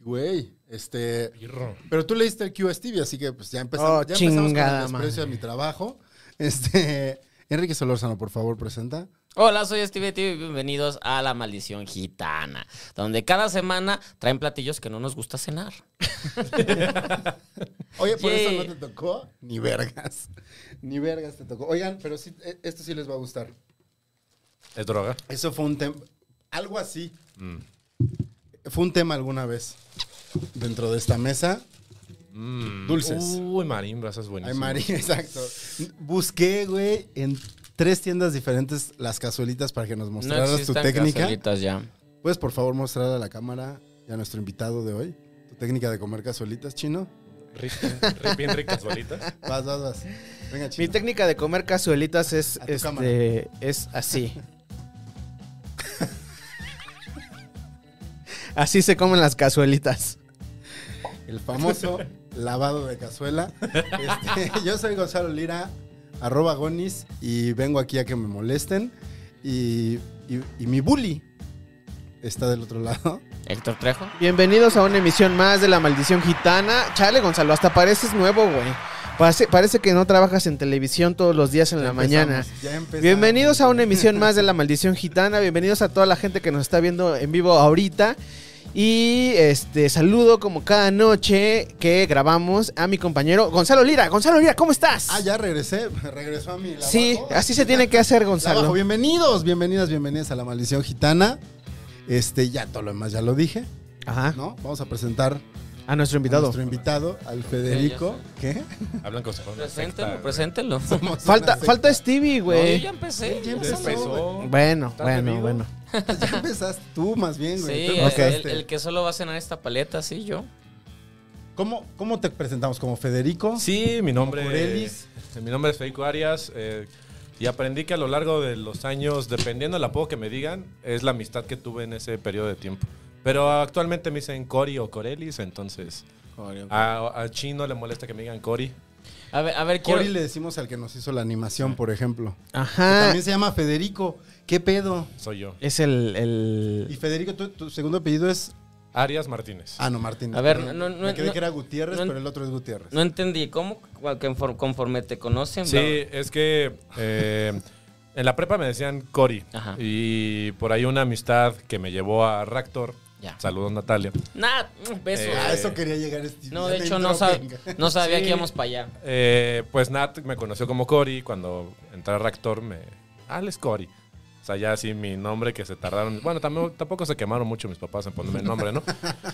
Güey, este. Pero tú leíste el QSTV, así que pues ya empezamos, Oh, ya empezamos con chingada el desprecio madre. de mi trabajo. Este. Enrique Solórzano, por favor, presenta. Hola, soy Steve TV y bienvenidos a La Maldición Gitana, donde cada semana traen platillos que no nos gusta cenar. Oye, por Yay. eso no te tocó ni vergas. Ni vergas te tocó. Oigan, pero sí, eh, esto sí les va a gustar. ¿Es droga? Eso fue un tema. Algo así. Fue un tema alguna vez. Dentro de esta mesa. Dulces. Uh, Uy, marimba, esa es Ay, buenísima. Mari, exacto. Busqué, güey, en tres tiendas diferentes las cazuelitas para que nos No mostraras tu existen técnica. cazuelitas ya. ¿Puedes, por favor, mostrar a la cámara y a nuestro invitado de hoy tu técnica de comer cazuelitas, chino? Rica, ri- bien ricas bolitas. Vas, vas, vas. Venga, Mi chino. técnica de comer cazuelitas es, A tu cámara. este, es así. así se comen las cazuelitas. El famoso lavado de cazuela. Este, yo soy Gonzalo Lira, arroba gonis, y vengo aquí a que me molesten. Y, y- y mi bully está del otro lado. Héctor Trejo. Bienvenidos a una emisión más de La Maldición Gitana. Chale, Gonzalo, hasta pareces nuevo, güey. Parece, parece que no trabajas en televisión todos los días en la Ya mañana. empezamos, ya empezamos. Bienvenidos a una emisión más de La Maldición Gitana. Bienvenidos a toda la gente que nos está viendo en vivo ahorita. Y este saludo como cada noche que grabamos a mi compañero Gonzalo Lira. Gonzalo Lira, ¿cómo estás? Ah, ya regresé. Regresó a mi lado. Sí, así se tiene que hacer, Abajo, Gonzalo. bienvenidos, bienvenidas, bienvenidas a la maldición gitana. Este, ya todo lo demás ya lo dije, Ajá. ¿no? Vamos a presentar A nuestro a invitado. nuestro invitado, al Federico. ¿Qué? Hablan con su forma de Preséntelo, secta. preséntelo. Somos Falta, una falta Stevie, No, yo güey. ya empecé. Ya ya empezó. empecé. Empezó. Bueno, ¿Estás bueno, bebido? bueno. secta. Ya empezaste tú más bien, güey. Sí, Tú Ok. el, empezaste. el que solo va a cenar esta paleta, sí, yo. ¿Cómo, ¿Cómo te presentamos? ¿Como Federico? Sí, mi nombre, eh, Como Corelis. mi nombre es Federico Arias eh, y aprendí que a lo largo de los años, dependiendo del apodo que me digan, es la amistad que tuve en ese periodo de tiempo. Pero actualmente me dicen Cori o Corelis, entonces a, a Chino le molesta que me digan Cori. A ver, a ver, quiero... Ah. Cory le decimos al que nos hizo la animación, por ejemplo. Que Ajá. También se llama Federico. ¿Qué pedo? Soy yo. Es el, Y el... Federico, tu, tu segundo apellido es... Arias Martínez. Ah, no, Martín. A ver, Perdón. no, no, Me quedé no, que era Gutiérrez, no, pero el otro es Gutiérrez. No entendí, ¿cómo conforme, conforme te conocen? Sí, es que eh, en la prepa me decían Cori. Ajá. Y por ahí una amistad que me llevó a Raptor. Ya. Saludos, Natalia. Nada, mm, besos. Eh, A eso quería llegar este no, ya de te hecho, entró, no, sab- venga. no sabía Sí. que íbamos para allá. Eh, pues Nat me conoció como Cori. Cuando entré a Raptor me... Ah, él es Cori. O sea, ya así mi nombre que se tardaron. Bueno, también, tampoco se quemaron mucho mis papás en ponerme el nombre, ¿no?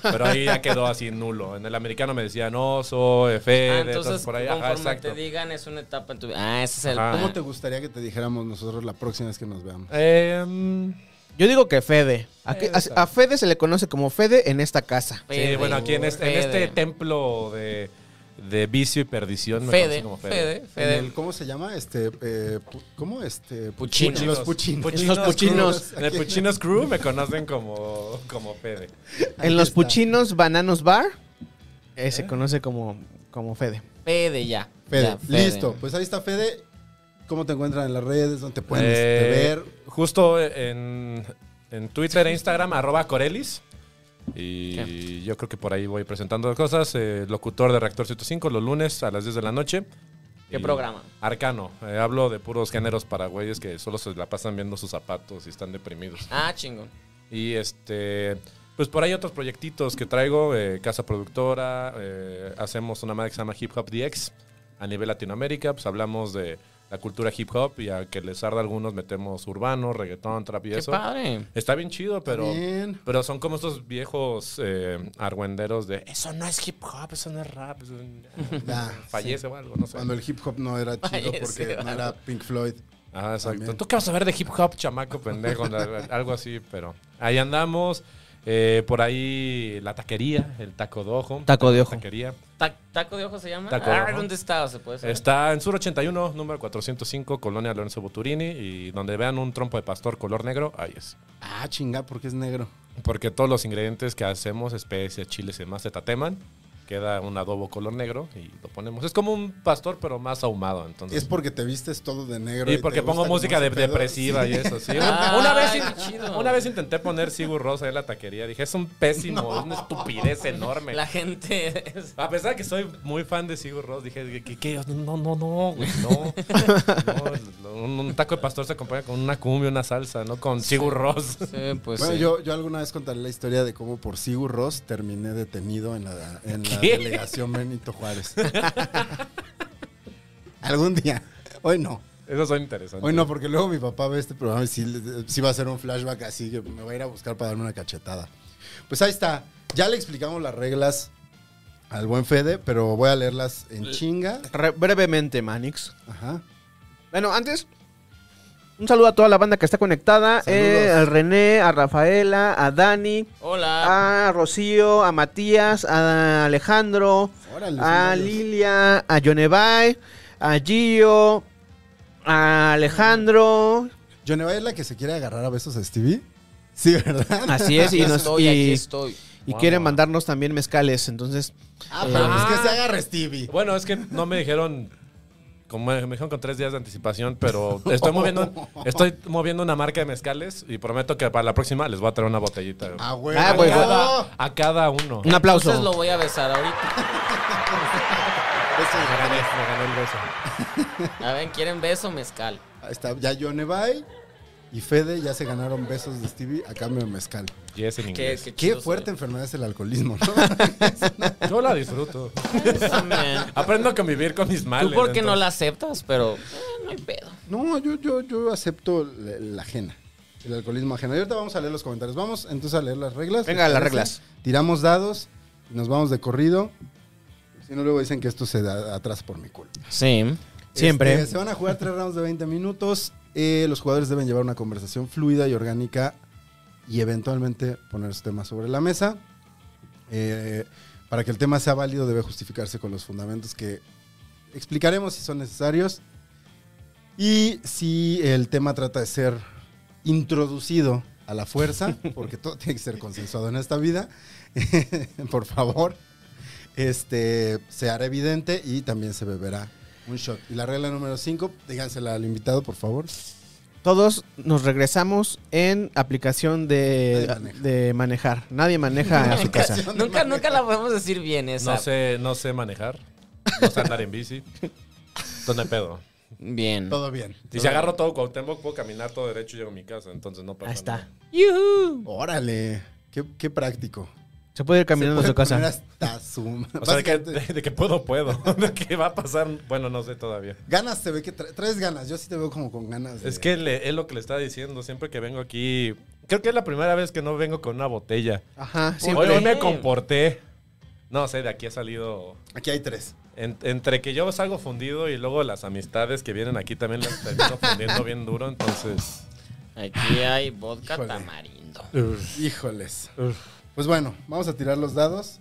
Pero ahí ya quedó así nulo. En el americano me decían oso, Efe, Ah, entonces entonces, Eh, por ahí. conforme Ajá, exacto. te digan, es una etapa en tu vida. Ah, ese es el... Ajá. ¿Cómo te gustaría que te dijéramos nosotros la próxima vez que nos veamos? Em, Yo digo que Fede. A, que- a- a Fede se le conoce como Fede en esta casa. Sí, Fede, bueno, aquí en este, en Fede. este templo de, de vicio y perdición. me Fede, conocí como Fede, En Fede. el- ¿Cómo se llama? Este, eh, pu- ¿Cómo? Este, Puchinos. Los puchinos. Los puchinos. Crew. En el Puchinos Crew me conocen como, como Fede. Ahí En los está. Puchinos Bananos Bar eh, se conoce como, como Fede. Fede ya. Fede. Ya, Fede. Listo. Pues ahí está Fede. ¿Cómo te encuentran en las redes? ¿Dónde te pueden Eh, este, ver? Justo en, en Twitter e Instagram, arroba Corelis. Y yo creo que por ahí voy presentando cosas. Eh, locutor de Reactor 105 los lunes a las 10 de la noche. ¿Qué Y programa? Arcano. Eh, hablo de puros géneros paraguayos que solo se la pasan viendo sus zapatos y están deprimidos. Ah, chingón. Y este, pues por ahí otros proyectitos que traigo, eh, casa productora, eh, hacemos una madre que se llama Hip Hop DX a nivel Latinoamérica, pues hablamos de la cultura hip hop y a que les arda a algunos metemos urbano, reggaetón, trap y Qué eso. padre. Está bien chido, pero, bien. pero son como estos viejos eh, argüenderos de eso no es hip hop, eso no es rap, eso es- Ya, fallece o algo, no sé. Ah, Cuando el hip hop no era chido Ay, ese porque no vato. era Pink Floyd. Ah, exacto. También. ¿Tú qué vas a ver de hip hop, chamaco, pendejo? Algo así, pero ahí andamos. Eh, por ahí la taquería, el taco de ojo. Taco de ojo. Taquería. Ta- ¿Taco de ojo se llama? Taco de ah, ojo. ¿dónde está? ¿Se puede saber? Está en Sur 81, número 405, Colonia Lorenzo Buturini. Y donde vean un trompo de pastor color negro, ahí es. Ah, chinga, porque es negro. Porque todos los ingredientes que hacemos, especias, chiles y demás, se tateman. Queda un adobo color negro y lo ponemos. Es como un pastor, pero más ahumado. Entonces, Es porque te vistes todo de negro. Y te porque pongo gusta música como de- ese pedo. depresiva y eso, sí. Ah, una, vez, qué in- chido. una vez intenté poner Sigur Rosa en la taquería. Dije, es un pésimo, es una estupidez enorme. La gente es- A pesar de que soy muy fan de Sigur Ross, dije, "¿Qué- qué- qué? No, no, no, güey, no. No, un- un taco de pastor se acompaña con una cumbia, una salsa, ¿no? Con Sigur Ross. Sí, pues Bueno, sí. yo, yo alguna vez contaré la historia de cómo por Sigur Ross terminé detenido en la, en la ¿Qué? delegación Benito Juárez. Algún día. Hoy no. Eso son interesantes. Hoy no, porque luego mi papá ve este programa y sí, le- sí va a hacer un flashback así que me va a ir a buscar para darme una cachetada. Pues ahí está. Ya le explicamos las reglas al buen Fede, pero voy a leerlas en chinga. Re- brevemente, Manix. Ajá. Bueno, antes, un saludo a toda la banda que está conectada. Saludos. eh, a René, a Rafaela, a Dani, Hola. Ah, a Rocío, a Matías, a Alejandro, Órale, a señores. Lilia, a Yonevay, a Gio, a Alejandro. Yoneva es la que se quiere agarrar a besos a Stevie. Sí, ¿verdad? Así es, y, Aquí nos- estoy, y- aquí estoy. y quieren mandarnos también mezcales. Entonces, Ah, pero pues que se agarre Stevie. Bueno, es que no me dijeron. Como me dijeron con tres días de anticipación, pero estoy moviendo, estoy moviendo una marca de mezcales y prometo que para la próxima les voy a traer una botellita. Ah, güey. Ah, Ah, güey. Besos a cada uno. un aplauso. Entonces lo voy a besar ahorita. en la cabeza. Me ganó el beso. A ver, ¿quieren beso o mezcal? Ahí está. Ya Yoneva y Fede ya se ganaron besos de Stevie a cambio de mezcal. Yes en Qué, inglés. qué Qué chido fuerte soy. enfermedad es el alcoholismo, ¿no? Yo la disfruto. Man. Aprendo a convivir con mis males. Tú porque no Ah, entonces. la aceptas, pero eh, no hay pedo. No, yo, yo, yo acepto la, la ajena. El alcoholismo ajeno. Y ahorita vamos a leer los comentarios. Vamos entonces a leer las reglas. Venga, ¿les las parece? reglas. Tiramos dados y nos vamos de corrido. Si no, luego dicen que esto se da atrás por mi culpa. Sí. Siempre. Este, se van a jugar tres rounds de 20 minutos. Eh, los jugadores deben llevar una conversación fluida y orgánica y eventualmente poner su tema sobre la mesa. Eh, para que el tema sea válido debe justificarse con los fundamentos que explicaremos si son necesarios y si el tema trata de ser introducido a la fuerza, porque todo tiene que ser consensuado en esta vida, por favor, este, se hará evidente y también se beberá un shot. Y la regla número 5, dígansela al invitado, por favor. Todos nos regresamos en aplicación de, Nadie maneja. de manejar. Nadie maneja a su casa. Nunca, nunca la podemos decir bien esa. No sé, no sé manejar. No sé andar en bici. Entonces no hay pedo. Bien. Todo bien. Y si agarro todo Cuauhtémoc, puedo caminar todo derecho y llego a mi casa. Entonces no pasa Ahí está. nada. Órale, qué, qué práctico. Se puede ir caminando a Se su puede casa. poner Hasta su... O sea, de que, Básicamente, de- de que puedo, puedo. De que va a pasar, bueno, no sé todavía. Ganas te ve que tra- traes ganas. Yo sí te veo como con ganas. de- Es que le- es lo que le estaba diciendo. Siempre que vengo aquí, creo que es la primera vez que no vengo con una botella. Ajá, Hoy, siempre. hoy me comporté. No sé, de aquí ha salido Aquí hay tres. En- entre que yo salgo fundido y luego las amistades que vienen aquí también las termino fundiendo bien duro, entonces. Aquí hay vodka Híjole. tamarindo. Híjoles. Pues bueno, vamos a tirar los dados.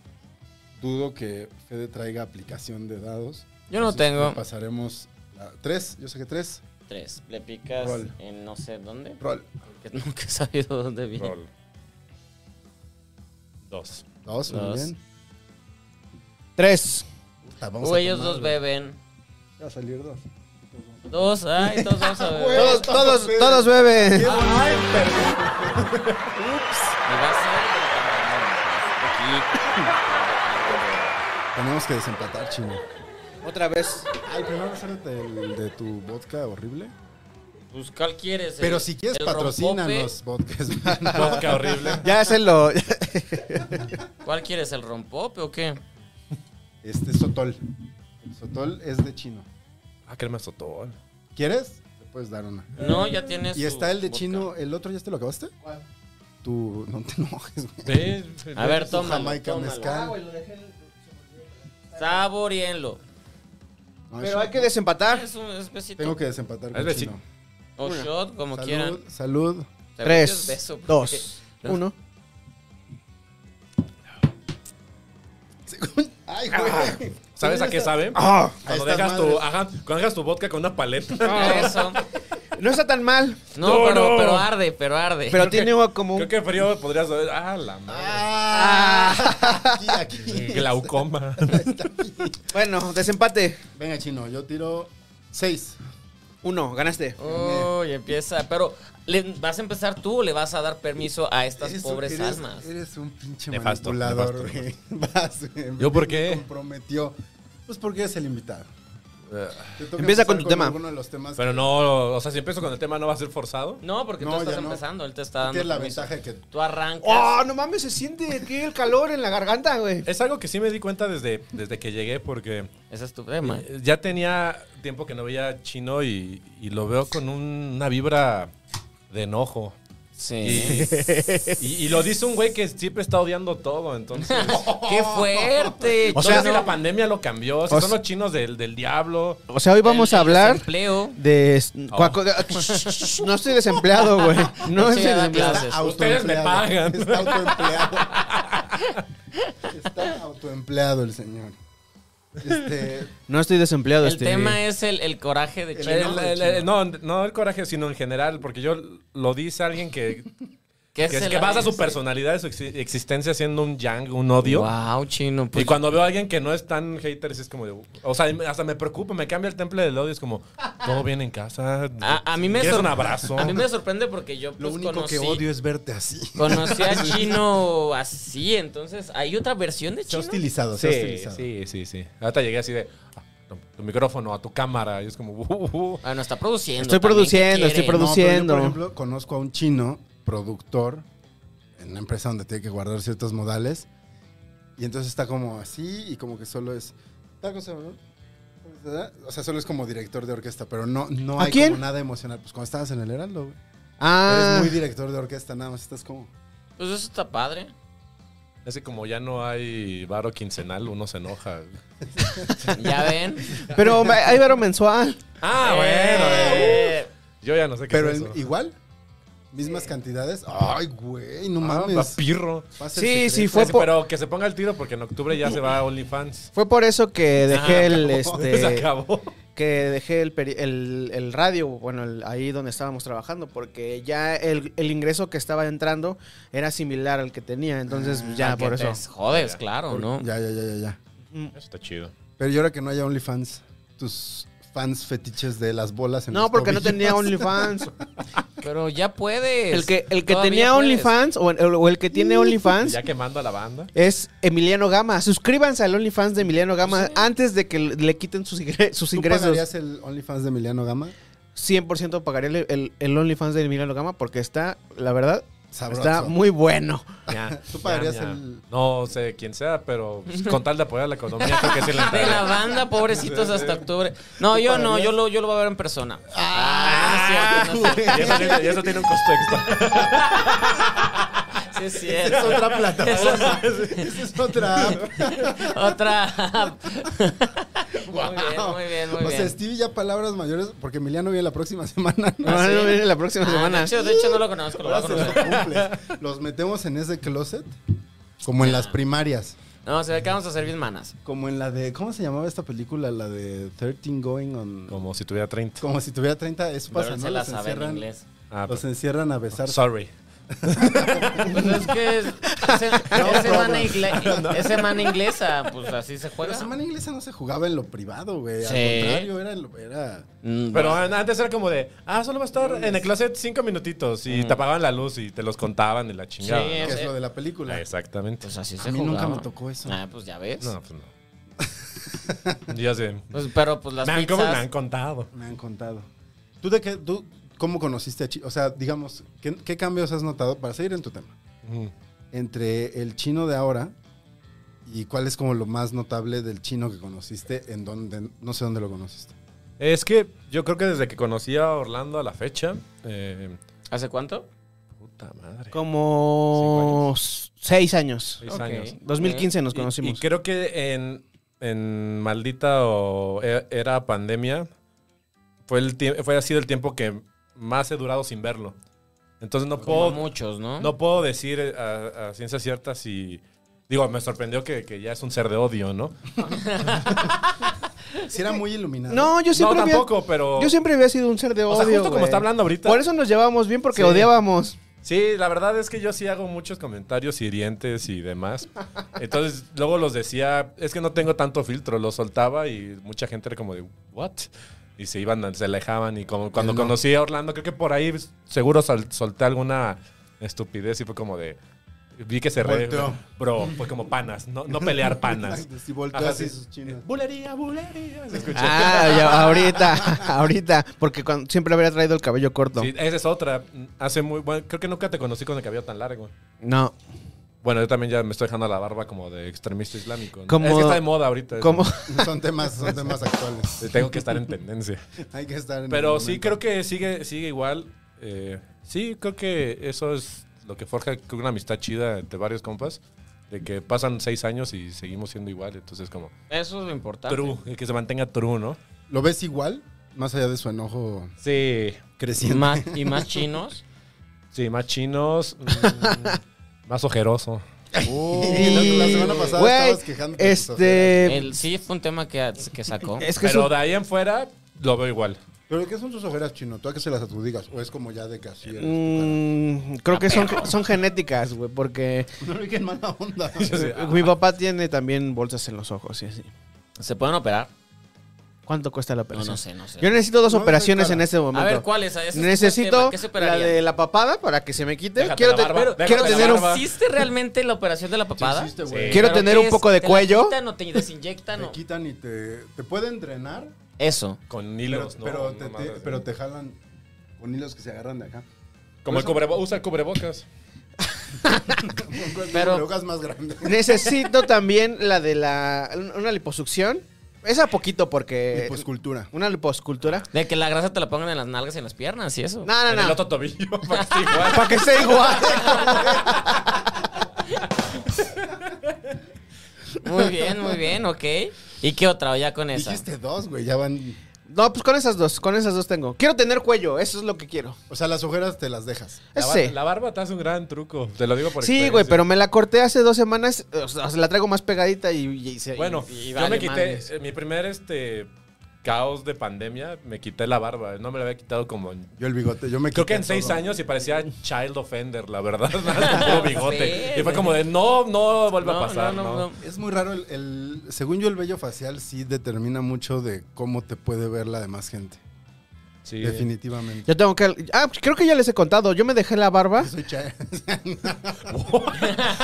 Dudo que Fede traiga aplicación de dados. Yo no Entonces, tengo. le Pasaremos a tres, yo sé que tres. Tres. Le picas Rol. en no sé dónde. Roll. Porque nunca he sabido dónde viene. Rol. Dos. Dos, muy Dos. bien. Tres. Puta, vamos O a ellos tomar, dos güey. beben. Va a salir dos. Dos, ay, dos vamos a beber. Güey. Todos, todos, todos beben. Ay, Y va a ser del tamarindo. Tenemos que desempatar, chino. Otra vez. Ay, primero sálate el de tu vodka horrible. Poquito. Pues, ¿cuál quieres? Pero El- si quieres, el patrocínanos, vodkas. Vodka horrible. Ya se lo. rompope? ¿Cuál quieres? ¿El rompope o qué? Este es Sotol. El Sotol es de chino. Ah, crema sotol. ¿Quieres? Te puedes dar una. No, ya tienes. Y su está el de vodka. chino, ¿el otro ya te lo acabaste? ¿Cuál? Tú, no te enojes, güey. Ve, ve, A ver, Su tómalo, Jamaica tómalo. mezcal. Saboríenlo. No, Pero shot. hay que desempatar. Es un Ah. espesito. Tengo que desempatar Es con decir, chino. O shot, como salud, quieran. salud. Te metes Tres, beso, porque- dos, uno. Ay, güey. ¿Sabes a qué sabe? A Cuando estas dejas, tu, madres. ajá, cuando dejas tu vodka con una paleta. Eso. No está tan mal, No, No, pero, no. pero arde, pero arde. pero tiene como Ah. Creo un... que frío podrías saber. Ah, la madre. Aquí, aquí. Glaucoma. Bueno, desempate. Venga, chino, yo tiro seis. Uno, ganaste. Uy, empieza. Pero, ¿le- ¿vas a empezar tú o le vas a dar permiso a estas Eres- pobres eres- almas? Eres un pinche Nefasto, manipulador, nefasto, güey. Vas, güey. ¿Yo por Me qué? comprometió. Pues porque eres el invitado. Te toca Empieza empezar con tu tema. alguno de los temas Pero no, o sea, si empiezo con el tema, ¿no va a ser forzado? No, porque No, tú estás ya no. empezando, él te está que dando. tienes la permiso. ventaja de que Tú arrancas. ¡Oh, no mames! Se siente aquí el calor en la garganta, güey. Es algo que sí me di cuenta desde, desde que llegué porque Ese es tu tema. eh, ya tenía tiempo que no veía chino y, y lo veo con un- una vibra de enojo. Sí. Y, y- y lo dice un güey que siempre está odiando todo, entonces... ¡Qué fuerte! O O sea, sea, si la pandemia lo cambió, si o son sea- los chinos del, del diablo. O sea, hoy vamos a hablar Empleo. de... es- Oh. cuaco- de- No estoy desempleado, güey. No Sí, estoy da desempleado. clases. Ustedes me pagan. Está autoempleado. está autoempleado el señor. Este, No estoy desempleado. El este. tema es el, el coraje de El Chino. El- el- el- no, no el coraje, sino en general, porque yo lo dice alguien que, ¿Qué que, es que basa su personalidad y su exi- existencia siendo un yang, un odio. Wow, Chino. Y pues- cuando veo a alguien que no es tan hater, sí es como de. O sea, hasta me preocupa, me cambia el temple del odio. Es como, todo bien en casa. a, a mí me ¿Quieres sor- un abrazo. A mí me sorprende porque yo lo pues, único conocí, que odio es verte así. conocí a Chino así. Entonces, ¿hay otra versión de Se ha Chino? hostilizado, se ha Sí, hostilizado. sí, sí, sí. Ahorita llegué así de. ah, tu, tu micrófono, a tu cámara. Y es como, uh, uh, uh. Ah, no, está produciendo. Estoy también, ¿qué produciendo, estoy quiere? produ- produciendo. No, pero yo, por ejemplo, conozco a un chino productor en una empresa donde tiene que guardar ciertos modales. Y entonces está como así y como que solo es. tal cosa, ¿no? O sea, solo es como director de orquesta, pero no, no ¿A hay quién? como nada emocional. Pues cuando estabas en el Heraldo, güey. Ah, Eres muy director de orquesta, nada más estás como. Pues eso está padre. Así como ya no hay varo quincenal, uno se enoja. Ya ven. pero ma- hay varo mensual. Ah, Eh, uh. Yo ya no sé qué Pero es el- eso. igual, mismas cantidades. Ay, güey, no Ah, mames. papirro. Pasa Sí, el secreto. sí, fue Sí, po- pero que se ponga el tiro porque en octubre ya se va a OnlyFans. Fue por eso que dejé el... Ah, Se Este, acabó. que dejé el, peri- el, el radio, bueno, el- ahí donde estábamos trabajando, porque ya el, el ingreso que estaba entrando era similar al que tenía, entonces ya que Ah, por te eso. jodes, claro, ¿no? Ya, ya, ya, ya, ya. Eso está chido. Pero y ahora que no haya OnlyFans, tus fans fetiches de las bolas en No, los porque no tobillos. tenía OnlyFans. Pero ya puedes. El que, el que Todavía tenía puedes. OnlyFans o, el- o el que tiene OnlyFans Ya quemando a la banda. es Emiliano Gama. Suscríbanse al OnlyFans de Emiliano Pues Gama antes de que le le quiten sus, ingre- sus ¿Tú ingresos. pagarías el OnlyFans de Emiliano Gama? 100% pagaría el, el- el OnlyFans de Emiliano Gama porque está, la verdad, Sabroso. está muy bueno. Ya, ¿Tú ya, pagarías ya. el- No sé quién sea, pero pues, con tal de apoyar la economía, creo que sí le De la entraré. banda, pobrecitos, hasta octubre. No, yo no, yo lo, yo lo voy a ver en persona. Ah, no es cierto, no es Y eso, tiene- y eso tiene un costo extra. cierto. Sí, es cierto. Es otra plataforma. Eso Esa es otra app. Otra. Muy bien, muy bien, muy o sea, bien. este Stevie ya palabras mayores, porque Emiliano viene la próxima semana. Ah, ¿no? No, ¿sí? no, viene la próxima Ah, semana. de, hecho, de hecho, no lo conozco, lo voy a Ahora se conocer. lo cumples. Los metemos en ese closet, como en las primarias. No, se ve que vamos a ser bien manas. Como en la de, ¿cómo se llamaba esta película? La de 13 Going on... Como si tuviera 30. Como si tuviera 30, eso Pero pasa, él ¿no? se la Los sabe en encierran- inglés. Ah, Los encierran a besar. sorry. Pues es que es, es, es semana ingle- es semana inglesa, pues así se Pero juega. la semana inglesa no se jugaba en lo privado, güey. Al Sí. contrario, era... lo- era... Mm, Pero bueno. an- antes era como de, ah, solo va a estar en el closet cinco minutitos. Y te apagaban la luz y te los contaban y la chingada. Sí, ¿no? que es- es lo de la película. Ah, Exactamente. Pues así se A mí nunca jugaba. me tocó eso. Ah, pues ya ves. No, pues no. Ya sé. Pues, pero pues las Me han, como- me han pizzas. contado. Me han contado. ¿Tú de qué, tú, cómo conociste a Chino? O sea, digamos, ¿qué, qué cambios has notado para seguir en tu tema? Mm. Entre el chino de ahora y cuál es como lo más notable del chino que conociste, en donde, no sé dónde lo conociste. Es que yo creo que desde que conocí a Orlando a la fecha. eh, ¿Hace cuánto? puta madre. Como seis años. Seis Ok. años. 2015 nos Eh, Y- conocimos. Y, creo que en, en Maldita o e- Era Pandemia fue, el tie- fue ha sido el tiempo que más he durado sin verlo. Entonces no Como puedo, muchos, ¿no? no puedo decir eh, a, a ciencia cierta si... Digo, me sorprendió que, que ya es un ser de odio, ¿no? Si era muy iluminado. No, yo siempre no, había- tampoco, pero... Yo siempre había sido un ser de odio. o sea, justo como güey. está hablando ahorita. Por eso nos llevábamos bien porque Sí. odiábamos. Sí, la verdad es que yo sí hago muchos comentarios hirientes y demás. Entonces, luego los decía, es que no tengo tanto filtro, los soltaba y mucha gente era como de, ¿what? Y se iban, se alejaban. Y como cuando No. conocí a Orlando, creo que por ahí seguro sol- solté alguna estupidez y fue como de. Vi que se re. Volteó. Bro, fue como panas, no, no pelear panas. Exacto, pues, Si volteó Ajá, así sí. sus chinas. Bulería, bulería. Se escuchó. Ah, ya, ahorita, ahorita. Porque cuando- siempre habría traído el cabello corto. Sí, esa es otra. Hace muy. Bueno, creo que nunca te conocí con el cabello tan largo. No. Bueno, yo también ya me estoy dejando la barba como de extremista islámico. ¿no? Como- Es que está de moda ahorita. eso. ¿Cómo? Son temas, son temas actuales. Eh, Tengo que estar en tendencia. Hay que estar en Pero el sí, momento. creo que sigue, sigue igual. Eh, sí, creo que eso es lo que forja creo, una amistad chida entre varios compas. De que pasan seis años y seguimos siendo igual. Entonces, como Eso es lo importante. true, el que se mantenga true, ¿no? ¿Lo ves igual? Más allá de su enojo Sí. Y creciente. más, y más chinos. Sí, más chinos, mm, más ojeroso. Oh, Y- la semana pasada güey, estabas quejando. de tus ojeras. Este. El, sí, fue un tema que, que sacó. Es que Pero su- de ahí en fuera, lo veo igual. ¿Pero qué son tus ojeras chino? ¿Tú a qué se las adjudicas? ¿O es como ya de que así eres? Mm, creo que son, son genéticas, güey, porque No lo vi en mala onda. Ah, mi papá tiene también bolsas en los ojos y así. ¿Se pueden operar? ¿Cuánto cuesta la No, operación? no sé, no sé. Yo necesito dos No, no es operaciones cara. en este A momento. ver, ¿cuál es? Ese es? un buen tema. necesito ¿Qué se la operaría? de la papada para que se me quite. Déjate quiero la te- barba, pero déjate quiero la tener ¿Pero un barba. ¿Hiciste realmente la operación de la papada? Hiciste, güey. Quiero ¿Pero tener qué un es? poco de ¿Te la cuello. quitan o te desinyectan? Te o- quitan y te, te pueden drenar, Eso. Con pero, hilos, ¿no? pero No te, te- mames, ¿no? pero te jalan con hilos que se agarran de acá. Como el cubrebo- usa el cubrebocas. Pero- Pero más grande. Necesito también la de la una liposucción. Esa poquito porque pues, Liposcultura. una liposcultura. De que la grasa te la pongan en las nalgas y en las piernas y eso. No, En el no, no. otro tobillo. para que esté igual. Para que sea igual. Muy bien, muy bien, ok. ¿Y qué otra? Ya con esa. Dijiste dos, güey, ya van. No, pues con esas dos, con esas dos tengo. Quiero tener cuello, eso es lo que quiero. O sea, las ojeras te las dejas. La, Ese. bar- la barba te hace un gran truco, te lo digo por Sí, güey, pero me la corté hace dos semanas. O sea, se la traigo más pegadita y, y se- Bueno, y- y yo vale me quité, madres. eh, mi primer este caos de pandemia, me quité la barba, no me la había quitado como... en- Yo el bigote, yo me Creo quité que en seis todo. años y parecía child offender, la verdad, nada, con puro bigote. Sí, Y fue como de, no, no vuelve No, a pasar, no, no, no, no. Es muy raro, el, el- según yo el vello facial sí determina mucho de cómo te puede ver la demás gente. Sí. Definitivamente. Yo tengo que. Ah, creo que ya les he contado. Yo me dejé la barba. Soy cha-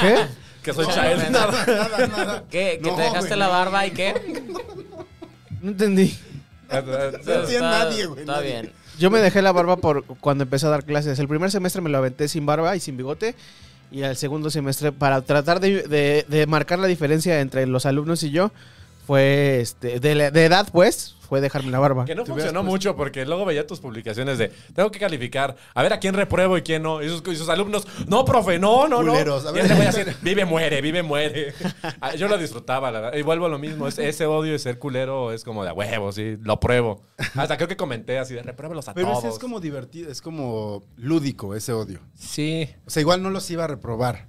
¿Qué? Que soy No, child. no, nada, nada, nada. ¿Qué? ¿Que No, te dejaste güey, la no. barba y qué? Pues No entendí. No hacía nadie, güey, Está nadie. bien. Yo me dejé la barba por cuando empecé a dar clases. El primer semestre me lo aventé sin barba y sin bigote. Y al segundo semestre, para tratar de, de- de marcar la diferencia entre los alumnos y yo, fue este, de, la- de edad, pues, fue dejarme la barba. Que no Te hubieras funcionó puesto- mucho porque luego veía tus publicaciones de tengo que calificar, a ver a quién repruebo y quién no. Y sus, y sus alumnos, no, profe, no, no, no. Culeros, a Y ver. este güey así, vive, muere, vive, muere. Ah, Yo lo disfrutaba, la verdad. Y vuelvo a lo mismo, es- ese odio de ser culero es como de a huevo, sí, lo pruebo. Hasta creo que comenté así de repruébalos a Pero todos. ese es como divertido, es como lúdico ese odio. Sí, O sea, igual no los iba a reprobar,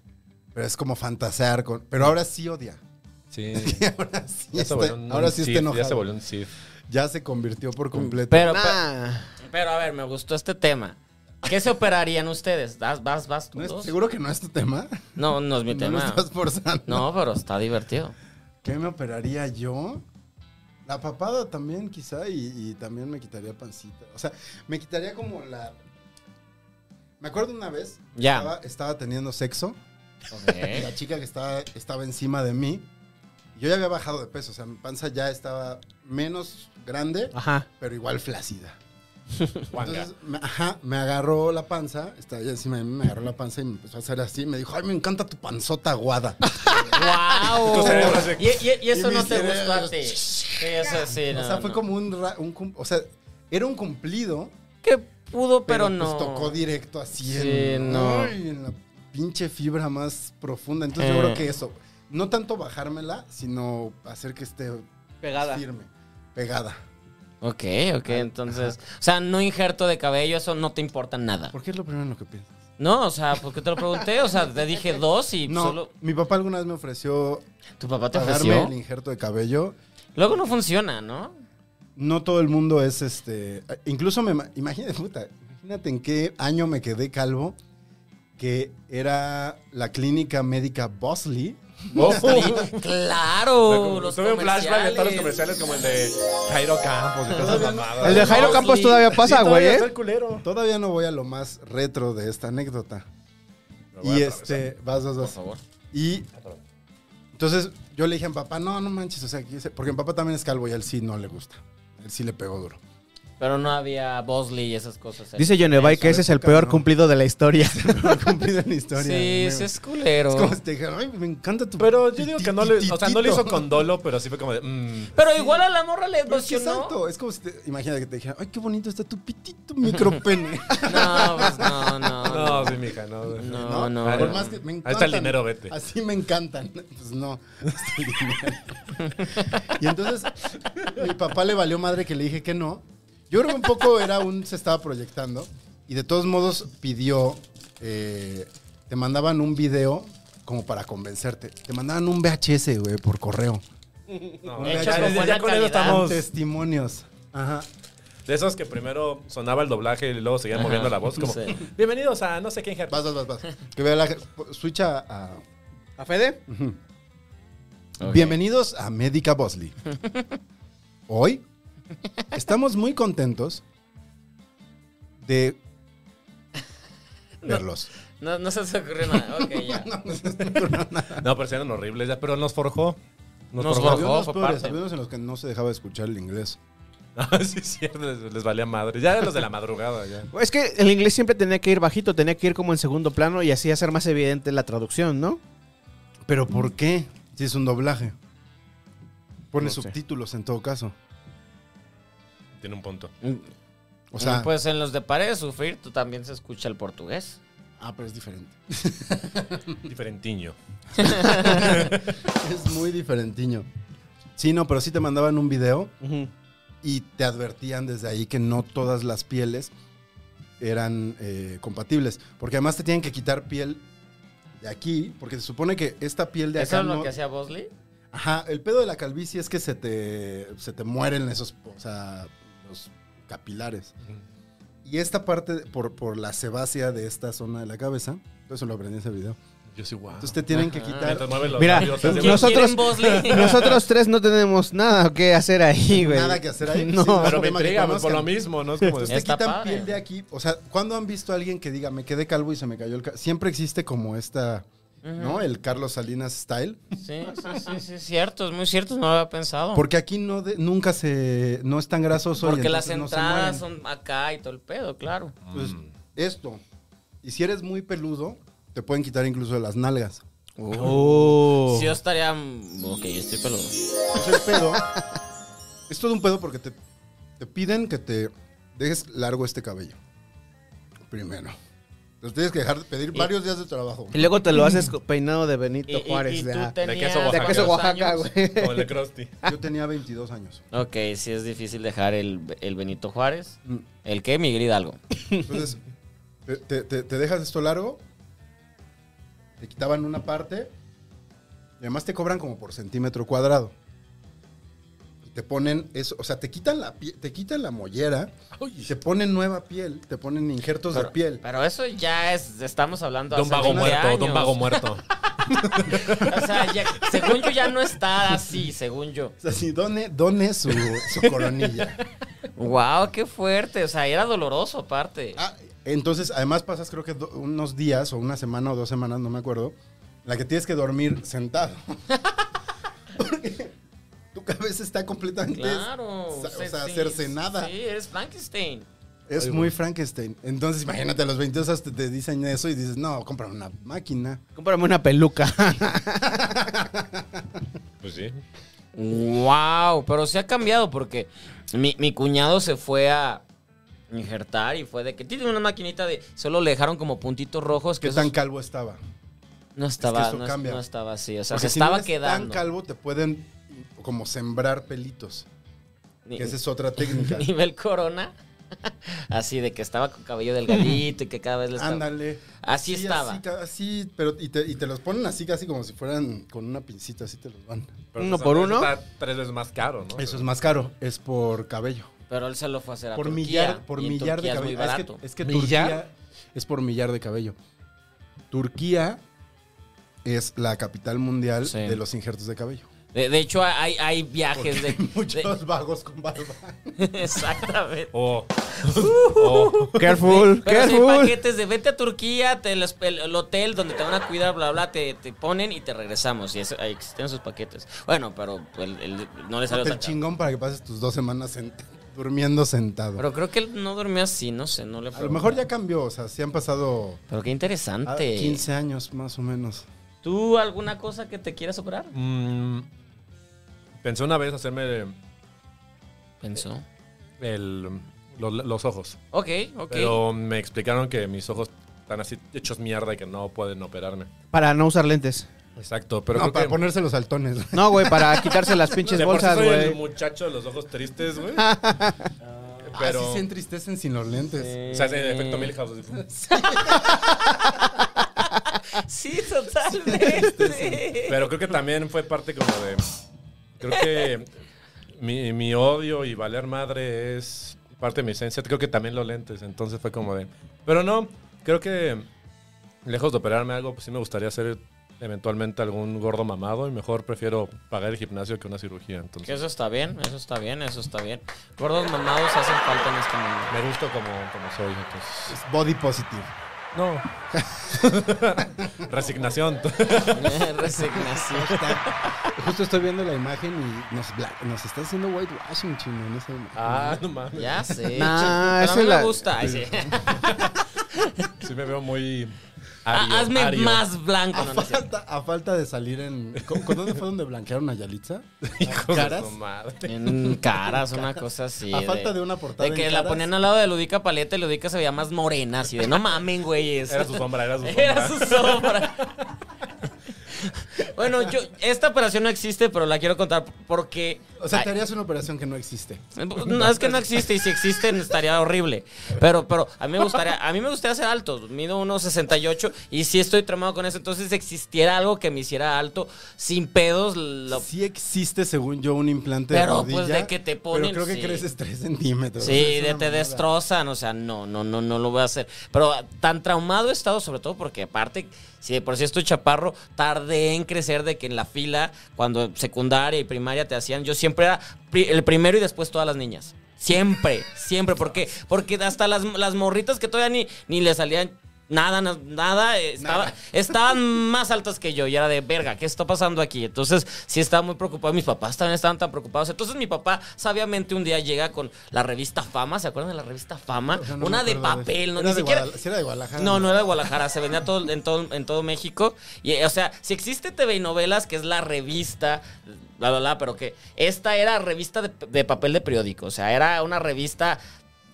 pero es como fantasear con... Pero ahora sí odia. sí. Ahora sí, Ya se está, volvió un ahora sí Sith, está enojado. Ya se volvió un Mm, Sith. Ya se convirtió por completo. Pero, pero, Nah. pero, a ver, me gustó este tema. ¿Qué se operarían ustedes? ¿Vas, vas, vas tú ¿No es- dos? ¿Seguro que no es tu tema? No, no es mi No lo tema. estás forzando. No, pero está divertido. ¿Qué me operaría yo? La papada también, quizá, y, y también me quitaría pancita. O sea, me quitaría como la. Me acuerdo una vez, Ya. estaba, estaba teniendo sexo, y Ok. la chica que estaba, estaba encima de mí, yo ya había bajado de peso, o sea, mi panza ya estaba menos grande, Ajá. pero igual flácida. Juanga. Entonces, me, ajá, me agarró la panza, estaba allá encima de mí, me agarró la panza y me empezó a hacer así. Me dijo, ay, me encanta tu panzota aguada. ¡Wow! Tu cerebro hace- Y, y- y eso Y no mi te cerebro- gustó a ti. Sí, eso sí, no, o sea, fue no. como un, ra- un cum- O sea, era un cumplido, que pudo, pero, pero, nos no. tocó directo así Sí, en, no. ay, en la pinche fibra más profunda. Entonces, yo Eh. creo que eso. No tanto bajármela, sino hacer que esté Pegada. firme, pegada. Ok, ok, entonces. O sea, no injerto de cabello, eso no te importa nada. ¿Por qué es lo primero en lo que piensas? No, o sea, porque te lo pregunté, o sea, te dije dos y No, solo. mi papá alguna vez me ofreció ¿Tu papá te pagarme ofreció? el injerto de cabello. Luego no funciona, ¿no? No todo el mundo es este. Incluso me ima- imagínate, puta, imagínate en qué año me quedé calvo, que era la clínica médica Bosley. Sí, claro, los Tuve un flashback comerciales. de todos los comerciales como el de Jairo Campos y todas esas mamadas. El de Jairo Campos todavía pasa, Sí, güey, todavía ¿eh? está el culero. Todavía no voy a lo más retro de esta anécdota. Lo voy Y a este, vas, vas, Por vas. favor. Y entonces yo le dije a mi papá, no, no manches, o sea, que ese- porque mi papá también es calvo y a él sí no le gusta. A Él sí le pegó duro. Pero no había Bosley y esas cosas. ¿eh? Dice Yonevay que ese es el peor cumplido de la historia. Cumplido en historia. Sí, Me- sí, es culero. Es como si te dijera, ay, me encanta tu. Pero yo digo que no le, o sea, no le hizo tititito". con dolo, pero sí fue como de. mm. Pero igual a la morra le Pero es que emocionó. exacto, es como si te, imagínate que te dijera, ay, qué bonito está tu pitito micropene. No, pues no, no. No, no. sí, mija, no. No, no. Por Por más que me Ahí está encantan. el dinero, vete. Así me encantan. Pues no. hasta el dinero. y entonces, mi papá le valió madre que le dije que no. Yo creo que un poco era un. Se estaba proyectando. Y de todos modos pidió. eh, te mandaban un video como para convencerte. Te mandaban un VHS, güey, por correo. No, Hecho ya, con ya- buena ya con eso calidad. estamos. Testimonios. Ajá. De esos que primero sonaba el doblaje y luego seguían Ajá, moviendo la voz, como. sí. Bienvenidos a no sé qué injerto. Vas, vas, vas, vas. Que vea la. Switch a- a ¿A Fede? Ok. Bienvenidos a Médica Bosley. Hoy estamos muy contentos de verlos. No, no se te ocurrió nada. Ok, ya. No, pero sí eran horribles, ya, pero nos forjó. Nos Había forjó. unos fue peores, parte. había unos en los que no se dejaba escuchar el inglés. Ah, sí, es cierto, les, les valía madre. Ya eran los de la madrugada, ya. Es que el inglés siempre tenía que ir bajito, tenía que ir como en segundo plano y así hacer más evidente la traducción, ¿no? ¿Pero por qué? Si Mm. es un doblaje. Pone No sé. subtítulos en todo caso. Tiene un punto. O sea, pues en los de Pares de Sufrir tú también se escucha el portugués. ah, pero es diferente. Diferentiño. Es muy diferentiño. Sí, no, pero sí te mandaban un video y te advertían desde ahí que no todas las pieles eran eh, compatibles. Porque además te tienen que quitar piel de aquí, porque se supone que esta piel de ¿Eso acá es lo no- que hacía Bosley? Ajá, el pedo de la calvicie es que se te, se te mueren esos, o sea, los capilares. Y esta parte, por, por la sebácea de esta zona de la cabeza, eso lo aprendí en ese video. Yo sí, wow. Entonces te tienen que Ajá. quitar... Mientras mueven los Mira, labios, ¿quién- así, ¿Quién- Nosotros- bueno, quién Bosley? Nosotros tres no tenemos nada que hacer ahí, güey. Nada que hacer ahí. No. Sí, es un Pero me tema que intriga, pues, por lo conozcan. mismo, ¿no? Es como de- Entonces te Está quitan padre. piel de aquí. O sea, ¿cuándo han visto a alguien que diga me quedé calvo y se me cayó el cabello? Siempre existe como esta, ¿no? El Carlos Salinas style. Sí, sí, sí, sí, es cierto, es muy cierto, no lo había pensado. Porque aquí no de- nunca se. No es tan grasoso. y Porque las entonces no se entradas mueren. son acá y todo el pedo, claro. Entonces, esto. Y si eres muy peludo, te pueden quitar incluso las nalgas. Oh. Si yo estaría. mm, Ok, yo estoy peludo. Es el pedo. es todo un pedo porque te, te piden que te dejes largo este cabello. Primero. Entonces tienes que dejar de pedir varios días de trabajo. Y luego te lo haces co- peinado de Benito Y, y- Juárez. y de, tú ah, tenías queso Oaxaca. de queso ¿cuántos Oaxaca, años? güey. este- como el de Krusty. Yo tenía 22 años. Ok, sí es difícil dejar el, el Benito Juárez. Mm. ¿El qué? Miguel Hidalgo. Entonces, te- te, te- te dejas esto largo, te quitaban una parte, y además te cobran como por centímetro cuadrado. Y te ponen eso, o sea, te quitan la pie- te quitan la mollera, y te ponen nueva piel, te ponen injertos de piel. Pero eso ya es. Estamos hablando Don hace Vago 20 muerto, Don años. Vago muerto. O sea, ya- según yo ya no está así, según yo. O sea, sí, done, done su, su coronilla. Wow, qué fuerte. O sea, era doloroso aparte. Ah, entonces, además pasas creo que do- unos días o una semana o dos semanas, no me acuerdo, en la que tienes que dormir sentado. Porque tu cabeza está completamente claro. sa- o se- sea, sí, cercenada. Sí, eres Frankenstein. Es muy Frankenstein. Entonces, imagínate, a los 22 hasta te dicen eso y dices, no, cómprame una máquina. Cómprame una peluca. Pues sí. Wow, pero sí ha cambiado porque mi, mi cuñado se fue a injertar y fue de que tiene una maquinita de solo le dejaron como puntitos rojos ¿Qué que esos- tan calvo estaba? no estaba eso no, es- cambia. no estaba así, o sea, Porque se si no estaba eres quedando. tan calvo te pueden como sembrar pelitos. Ni- Que esa es otra técnica. nivel corona. así de que estaba con cabello delgadito y que cada vez le estaba Ándale. Así estaba. Así, ca- así, pero y te, y te los ponen así, casi como si fueran con una pincita, así te los van. Pero Uno pues, por eso uno. Está tres veces más caro, ¿no? Eso es más caro, es por cabello. Pero él se lo fue a hacer a por Turquía, millar, por y en millar de Turquía es muy cabello. Ah, Es, barato. que, es que ¿Millar? Turquía es por millar de cabello. Turquía es la capital mundial Sí. de los injertos de cabello. De, de hecho, hay, hay viajes de, Muchos vagos con barba. de- Exactamente. O- o- Careful, Pero si hay careful. paquetes de vete a Turquía, te los- el, el hotel donde te van a cuidar, bla, bla, te, te ponen y te regresamos. Y eso, ahí existen esos paquetes. Bueno, pero pues, el- el- no le salió El tan caro. chingón para que pases tus dos semanas sent- durmiendo sentado. Pero creo que él no dormía así, no sé, no le a lo pregunté. mejor ya cambió, o sea, se han pasado Pero qué ah, interesante. 15 años más o menos. ¿Tú alguna cosa que te quieras operar? Mm, pensé una vez hacerme Pensó. el- los, los ojos. Ok, ok. Pero me explicaron que mis ojos están así hechos mierda y que no pueden operarme. Para no usar lentes. Exacto, pero no, creo para que- ponerse los saltones. Ah, No, güey, para quitarse las pinches de por sí bolsas, soy el güey. muchacho de los ojos tristes, güey. Pero... Ah, pero. se entristecen sin los lentes. o sea, es el efecto Milhouse. así, pum. Sí, totalmente. Pero creo que también fue parte como de. Creo que mi, mi odio y valer madre es parte de mi esencia. Creo que también los lentes. Entonces fue como de. Pero no, creo que lejos de operarme algo, pues sí me gustaría ser eventualmente algún gordo mamado y mejor prefiero pagar el gimnasio que una cirugía. Que Entonces eso está bien, eso está bien, eso está bien. Gordos mamados hacen falta en este mundo. me gusta como, como soy. Entonces. Es body positive. No. Resignación. este Resignación. Justo estoy viendo la imagen y nos, bla- nos está haciendo whitewashing, chino, en esa imagen. ah, no mames. Ya sé. Nah, che, pero esa a mí es la- me gusta. Ay, sí. Sí me veo muy. Ah, ario, hazme ario. más blanco. A, No, no es cierto. falta, a falta de salir en... ¿Con, con dónde fue donde blanquearon a Yalitza? Hijos de su Caras. madre. En caras, una cosa así. A falta de una portada De que en la Caras. ponían al lado de Ludica Paleta y Ludica se veía más morena, así de no mamen, güeyes. Era su sombra, era su sombra. Era su sombra. bueno, yo, esta operación no existe, pero la quiero contar porque. O sea, te Ay, harías una operación que no existe. no, es que no existe y si existe estaría horrible. Pero, pero a mí me gustaría, a mí me gustaría ser alto. Mido 1.68 y si estoy tramado con eso, entonces si existiera algo que me hiciera alto sin pedos. Lo, Sí existe, según yo, un implante Pero, de pues, rodilla. de que te ponen, Pero creo que sí. creces 3 centímetros. Sí, Es de- una te mamada. destrozan, o sea, no, no, no, no lo voy a hacer. Pero ah, tan traumado he estado, sobre todo porque aparte, si de por sí estoy chaparro, tardé en crecer de que en la fila, cuando secundaria y primaria te hacían, yo siempre era pri- el primero y después todas las niñas. Siempre, siempre, ¿por qué? Porque hasta las, las morritas que todavía ni, ni le salían nada, na- nada, eh, estaba- estaban más altas que yo y era de verga, ¿qué está pasando aquí? Entonces sí estaba muy preocupado, mis papás también estaban tan preocupados. Entonces mi papá sabiamente un día llega con la revista Fama, ¿se acuerdan de la revista Fama? O sea, no Una me de acuerdo papel, no, Era ni de siquiera... Guadala- sí era de Guadalajara. No, no era de Guadalajara, se vendía todo, en, todo, en todo México. Y, eh, o sea, si existe TV y Novelas, que es la revista, bla, bla, bla, pero que esta era revista de, de papel de periódico. O sea, era una revista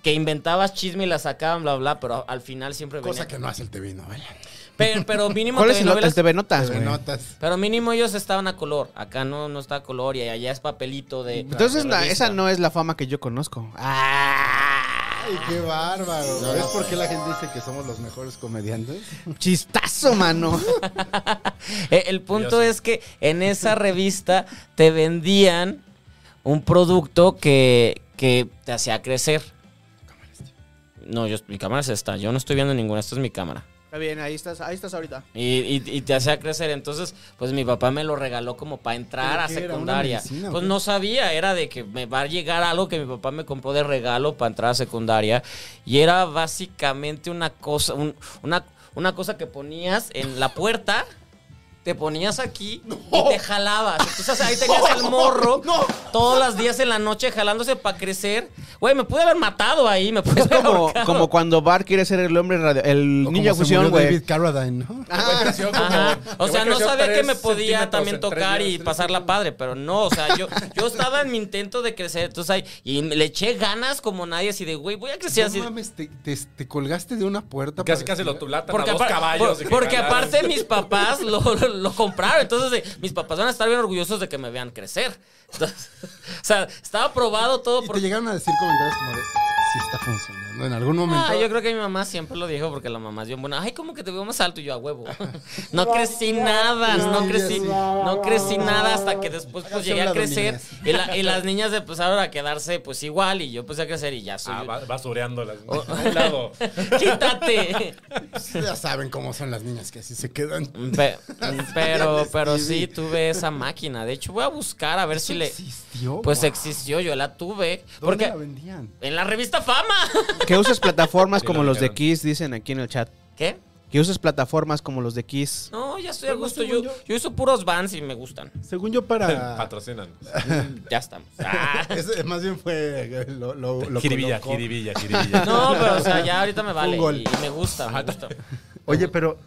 que inventabas chisme y la sacaban, bla, bla, pero al final siempre venía. Cosa que no hace el TV novela. Ah, Pero, pero mínimo ¿Cuál es TV el, el novelas- TV Notas, TV güey? notas. Pero mínimo ellos estaban a color. Acá no, no está a color y allá es papelito de. Entonces, de la- revista. esa no es la fama que yo conozco. Ah. Ay, qué bárbaro. ¿Ves por qué la gente dice que somos los mejores comediantes? Chistazo, mano. Eh, El punto Yo sé. es que en esa revista te vendían un producto que, que te hacía crecer. No, yo, mi cámara es esta. Yo no estoy viendo ninguna. Esta es mi cámara. Está bien, ahí estás, ahí estás ahorita. Y, y- y te hacía crecer. Entonces, pues mi papá me lo regaló como para entrar ¿Pero a qué era? ¿Una secundaria. medicina o pues qué? no sabía, era de que me va a llegar algo que mi papá me compró de regalo para entrar a secundaria. Y era básicamente una cosa, un- una, una cosa que ponías en la puerta. te ponías aquí y te jalabas. Entonces ahí tenías el morro todos los días en la noche jalándose para crecer. Güey, me pude haber matado ahí, me pude Es haber como, ahorcado. como cuando Bart quiere ser el hombre radio, el O niño como se fusión, murió güey. David Carradine, ¿no? Ah, Güey, creció como- Ajá. el O güey sea, no creció sabía que tres me podía centímetros también en tres tocar días, y tres pasarla padre, pero no, o sea, yo, yo estaba en mi intento de crecer, entonces ahí, y le eché ganas como nadie, así de, güey, voy a crecer no así. mames, te, te- te colgaste de una puerta. Casi, para casi lo estirar. tulatan Porque, a dos apar- caballos. por- y que porque jalaron. aparte mis papás lo, lo- lo compraron. Entonces, eh, mis papás van a estar bien orgullosos de que me vean crecer. Entonces, o sea, estaba probado todo Y por... te llegaron a decir comentarios como de, sí está funcionando. En algún momento. Ah, yo creo que mi mamá siempre lo dijo porque la mamá es bien buena. Ay, como que te veo más alto y yo a huevo. No crecí nada, no Sí, crecí, sí. no crecí nada hasta que después pues Hágase llegué a a un lado, crecer niñas. y, la- y las niñas empezaron a quedarse pues igual y yo empecé a crecer y ya soy. Ah, va- basureándolas. ¿no? A un lado. Quítate. Ya saben cómo son las niñas que así se quedan. Pe- pero, pero Stevie. sí tuve esa máquina. De hecho, voy a buscar a ver si le. existió? Pues Wow. existió, yo la tuve. ¿Dónde Porque la vendían? en la revista Fama. Que uses plataformas Sí, como lo los de dijeron. Kiss, dicen aquí en el chat. ¿Qué? Que uses plataformas como los de Kiss. No, ya estoy a Pero Pues no, gusto. Yo, según yo yo- uso puros vans y me gustan. Según yo, Ah. para. Patrocinan. Ya estamos. Ah. Ese más bien fue eh, lo, lo, lo Jiribilla, colocó. jiribilla, jiribilla. No, pero o sea, ya ahorita me vale. Un gol. Y, y me gusta, me gusta. Oye, pero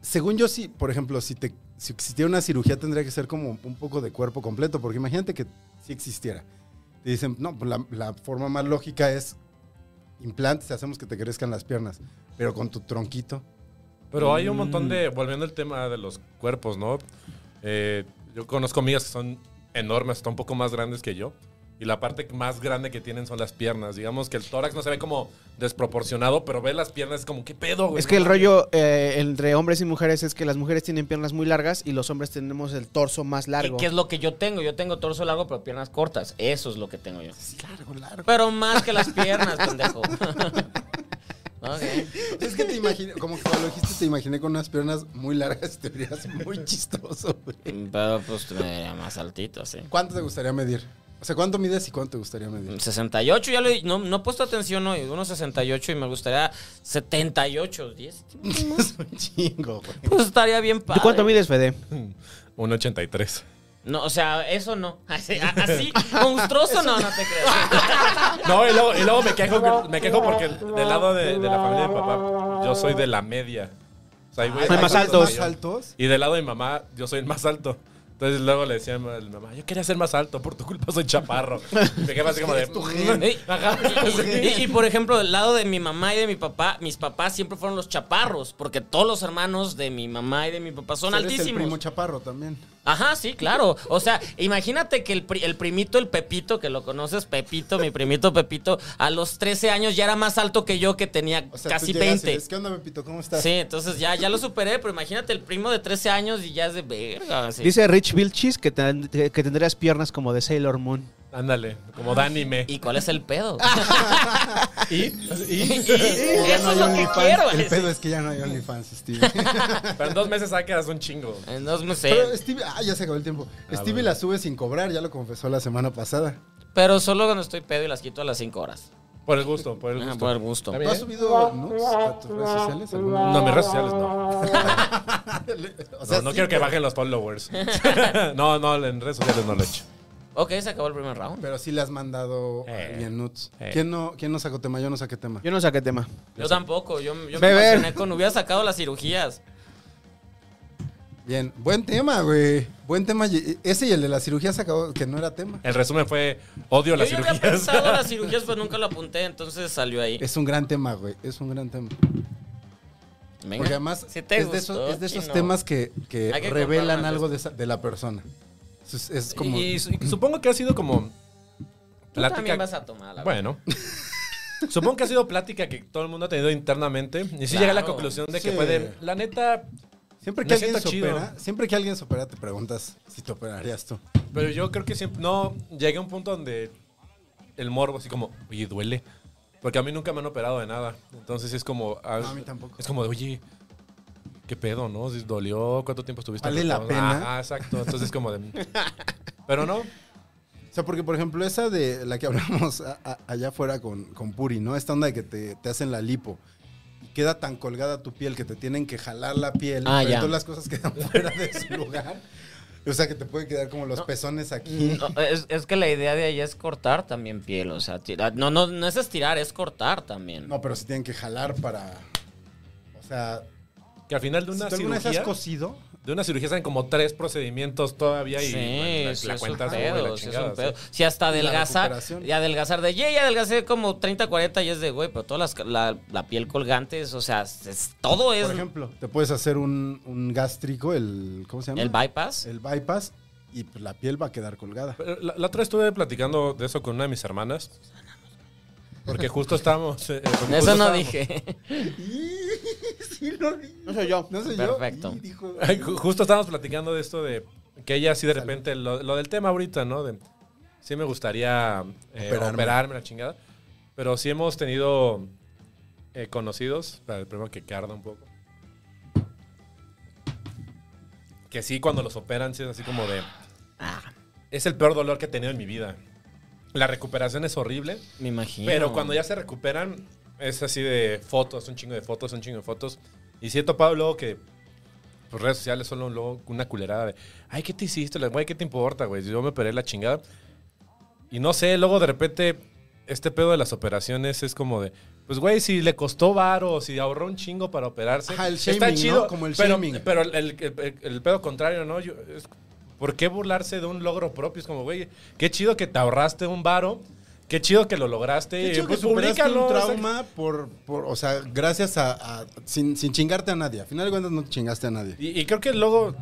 según yo sí, por ejemplo, si te si existiera una cirugía tendría que ser como un poco de cuerpo completo, porque imagínate que si existiera. Te dicen, no, pues la, la forma más lógica es implantes, hacemos que te crezcan las piernas, pero con tu tronquito. Pero hay un montón de. Volviendo al tema de los cuerpos, ¿no? Eh, yo conozco amigas que son enormes, están un poco más grandes que yo. Y la parte más grande que tienen son las piernas. Digamos que el tórax no se ve como desproporcionado, pero ve las piernas es como, ¿qué pedo, güey? Es que el No, rollo eh, entre hombres y mujeres es que las mujeres tienen piernas muy largas y los hombres tenemos el torso más ¿Qué, largo. qué es lo que yo tengo? Yo tengo torso largo, pero piernas cortas. Eso es lo que tengo yo. Sí, largo, largo. Pero más que las piernas, pendejo. Ok. Es que te imaginé, como que cuando lo dijiste, te imaginé con unas piernas muy largas y te verías muy chistoso, güey. Pero pues me vería más altito, sí. ¿Cuánto te gustaría medir? O sea, ¿cuánto mides y cuánto te gustaría Mm. medir? 68, ya lo he- no, no he puesto atención hoy, unos 68 y me gustaría 78, 10. es un chingo, güey. Pues estaría bien ¿Tú padre. cuánto mides, Fede? 1.83. No, o sea, eso no. Así, a- así, monstruoso no, no te creas. No, y luego, y luego me, quejo, que- me quejo porque del lado de, de la familia de papá, yo soy de la media. O sea, hay güeyes Soy más más altos altos. que yo. altos? Y del lado de mi mamá, yo soy el más alto. Entonces luego le decía a mi mamá, yo quería ser más alto, por tu culpa soy chaparro. Y me quedé así como de... "Mm, Ey, y, y- y, por ejemplo, del lado de mi mamá y de mi papá, mis papás siempre fueron los chaparros, porque todos los hermanos de mi mamá y de mi papá son Eres el altísimos. primo chaparro también. Ajá, sí, claro. O sea, imagínate que el, pri- el primito, el Pepito, que lo conoces, Pepito, mi primito Pepito, a los 13 años ya era más alto que yo, que tenía O sea, casi tú llegas y 20. dices, ¿Qué onda, Pepito? ¿Cómo estás? Sí, entonces ya, ya lo superé, pero imagínate el primo de 13 años y ya es de verga. así. Dice Rich Vilchis que, ten- que tendrías piernas como de Sailor Moon. Ándale, como de anime. ¿Y cuál es el pedo? Ah. Y- Y- y- Ya Eso no es hay lo que OnlyFans. quiero. El así. pedo es que ya no hay OnlyFans, Stevie. Pero en dos meses ah, quedas un chingo. En dos meses. Pero Stevie, ah, ya se acabó el tiempo. Stevie bueno. la sube sin cobrar, ya lo confesó la semana pasada. Pero solo cuando estoy pedo y las quito a las 5 horas. Por el gusto, por el Ah, gusto. por el gusto. ¿Está ¿Tú has bien? subido nudes a tus redes sociales? alguna No, mis redes sociales no. vez? O No, no sí, quiero que pero- bajen los followers. No, no, en redes sociales no lo he hecho. Ok, se acabó el primer round. Pero sí le has mandado Eh. bien nudes. Eh. ¿Quién, no, ¿Quién no sacó tema? Yo no saqué tema. Yo no saqué tema. Yo tampoco, yo, yo me Beber. emocioné con hubiera sacado las cirugías. Bien, buen tema, güey. Buen tema. Y- Ese y el de la cirugía se acabó, que no era tema. El resumen fue odio Yo las ya había pensado en cirugías. las cirugías, pero nunca lo apunté, entonces salió ahí. Es un gran tema, güey. Es un gran tema. Venga. Porque además Si te es, de gustó, esos, es de esos chino. temas que, que Hay que contar revelan más algo de, esa- de la persona. Es, es como... Y, su- y supongo que ha sido como Tú plática. también vas a tomar, la verdad. Bueno. Supongo que ha sido plática que todo el mundo ha tenido internamente. Y sí Claro. llega a la conclusión de que Sí. pueden. La neta, siempre, me que alguien siento se chido. opera, siempre que alguien se opera te preguntas si te operarías tú. pero yo creo que siempre. No, llegué a un punto donde el morbo, así como, oye, duele. Porque a mí nunca me han operado de nada. Entonces es como. ah, No, a mí tampoco. Es como de, oye, ¿qué pedo, no? Si ¿Dolió? ¿Cuánto tiempo estuviste? ¿Vale la Ah, pena? Ah, exacto. Entonces es como de. Pero no. O sea, porque por ejemplo esa de la que hablamos a- a- allá afuera con, con Puri, ¿no? Esta onda de que te, te hacen la lipo. queda tan colgada tu piel que te tienen que jalar la piel. Ah, pero ya. Entonces las cosas quedan fuera de su lugar. O sea que te puede quedar como los pezones Mm. aquí. No, es, es que la idea de allá es cortar también piel, o sea, tira- no, no, no es estirar, es cortar también. No, pero si tienen que jalar para. O sea, Que al final de una si tú alguna vez has cirugía. cosido, De una cirugía salen como tres procedimientos todavía y Sí, bueno, la, sí, la es un cuentas como de la pedo, sí es chingada, un o pedo. sea. Si hasta Y la adelgazar, recuperación. y adelgazar de, yeah, ya adelgacé como 30, 40 y es de, güey, pero toda la, la piel colgante es, o sea, es- todo es por ejemplo, te puedes hacer un, un gástrico, el. ¿Cómo se llama? el bypass. El bypass, y pues, la piel va a quedar colgada. Pero La, la otra vez estuve platicando de eso con una de mis hermanas. Porque justo estábamos. eh, eh, justo Eso no estábamos- dije. sí, lo vi. No soy yo. No sé Perfecto. yo. Y dijo- Ay, ju- Justo estábamos platicando de esto de que ella así de repente, lo, lo del tema ahorita, ¿no? De, sí me gustaría eh, Operarme. operarme. la chingada. Pero sí hemos tenido eh, conocidos, para el primero que carda un poco. Que sí, cuando los operan, sí es así como de... Es el peor dolor que he tenido en mi vida. La recuperación es horrible. Me imagino. Pero cuando ya se recuperan, es así de fotos, un chingo de fotos, un chingo de fotos. Y sí he topado luego que tus redes sociales son luego una culerada de, ay, ¿qué te hiciste? La- Güey, ¿qué te importa, güey? Yo me operé la chingada. Y no sé, luego de repente, este pedo de las operaciones es como de, pues, güey, si le costó varo, si ahorró un chingo para operarse. Ajá, el está shaming, ¿no? chido. Como el pero, shaming. Pero el, el- el- el pedo contrario, ¿no? Yo- es- ¿Por qué burlarse de un logro propio? Es como, güey, qué chido que te ahorraste un varo. Qué chido que lo lograste. Qué eh, chido que pues superaste un públicalo. o sea, trauma por, por, o sea, gracias a, a- sin, sin chingarte a nadie. Al final de cuentas no chingaste a nadie. Y, y creo que luego,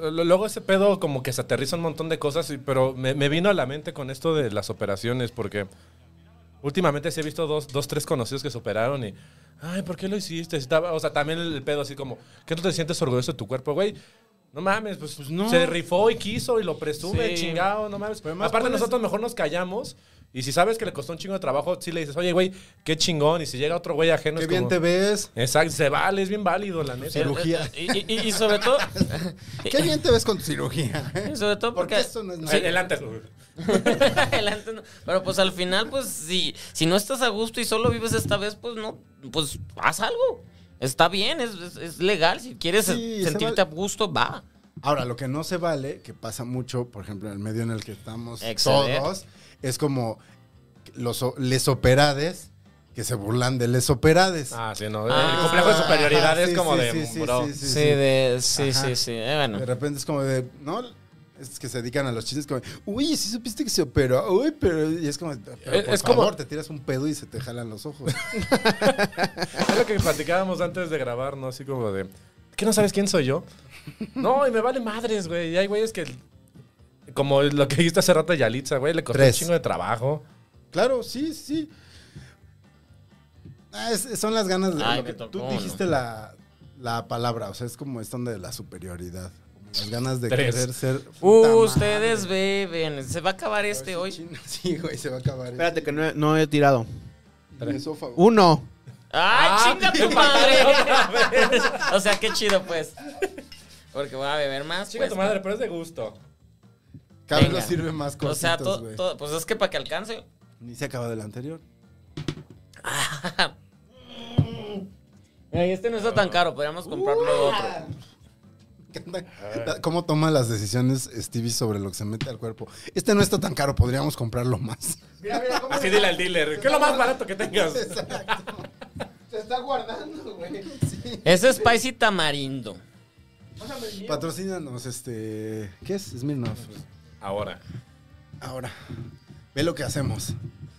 lo- luego ese pedo como que se aterriza un montón de cosas, y- pero me, me vino a la mente con esto de las operaciones, porque últimamente sí he visto dos, dos tres conocidos que se operaron y, ay, ¿por qué lo hiciste? Estaba, o sea, también el pedo así como, ¿qué no te sientes orgulloso de tu cuerpo, güey? No mames, pues, no. se rifó y quiso y lo presume, Sí. chingado, no mames. Pero además Aparte pones- nosotros mejor nos callamos y si sabes que le costó un chingo de trabajo, sí le dices, oye, güey, qué chingón. Y si llega otro güey ajeno, Qué es bien como- te ves. Exacto, se vale, es bien válido, la neta. Cirugía. Y, Eh, y- y- y sobre todo, Eh, Qué bien te ves con tu cirugía. ¿eh? y sobre todo Porque porque... esto no es Sí, nada. el antes. Adelante, no. Pero pues al final, pues si, si no estás a gusto y solo vives esta vez, pues no, pues haz algo. Está bien, es, es- es legal. Si quieres Sí, eh, se sentirte a gusto, va. Ahora, lo que no se vale, que pasa mucho, por ejemplo, en el medio en el que estamos Exceder. todos, es como los o- les operades que se burlan de les operades. Ah, sí, no. Ah, el complejo de ajá, superioridad es Ah, sí, como sí, de. sí, sí, bro. sí, sí. de, sí, Eh, Ajá. sí, sí, bueno. De repente es como de, ¿no? Es que se dedican a los chistes como, uy, sí supiste que se operó, uy, pero... Y es como, pero Eh, Es- por es como- favor, te tiras un pedo y se te jalan los ojos. Es lo que platicábamos antes de grabar, ¿no? Así como de. ¿Qué no sabes quién soy yo? No, y me vale madres, güey. Y hay güeyes que. Como lo que dijiste hace rato de Yalitza, güey, le costó Tres. un chingo de trabajo. claro, sí, sí. Ah, es- son las ganas de... Ay, lo me que- tocó tú uno. dijiste la, la palabra, o sea, es como esta onda de la superioridad. como Las ganas de Tres. querer ser... Uh, ustedes beben. Se va a acabar este hoy. Sí, güey, se va a acabar. Espérate que no, no he tirado. Y mi esófago. Uno. ¡Ay, chinga tu madre! o sea, qué chido, pues. Porque voy a beber más. Chinga pues, tu madre, pero es de gusto. Cada vez venga. nos sirve más O sea, cositas, todo, güey. todo- pues es que para que alcance. Ni se acaba del anterior. Ay, este no está tan caro, podríamos comprarlo otro. ¿Cómo toma las decisiones Stevie sobre lo que se mete al cuerpo? Este no está tan caro, podríamos comprarlo más. Así dile al dealer. ¿Qué es lo más barato que tengas? Se está guardando, güey. Ese es spicy tamarindo. Patrocínanos, este. ¿Qué es? Smirnoff. Ahora. Ahora, ve lo que hacemos.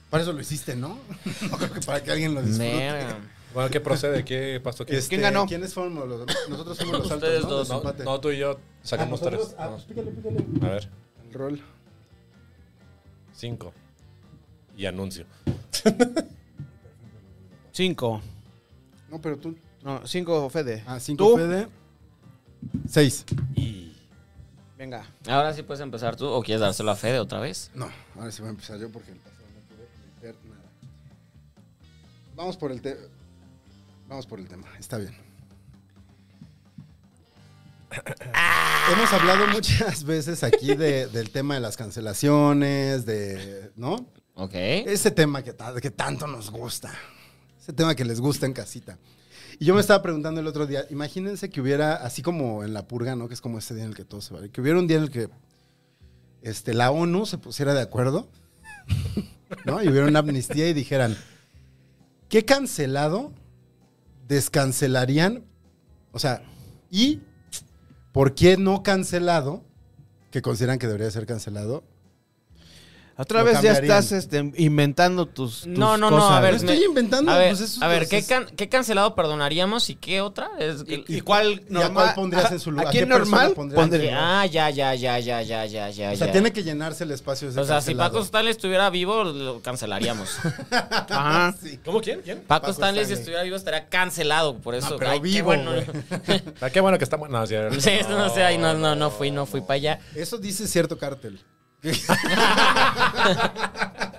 Para eso lo hiciste, ¿no? No creo que para que alguien lo disfrute. Verga. Bueno, ¿qué procede? ¿Qué pasó? ¿Qué? Este, ¿Quién ganó? ¿Quiénes fuimos los Nosotros fuimos los altos, Ustedes ¿no? dos. No, Desempate. no, tú y yo Ah, sacamos nosotros- tres. ah, No. pues pícale, pícale. A ver, El rol. cinco. Y anuncio. Cinco. No, pero tú. No, cinco, Fede. Ah, cinco Tú. Fede. Seis. Y. Venga. Ahora sí puedes empezar tú o quieres dárselo a Fede otra vez. No, ahora sí voy a empezar yo porque el pasado no pude meter nada. Vamos por el tema. Vamos por el tema, está bien. Hemos hablado muchas veces aquí de- del tema de las cancelaciones, de. ¿No? Ok. Ese tema que, ta- que tanto nos gusta. ese tema que les gusta en casita. Y yo me estaba preguntando el otro día, imagínense que hubiera, así como en la purga, ¿no? Que es como ese día en el que todo se vale, que hubiera un día en el que este, la ONU se pusiera de acuerdo, ¿no? Y hubiera una amnistía y dijeran, ¿qué cancelado descancelarían? O sea, ¿y por qué no cancelado? Que consideran que debería ser cancelado. Otra Lo vez ya cambiarían. estás este, inventando tus, tus No, no, no, cosas. a ver. No estoy me- inventando. a ver, pues, eso- a ver, ¿qué, es- can- qué cancelado perdonaríamos y qué otra? Es- ¿Y, y cuál ¿Y a normal? cuál pondrías Ajá, en su lugar? ¿A quién ¿Qué persona normal pondrías? pondrías? ah, ya, ya, ya, ya, ya, ya, ya. O sea, ya. tiene que llenarse el espacio. de ese O sea, si cancelado. Paco Stanley estuviera vivo, lo cancelaríamos. Ah, Ajá. Sí. ¿Cómo quién? ¿Quién? Paco, Paco Stanley, si Stanley. estuviera vivo, estaría cancelado. Por eso. No, pero Ay, qué vivo, bueno. güey. Ah, qué bueno que está bueno. No, sí, Sí, eso no sé, ay, no, no, no fui, no fui para allá. Eso dice cierto cártel.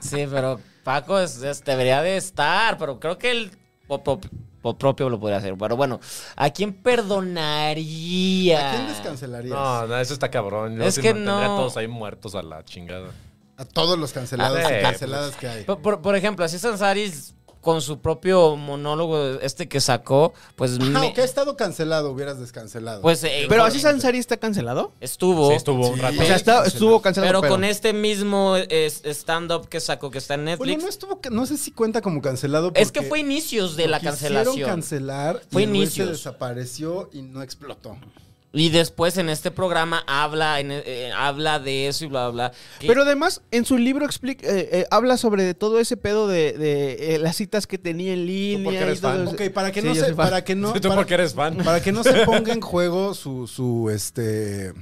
Sí, pero Paco es- es- debería de estar, pero creo que el po- po- po- propio lo podría hacer. Pero bueno, ¿a quién perdonaría? ¿A quién descancelarías? No, no, eso está cabrón. Yo Es sí que mantendría no. a todos ahí muertos a la chingada. A todos los cancelados Ah, y eh, canceladas pues. que hay. Por, por- por ejemplo, así Sansaris con su propio monólogo este que sacó, pues Ajá, me- o que ha estado cancelado, hubieras descancelado. pues eh, Pero con- así Sansari está cancelado. estuvo, Sí, estuvo un Sí. rato. O sea, está- estuvo cancelado. pero con este mismo eh, stand up que sacó que está en Netflix. bueno, no estuvo, ca- no sé si cuenta como cancelado. es que porque fue inicios de lo la quisieron cancelación. cancelar Fue y el güey inicios. se desapareció y no explotó. y después en este programa habla en, eh, habla de eso y bla bla. bla. Que- Pero además, en su libro explica, eh, eh, habla sobre todo ese pedo de, de, eh, las citas que tenía en línea. por qué eres y todo fan? eso. Ok, para que Sí, no yo se, soy fan. para que no, Sí, tú para- porque eres fan. para que no se ponga en juego su, su, este,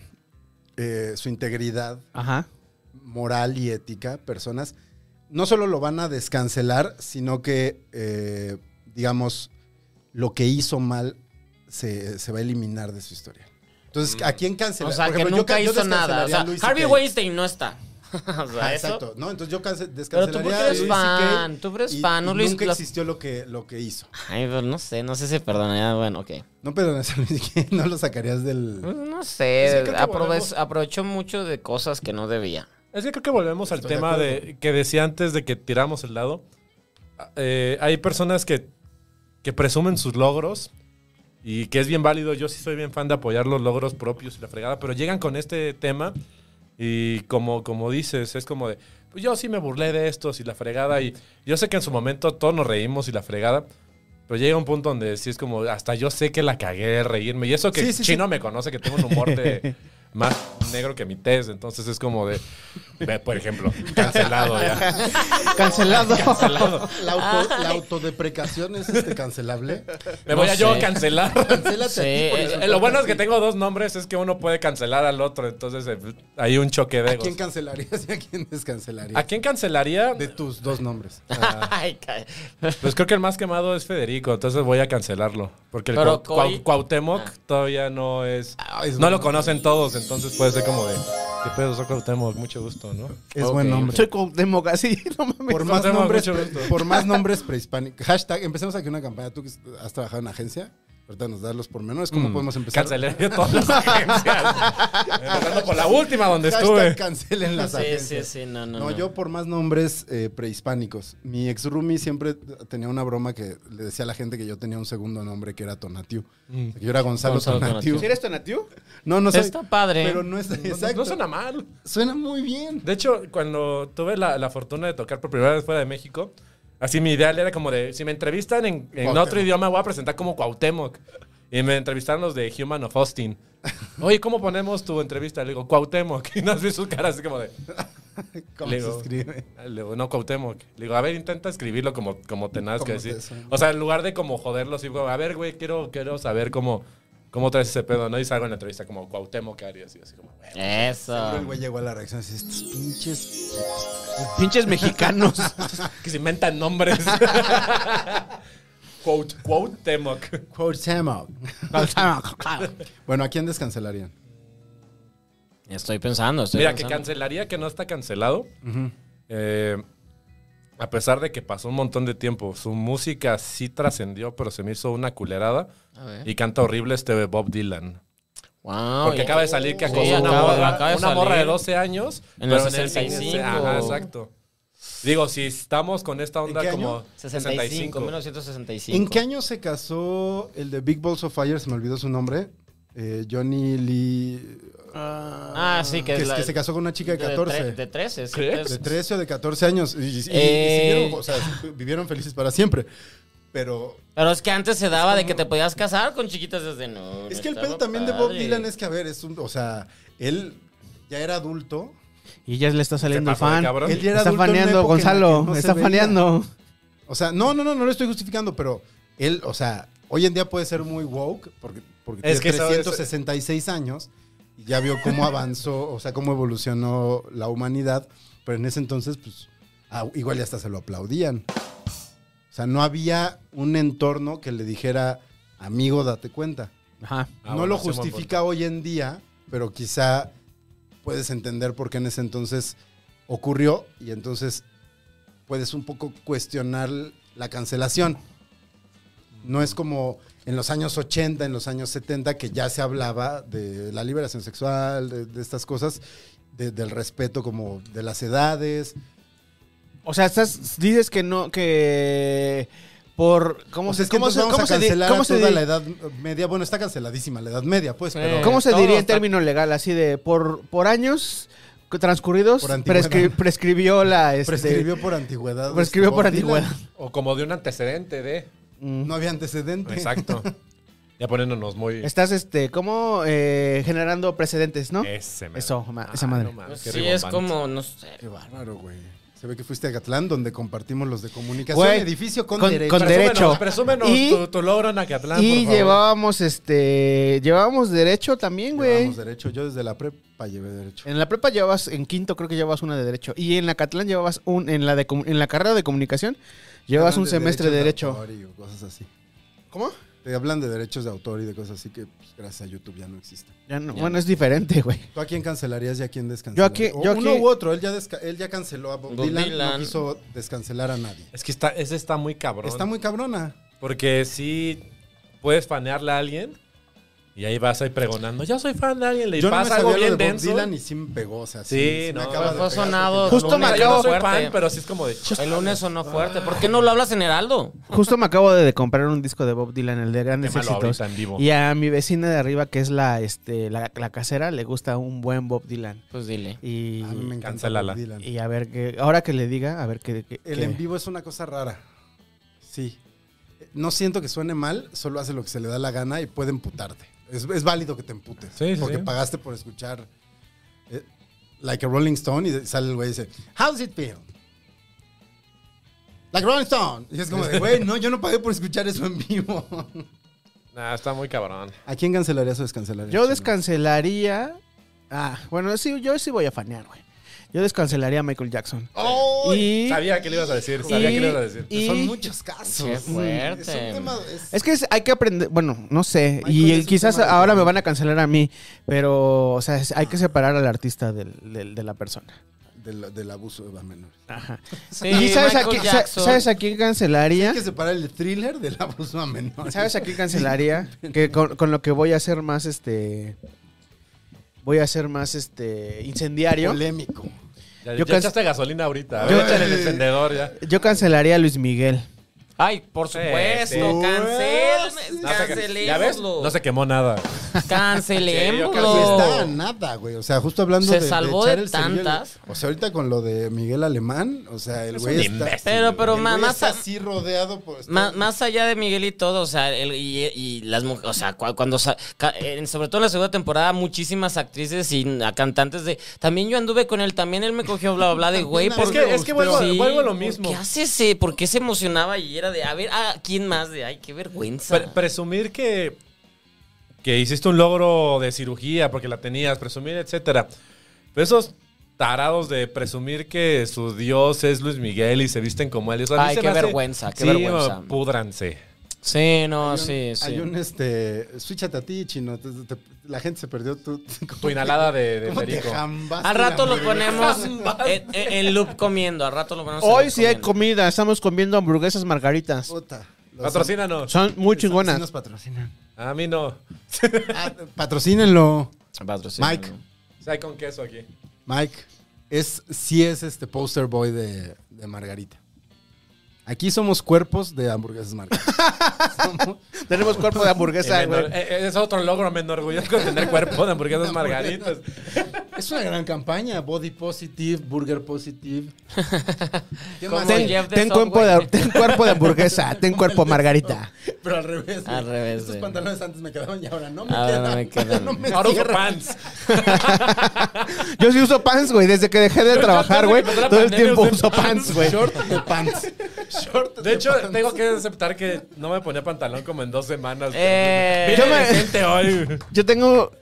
eh, su integridad Ajá. moral y ética, personas, no solo lo van a descancelar, sino que, eh, digamos, lo que hizo mal se, se va a eliminar de su historia. Entonces, ¿a quién cancelar? O sea, Por que ejemplo, yo nunca ca- yo hizo nada. O descancelaría sea, a Louis Harvey CK. Weinstein no está. O sea, Ajá, eso- Ah, exacto. ¿no? Entonces yo cance- Pero tú descancelaría porque a eres Louis fan, CK tú eres y- fan, no y Luis- Nunca las- existió lo que, lo que hizo. Ay, pero no sé, no sé si perdonaría. Bueno, ok. Pues, No perdones a Luis CK, no lo sacarías del... No Sí, Pues, sé, creo que aprove- volvemos. aprovechó mucho de cosas que no debía. Es que creo que volvemos al Estoy de tema de, que decía antes de que tiramos el dado. Eh, hay personas que, que presumen sus logros y que es bien válido. Yo sí soy bien fan de apoyar los logros propios y la fregada, pero llegan con este tema y como, como dices, es como de, pues yo sí me burlé de estos y la fregada y yo sé que en su momento todos nos reímos y la fregada. Pero llega un punto donde sí es como, hasta yo sé que la cagué de reírme. Y eso que Sí, sí, Chino me conoce, que tengo un humor de más negro que mi test. Entonces es como de, ve, por ejemplo, cancelado ya. Cancelado. La, auto- la autodeprecación es este cancelable. Me No voy a yo sé. cancelar. Cancélate Sí, a ti por eh, Eh, insultarte Lo bueno a es que ti. tengo dos nombres, es que uno puede cancelar al otro. Entonces eh, hay un choque de ¿A egos. quién cancelarías y a quién descancelarías? ¿A quién cancelaría? De tus dos nombres. Ay, ca- Pues creo que el más quemado es Federico, entonces voy a cancelarlo. Porque el Pero Ah. Cuau- Cuau- Cory- Cuauhtémoc todavía no es. no lo conocen todos, entonces puede ser como de. ¿Qué pedo? Soy Cuauhtémoc, mucho gusto, ¿no? Es buen nombre. Soy Cuauhtémoc, así, no mames. Por más, Cuauhtémoc, nombres, mucho pre- gusto. por más nombres prehispánicos. Hashtag, empecemos aquí una campaña. Tú que has trabajado en agencia, ahorita nos das los pormenores. Mm, ¿Cómo podemos empezar? Pues Cancelaría todas las agencias. Empezando por la última donde Hashtag estuve. cancelen las Sí, sí, agencias. sí, no, no, No, no. yo por más nombres eh, prehispánicos. Mi ex roomie siempre tenía una broma que le decía a la gente que yo tenía un segundo nombre que era Tonatiu. Mm. O sea, que yo era Gonzalo, Gonzalo Tonatiu. Tonatiu. ¿Sí eres Tonatiu? No, no sé. Está padre. Pero no es No, exacto. no suena mal. Suena muy bien. De hecho, cuando tuve la, la fortuna de tocar por primera vez fuera de México, así mi ideal era como de, si me entrevistan en, en Cuauhtémoc. otro idioma, voy a presentar como Cuauhtémoc. Y me entrevistaron los de Human of Austin. Oye, ¿cómo ponemos tu entrevista? Le digo, Cuauhtémoc. Y nos vi sus caras así como de... ¿Cómo le se digo, escribe? Le digo, no, Cuauhtémoc. Le digo, a ver, intenta escribirlo como, como te nazca. Como así. te suena. O sea, en lugar de como joderlos y como, a ver, güey, quiero, quiero saber cómo, cómo traes ese pedo, ¿no? Y salgo en la entrevista como Cuauhtémoc Arias. Y así como, güey. Pero Eso. el güey llegó a la reacción y dice, estos pinches. Pinches mexicanos. que se inventan nombres. quote, quote Temoc. Cuauhtémoc. bueno, ¿a quién descancelarían? Estoy pensando, estoy Mira, que pensando. cancelaría que no está cancelado. Eh, a pesar de que pasó un montón de tiempo, su música sí trascendió, pero se me hizo una culerada. A ver. Y canta horrible este Bob Dylan. Wow, Porque ya- acaba de salir que acosó Sí, una, acaba- morra, acaba de una morra de salir. 12 años. En el pero 65. Ajá, exacto. Digo, si estamos con esta onda qué como año? 65, 65. 1965. ¿En qué año se casó el de Big Balls of Fire? Se me olvidó su nombre. Eh, Johnny Lee. Ah, sí, que que, es la- que se casó con una chica de 14. tre- De, De 13, sí, ¿Qué? tres. 13 o de 14 años. Y, y- y Eh. siguieron, o sea, sí, vivieron felices para siempre. Pero Pero es que antes se daba de que te podías casar con chiquitas desde no. es no que el pedo estaba también de Bob padre. Dylan es que, a ver, es un. O sea, él ya era adulto. Y ya le está saliendo el pasó de fan. cabrón. Él ya era Está adulto en una faneando, época en la que Gonzalo. no se está veía. faneando. O sea, no, no, no, no lo estoy justificando, pero él, o sea, hoy en día puede ser muy woke porque, porque Es tiene que, ¿sabes? 366 años y ya vio cómo avanzó, o sea, cómo evolucionó la humanidad, pero en ese entonces, pues, ah, igual ya hasta se lo aplaudían. O sea, no había un entorno que le dijera, amigo, date cuenta. Ajá. no Ah, bueno, lo ese buen punto. justifica hoy en día, pero quizá puedes entender por qué en ese entonces ocurrió y entonces puedes un poco cuestionar la cancelación. No es como en los años 80, en los años 70, que ya se hablaba de la liberación sexual, de, de estas cosas, de- del respeto como de las edades. O sea, estás, dices que no, que por cómo O se sea, es que cómo entonces se vamos cómo a se di- cancelar cómo a se toda di- la edad media. Bueno, está canceladísima la edad media, pues, Sí. pero... cómo se todo diría en está- término legal así de por por años transcurridos Por antigüedad. prescri- prescribió la este, Prescribió por antigüedad. prescribió este, por Bob Dylan. antigüedad. O como de un antecedente de. Mm. No había antecedente. Exacto. Ya poniéndonos muy. Estás este como eh, generando precedentes, ¿no? Ese, man. Eso, ma- esa madre. Pues mames, Ah, qué sí, es ribombante. como, no sé. Qué bárbaro, güey. Se ve que fuiste a Gatlán, donde compartimos los de comunicación. Güey, edificio con, con- derecho. con Presúmenos, derecho. Presúmenos Y- tu, tu logro en Acatlán. por Y favor. llevábamos este llevábamos derecho también, güey. Llevamos derecho. Yo desde la prepa llevé derecho. En la prepa llevabas en quinto creo que llevabas una de derecho y en la Catalán llevabas un en la de comu- en la carrera de comunicación llevabas Te hablan un de semestre de derechos derecho. autor y cosas así. ¿Cómo? Te hablan de derechos de autor y de cosas así que pues, gracias a YouTube ya no existen. Ya no, bueno, es diferente, güey. ¿Tú a quién cancelarías y a quién Yo descancelarías? a quién- O yo a uno quién- u otro. Él ya, desca- él ya canceló a Bob, Bob Dylan, Dylan. No quiso descancelar a nadie. Es que está, ese está muy cabrón. Está muy cabrona. Porque si puedes fanearle a alguien y ahí vas ahí pregonando, yo soy fan de alguien, le Yo no me pasa sabía algo lo de bien Bob denso. Dylan y sí me pegó. O sea, sí, Sí, sí me no, acaba de pegar. fue sonado. Justo el me lunes Yo acabo- no soy fuerte. fan, pero sí es como de... El lunes sonó fuerte. ¿Por qué no lo hablas en Heraldo? Justo me acabo de comprar un disco de Bob Dylan, el de Qué grandes malo éxitos. ahorita en vivo. Y a mi vecina de arriba, que es la este la, la casera, le gusta un buen Bob Dylan. Pues dile. Y, A mí me encanta Cancélala. Bob Dylan. y a ver que ahora que le diga, a ver que, que- El que- en vivo es una cosa rara. Sí. No siento que suene mal, solo hace lo que se le da la gana y puede emputarte. Es, es válido que te emputes. Sí, sí, porque sí. pagaste por escuchar eh, Like a Rolling Stone y sale el güey y dice, How's it feel? Like a Rolling Stone. Y es como de, güey, no, yo no pagué por escuchar eso en vivo. Nah, está muy cabrón. ¿A quién cancelarías o descancelarías? Yo Chino? descancelaría. Ah, bueno, sí, yo sí voy a fanear, güey. Yo descancelaría a Michael Jackson. y Sabía que le ibas a decir, sabía y- que le ibas a decir. y- Son muchos casos. Qué fuerte. Es un tema- es- Es que es- hay que aprender, bueno, no sé, Michael y es un quizás tema de ahora me todo. van a cancelar a mí, pero, o sea, es- hay que separar al artista del- del- de la persona. del, del abuso de menores. Ajá. Sí, ¿Y sabes a, Michael quién, sa- Jackson. sabes a quién cancelaría? Hay que separar el thriller del abuso a menores. ¿Sabes a quién cancelaría? Que con, con lo que voy a hacer más este. Voy a ser más este. incendiario. Polémico. Ya, yo ya can- echaste gasolina ahorita. A Yo- ver, échale el encendedor ya. Yo cancelaría a Luis Miguel. Ay, por supuesto, sí. cancel, No se- ¿Ya ves? No se quemó nada. Sí, No Cancelémoslo. está a nada, güey. O sea, justo hablando Se de. salvó echar de el cerillo, tantas. O sea, ahorita con lo de Miguel Alemán, o sea, el güey está. imbécil. Pero, pero el ma- güey más, está a- así rodeado por. está- ma- más allá de Miguel y todo, o sea, el- y, y las mujeres, o sea, cua- cuando, sa- ca- en- sobre todo en la segunda temporada, muchísimas actrices y a cantantes de, también yo anduve con él, también él me cogió bla, bla, bla de güey. Es ¿por que- qué? es que vuelvo- vuelvo a lo ¿por mismo. ¿Qué hace ese? ¿Por qué se emocionaba y era de, a ver, ah, quién más de, ay, qué vergüenza? Pre- presumir que, que hiciste un logro de cirugía porque la tenías, presumir, etcétera. Pero esos tarados de presumir que su dios es Luis Miguel y se visten como él. eso a mí Ay, se qué me hace- vergüenza, qué sí, vergüenza. púdranse. sí, no, hay un- sí, sí. Hay un este. Switchate a ti, chino. te- te- te- la gente se perdió tu. Tu inhalada de, de ¿Cómo te perico. jambaste Al rato la lo ponemos en, en- en loop comiendo. Al rato lo ponemos en Hoy loop sí hay comiendo. comida, estamos comiendo hamburguesas margaritas. Puta, los- Patrocínanos. Son muy Sí chingonas. nos patrocinan. A mí no. O Ah, patrocínenlo, Patrocínalo. Mike. sea, hay con queso aquí. Mike. es, sí es este poster boy de, de Margarita. Aquí somos cuerpos de hamburguesas Margarita. Somos- Tenemos cuerpo de hamburguesa, Eh, me güey. enor- eh, eh, es otro logro, me enorgullezco de tener cuerpo de hamburguesas margaritas. es una gran campaña. Body positive, burger positive. ¿Qué ¿Cómo más el hay? Ten, Jeff de ten Subway. cuerpo de, ten cuerpo de hamburguesa, ten cuerpo margarita. Pero al revés. Al güey. revés, Estos güey. pantalones antes me quedaban y ahora no me Ahora quedan. no me quedan. No me Ahora uso cierran. pants. Yo sí uso pants, güey. Desde que dejé de trabajar, desde güey, que empezó la todo el pandemia tiempo usé uso pants. pants, güey. Short de pants. Short De hecho, pants. tengo que aceptar que no me ponía pantalón como en dos semanas. Eh. Yo Yo me- hoy. Yo tengo.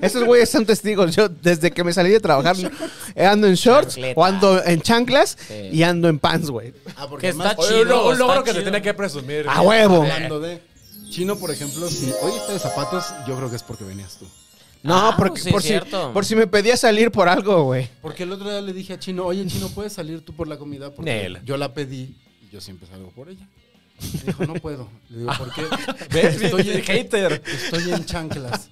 Esos güeyes son testigos. Yo, desde que me salí de trabajar, eh, ando en shorts, Chancleta. o ando en chanclas Sí. y ando en pants, güey. Ah, porque Que está además, chido. Oye, un, lo- un está logro que se chido. Ah, tiene que presumir. ¡A huevo! hablando de chino, por ejemplo, si hoy está de zapatos, yo creo que es porque venías tú. No, Ah, porque pues sí, por, si, cierto. por si me pedía salir por algo, güey. Porque el otro día le dije a Chino, oye, Chino, ¿puedes salir tú por la comida? Porque Nel. yo la pedí y yo siempre salgo por ella. Me dijo, no puedo. Le digo, ¿por qué? ¿Ves? Estoy en, hater. estoy en chanclas.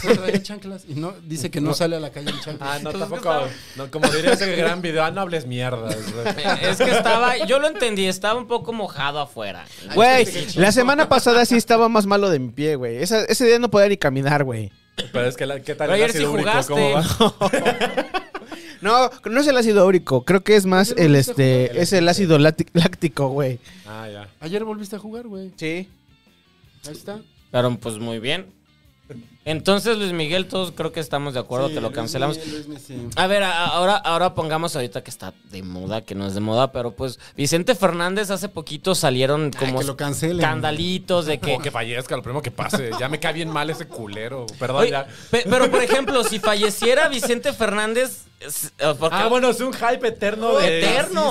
Se traía chanclas y no, dice que no sale a la calle en chanclas. Ah, no, tampoco. No, como diría ese gran video, ah, no hables mierda. Eh, Es que estaba, yo lo entendí, estaba un poco mojado afuera. Güey, la semana pasada sí estaba más malo de mi pie, güey. Esa- Ese día no podía ni caminar, güey. Pero es que, la, ¿qué tal Pero el ayer sí ácido úrico? jugaste. ¿Cómo va? No, no es el ácido úrico, creo que es más el este, es el ácido láti- láctico, güey. Ah, ya. Ayer volviste a jugar, güey. Sí. Ahí está. Pero pues muy bien. Entonces, Luis Miguel, todos creo que estamos de acuerdo Sí, que lo Luis cancelamos. Miguel, Luis Miguel, sí. A ver, a- ahora, ahora pongamos ahorita que está de moda, que no es de moda, pero pues Vicente Fernández hace poquito salieron como que lo cancelen. escandalitos de que... O que fallezca, lo primero que pase. Ya me cae bien mal ese culero. Perdón, Oye, ya. pe- pero por ejemplo, si falleciera Vicente Fernández... es- eh, porque- Ah, bueno, es un hype eterno de. Eterno.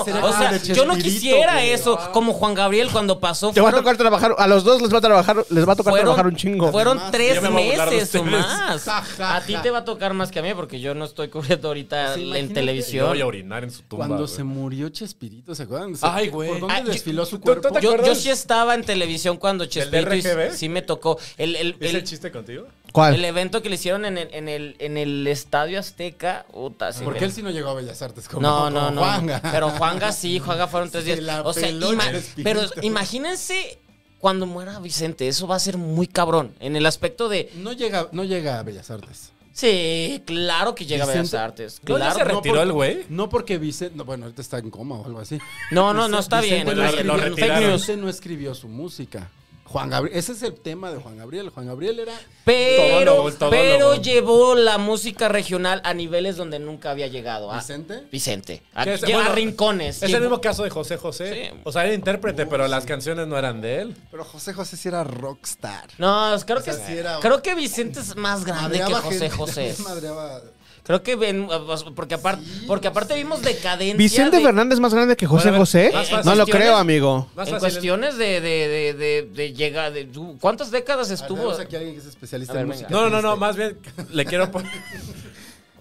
eh, sí, sería o como sea, de yo no Chespirito, quisiera güey. Ah. eso. Como Juan Gabriel cuando pasó. Te va a fueron- tocar trabajar, a los dos les va a trabajar, les va a tocar trabajar un chingo. Fueron Además, tres yo me voy a burlar de meses o ustedes. más. Ja, ja, A ti ja. te va a tocar más que a mí porque yo no estoy cubriendo ahorita Sí, en imagínate. Y no televisión. voy a orinar en su tumba. Cuando güey. se murió Chespirito, ¿se acuerdan? Ay, güey. ¿Por dónde Ah, yo- desfiló su ¿tú- tú te cuerpo? acuerdas? Yo, yo sí estaba en televisión cuando Chespirito y- RGB? sí me tocó. El, el- ¿Es el- el, chiste contigo? el ¿Cuál? evento que le hicieron en el, en el, en el Estadio Azteca. Puta, sí Porque me- él sí no llegó a Bellas Artes como, No, como no, no. Juanga. Pero Juanga sí, Juanga fueron tres Se días. la O sea, peló ima- Chespirito. pero imagínense cuando muera Vicente, eso va a ser muy cabrón. En el aspecto de, No llega, no llega a Bellas Artes. sí, claro que llega a Bellas Vicente- Artes. ¿No ya Claro. se retiró el güey? No porque Vicente, no, bueno, ahorita está en coma o algo así. No, no, no está bien. Vicente pues, lo- Fake lo news. retiraron. Vicente no escribió su música. Juan Gabriel, ese es el tema de Juan Gabriel. Juan Gabriel era Pero, Todólogo, el todólogo. pero llevó la música regional a niveles donde nunca había llegado. A Vicente. Vicente. A, Que es- lleva bueno, rincones. Es el Llevó- mismo caso de José José. Sí. O sea, era intérprete, pero las canciones no eran de él. Pero José José sí era rockstar. No, creo que, sea, sí era- creo que Vicente es más grande que Madreaba José gente, José. también madreaba- Creo que ven, porque aparte, porque aparte vimos decadencia. ¿Vicente de- Fernández más grande que José Bueno, a ver, José? más fácil. No lo ¿Cuestiones? creo, amigo. Más en fácil es- cuestiones de, de, de, de, de llegar. de- ¿Cuántas décadas estuvo? Tenemos aquí a alguien que es especialista A ver, en venga. música. No, no, no, triste. más bien le quiero poner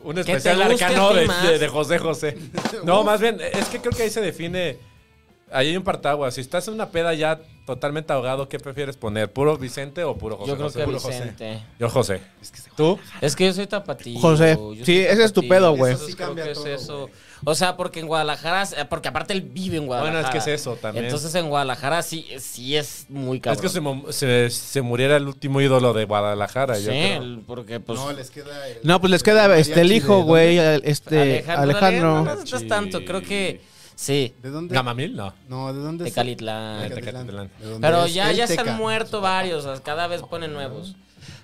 un te especial guste a arcano ti de, más. de- de José José. No, más bien, es que creo que ahí se define. Ahí hay un partaguas. Si estás en una peda ya totalmente ahogado, ¿qué prefieres poner? ¿Puro Vicente o puro José? yo creo José? que Puro Vicente. José. Yo José. ¿Tú? Es que yo soy tapatío. José. yo soy Sí, ese es tu tapatío, pedo, güey. entonces Eso sí creo cambia que es todo, eso. güey. O sea, porque en Guadalajara, eh, porque aparte él vive en Guadalajara. es que es eso también. Entonces en Guadalajara sí, sí es muy cabrón. Es que se, mo- se- se muriera el último ídolo de Guadalajara. Sí, yo creo. el- porque pues... No, les queda el- No, pues les queda este el mariachi de hijo, dónde- güey, al- este Alejandro. Alejandro, No Alejandro. necesitas tanto, creo que... Sí, ¿De dónde? ¿Gamamil? No. No, ¿de dónde? de es? Calitlán. De Tecatitlán. ¿De dónde Pero es? ya, El ya se Teca. han muerto varios, o sea, cada vez ponen nuevos.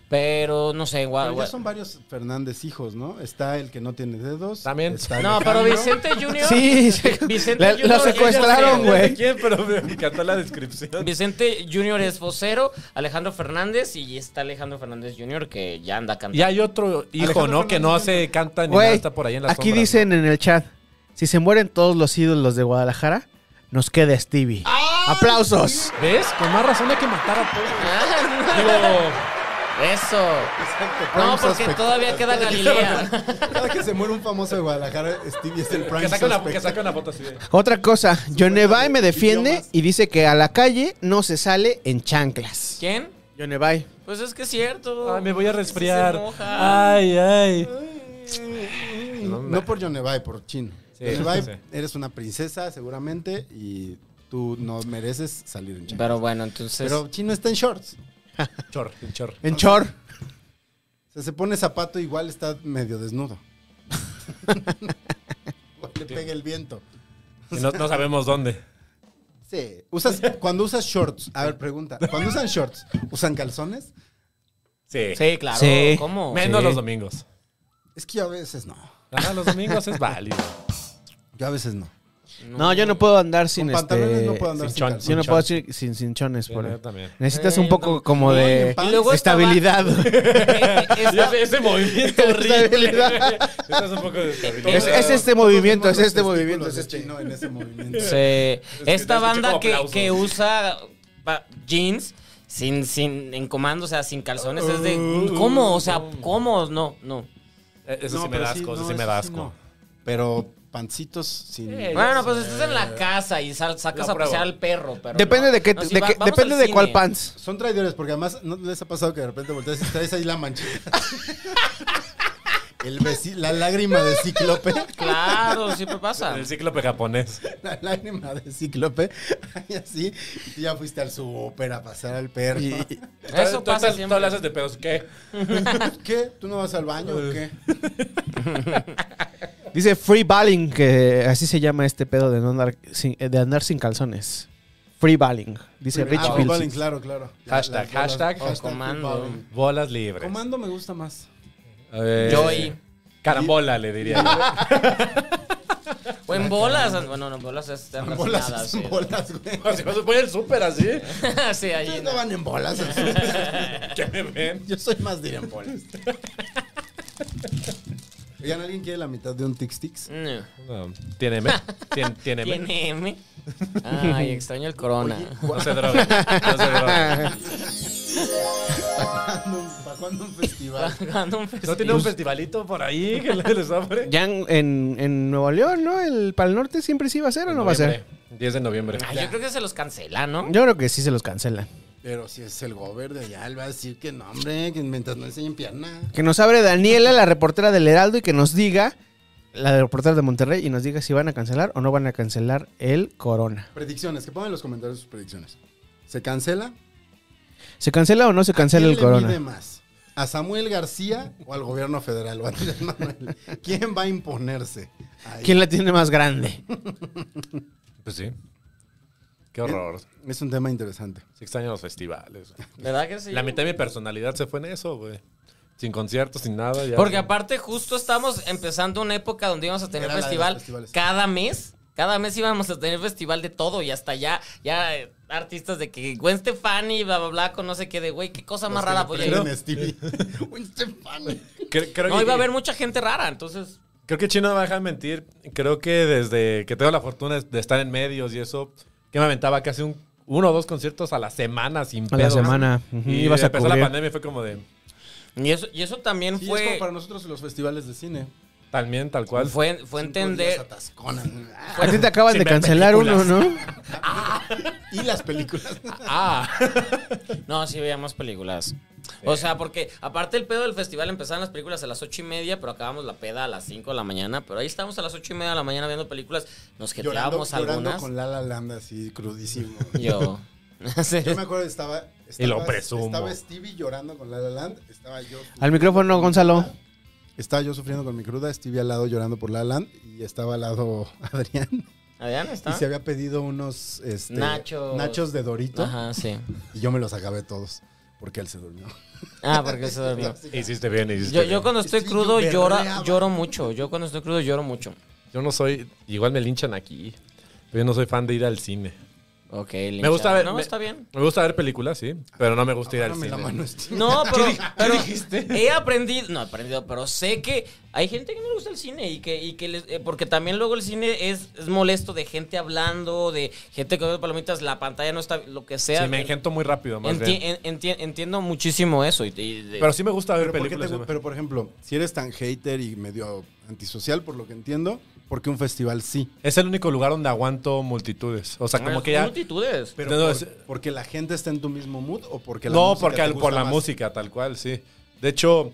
Pero no sé, Pero Ah, Guadalajara. ya son varios Fernández hijos, ¿no? Está el que no tiene dedos. También. está No, pero Alejandro. Vicente Junior. Sí, sí. Vicente Le- Junior lo es- secuestraron, No sé güey. quién, pero me encantó la descripción. Vicente Junior es vocero, Alejandro Fernández y está Alejandro Fernández Junior que ya anda cantando. Y hay otro hijo, Alejandro ¿no? Que no Fernández. se canta ni nada, Güey, está por ahí en la aquí dicen en el chat, si se mueren todos los ídolos de Guadalajara, nos queda Stevie. ¡Aplausos! ¿Ves? Con más razón hay que matar a todos. Digo, Eso. Exacto, prime No, porque suspect. todavía queda Galilea. Cada que se muere un famoso de Guadalajara, Stevie es el prime que saca, una, suspect. que saca una foto así de. Otra cosa, Yonevay me defiende Idiomas. y dice que a la calle no se sale en chanclas. ¿Quién? Yonevay. Pues es que es cierto. Ay, me voy a Es que se resfriar. enoja. Ay, ay. No, No, me- por Yonevay, por Chino. Sí, Yonevay, sí. eres una princesa seguramente y tú no mereces salir en shorts. Pero bueno, entonces. Pero Chino está en shorts. Chor, chor. En chor. O sea, se pone zapato igual está medio desnudo. Igual le pega el viento. Y no, no sabemos dónde. Sí. Usas, cuando usas shorts, a ver, pregunta. Cuando usan shorts, ¿usan calzones? Sí. sí, claro. Sí. ¿Cómo? Menos Sí. los domingos. Es que yo a veces no. Ah, los domingos es válido. Yo a veces no. No, yo no puedo andar sin Con este... pantalones no puedo andar sin sin, chon- Yo calzones. no Sin puedo chon. ir sin cinchones. por Sí, yo ahí. también. Necesitas un Sí, poco no. como Oye, de pa- Y luego estaba- estabilidad. Esta- Ese, ese movimiento horrible. Estabilidad. Estás un poco desorientado. Es- es este Todos movimiento, es vemos este los movimiento, testículos es de este. Chino en ese movimiento. Sí. que Esta te escuché banda como que, aplausos. que usa pa- jeans sin, sin, en comando, o sea, sin calzones, es de. ¿Cómo? O sea, ¿cómo? No, no. Eh, Eso No, sí me pero da asco, no, eso sí me eso da sí no. asco. Pero pancitos sin. Eh, Bueno, pues estás en la casa y sal- sacas Lo a pasear pruebo. al perro, este pero. Depende no. de qué, No, sí, de va- qué- vamos depende al de cine. cuál pants. Son traidores porque además no les ha pasado que de repente volteas y traes ahí la manchita. El veci- la lágrima de cíclope. Claro, siempre pasa. El cíclope japonés. La lágrima de cíclope. Y así. y tú ya fuiste al súper a pasar al perro. Eso Tú- tú- pasa tú- Tú le siempre. haces de pedos. ¿Qué? ¿Qué? ¿Tú no vas al baño o qué? Dice free balling, que así se llama este pedo de, no andar sin, eh, de andar sin calzones. Free balling, dice Rich Ah, Bilson. footballing, claro, claro. Hashtag, hashtag. O comando. footballing. Bolas libres. Comando me gusta más. A ver. Joy. Carambola, le diría yo. O en bolas. Bueno, no, en bolas es estar Bolas, calcinadas, sí. bolas, güey. Si vas a poner el súper así, sí, ahí. Ustedes no van en bolas. al súper. que me ven. Yo soy más de ir en bolas. Oigan, ¿alguien quiere la mitad de un Tic Tics? No. No, tiéneme. Tien- tiéneme. Tiene M. Ay, extraño el corona. No se droga. No se droga. ¿Para cuándo, para cuándo un festival? Cuando un ¿No festival- tiene un festivalito por ahí que les abre? Ya en, en, en Nuevo León, ¿no? El Pal Norte siempre sí va a ser o no va a ser. Noviembre, 10 de noviembre. Ay, yo creo que se los cancela, ¿no? Yo creo que sí se los cancelan. Pero si es el gober de allá, él va a decir que no, hombre, que mientras no enseñen pierna. Que nos abre Daniela, la reportera del Heraldo, y que nos diga, la reportera de Monterrey, y nos diga si van a cancelar o no van a cancelar el Corona. Predicciones, que pongan en los comentarios sus predicciones. ¿Se cancela? ¿Se cancela o no se cancela ¿Quién el le mide Corona? más? ¿A Samuel García o al gobierno federal? o a Andrés Manuel? ¿Quién va a imponerse? Ahí. ¿Quién la tiene más grande? Pues sí. Qué horror. Es un tema interesante. Se extrañan los festivales. ¿Verdad que sí? La mitad de mi personalidad se fue en eso, güey. Sin conciertos, sin nada. ya. Porque aparte justo estamos empezando una época donde íbamos a tener Era la de los festival festivales. cada mes. Cada mes íbamos a tener festival de todo y hasta ya, ya eh, artistas de que Gwen Stefani, bla, bla, bla, con no sé qué de güey, qué cosa más rara. voy a ir. Prenden Stevie. Un Stefano. Cre- creo No, que- iba a haber mucha gente rara, entonces... Creo que Chino no me deja mentir. Creo que desde que tengo la fortuna de estar en medios y eso, que me aventaba casi un, uno o dos conciertos a la semana sin A la pedos. semana, ujú, Y ibas a empezó la cubrir. pandemia y fue como de... Y eso, y eso también Sí, es como fue, para nosotros los festivales de cine. También, tal cual. fue, fue Cinco días entender... atasconan. Ah, A ti te acaban Sin de ver cancelar uno, ¿no? Y las películas. Ah, No, sí veíamos películas. O sea, porque aparte el pedo del festival empezaban las películas a las ocho y media, pero acabamos la peda a las 5 de la mañana. Pero ahí estábamos a las ocho y media de la mañana viendo películas. Nos llorando, jeteábamos llorando algunas. con La La Land así crudísimo. Yo. Yo me acuerdo que estaba, estaba lo presumo. Estaba Stevie llorando con La La Land, estaba yo Al micrófono, Gonzalo. estaba yo sufriendo con mi cruda, Stevie al lado llorando por La La Land y estaba al lado Adrián Adrián está. ¿Ah? y se había pedido unos este, Nachos. nachos de Dorito Ajá, sí. y yo me los acabé todos porque él se durmió. Ah, porque se durmió. hiciste bien, hiciste Yo, bien. yo cuando estoy Sí, crudo yo llora, berreaba. lloro mucho. Yo cuando estoy crudo lloro mucho. Yo no soy... Igual me linchan aquí. Pero yo no soy fan de ir al cine. Ok, linchado. Me gusta ver... No, me- está bien. Ah, Me gusta ver películas, sí. Pero no me gusta ir al Dame la cine. mano, este. Stevie. No, pero, pero he aprendido, no he aprendido, pero sé que hay gente que no le gusta el cine y que, y que les- eh, porque también luego el cine es, es molesto de gente hablando, de gente comiendo palomitas, la pantalla no está, lo que sea. Sí, me engento muy rápido, más Enti- bien. en- enti- entiendo muchísimo eso. Y, y- de- Pero sí me gusta Pero, ver ¿por qué te películas. gu- pero, por ejemplo, si eres tan hater y medio antisocial, por lo que entiendo, ¿por qué un festival sí? Es el único lugar donde aguanto multitudes. O sea, como Son que ya... multitudes. Pero No, no, por- es- porque la gente está en tu mismo mood o porque la no, música porque te al- gusta por la más? música, tal cual, sí. De hecho,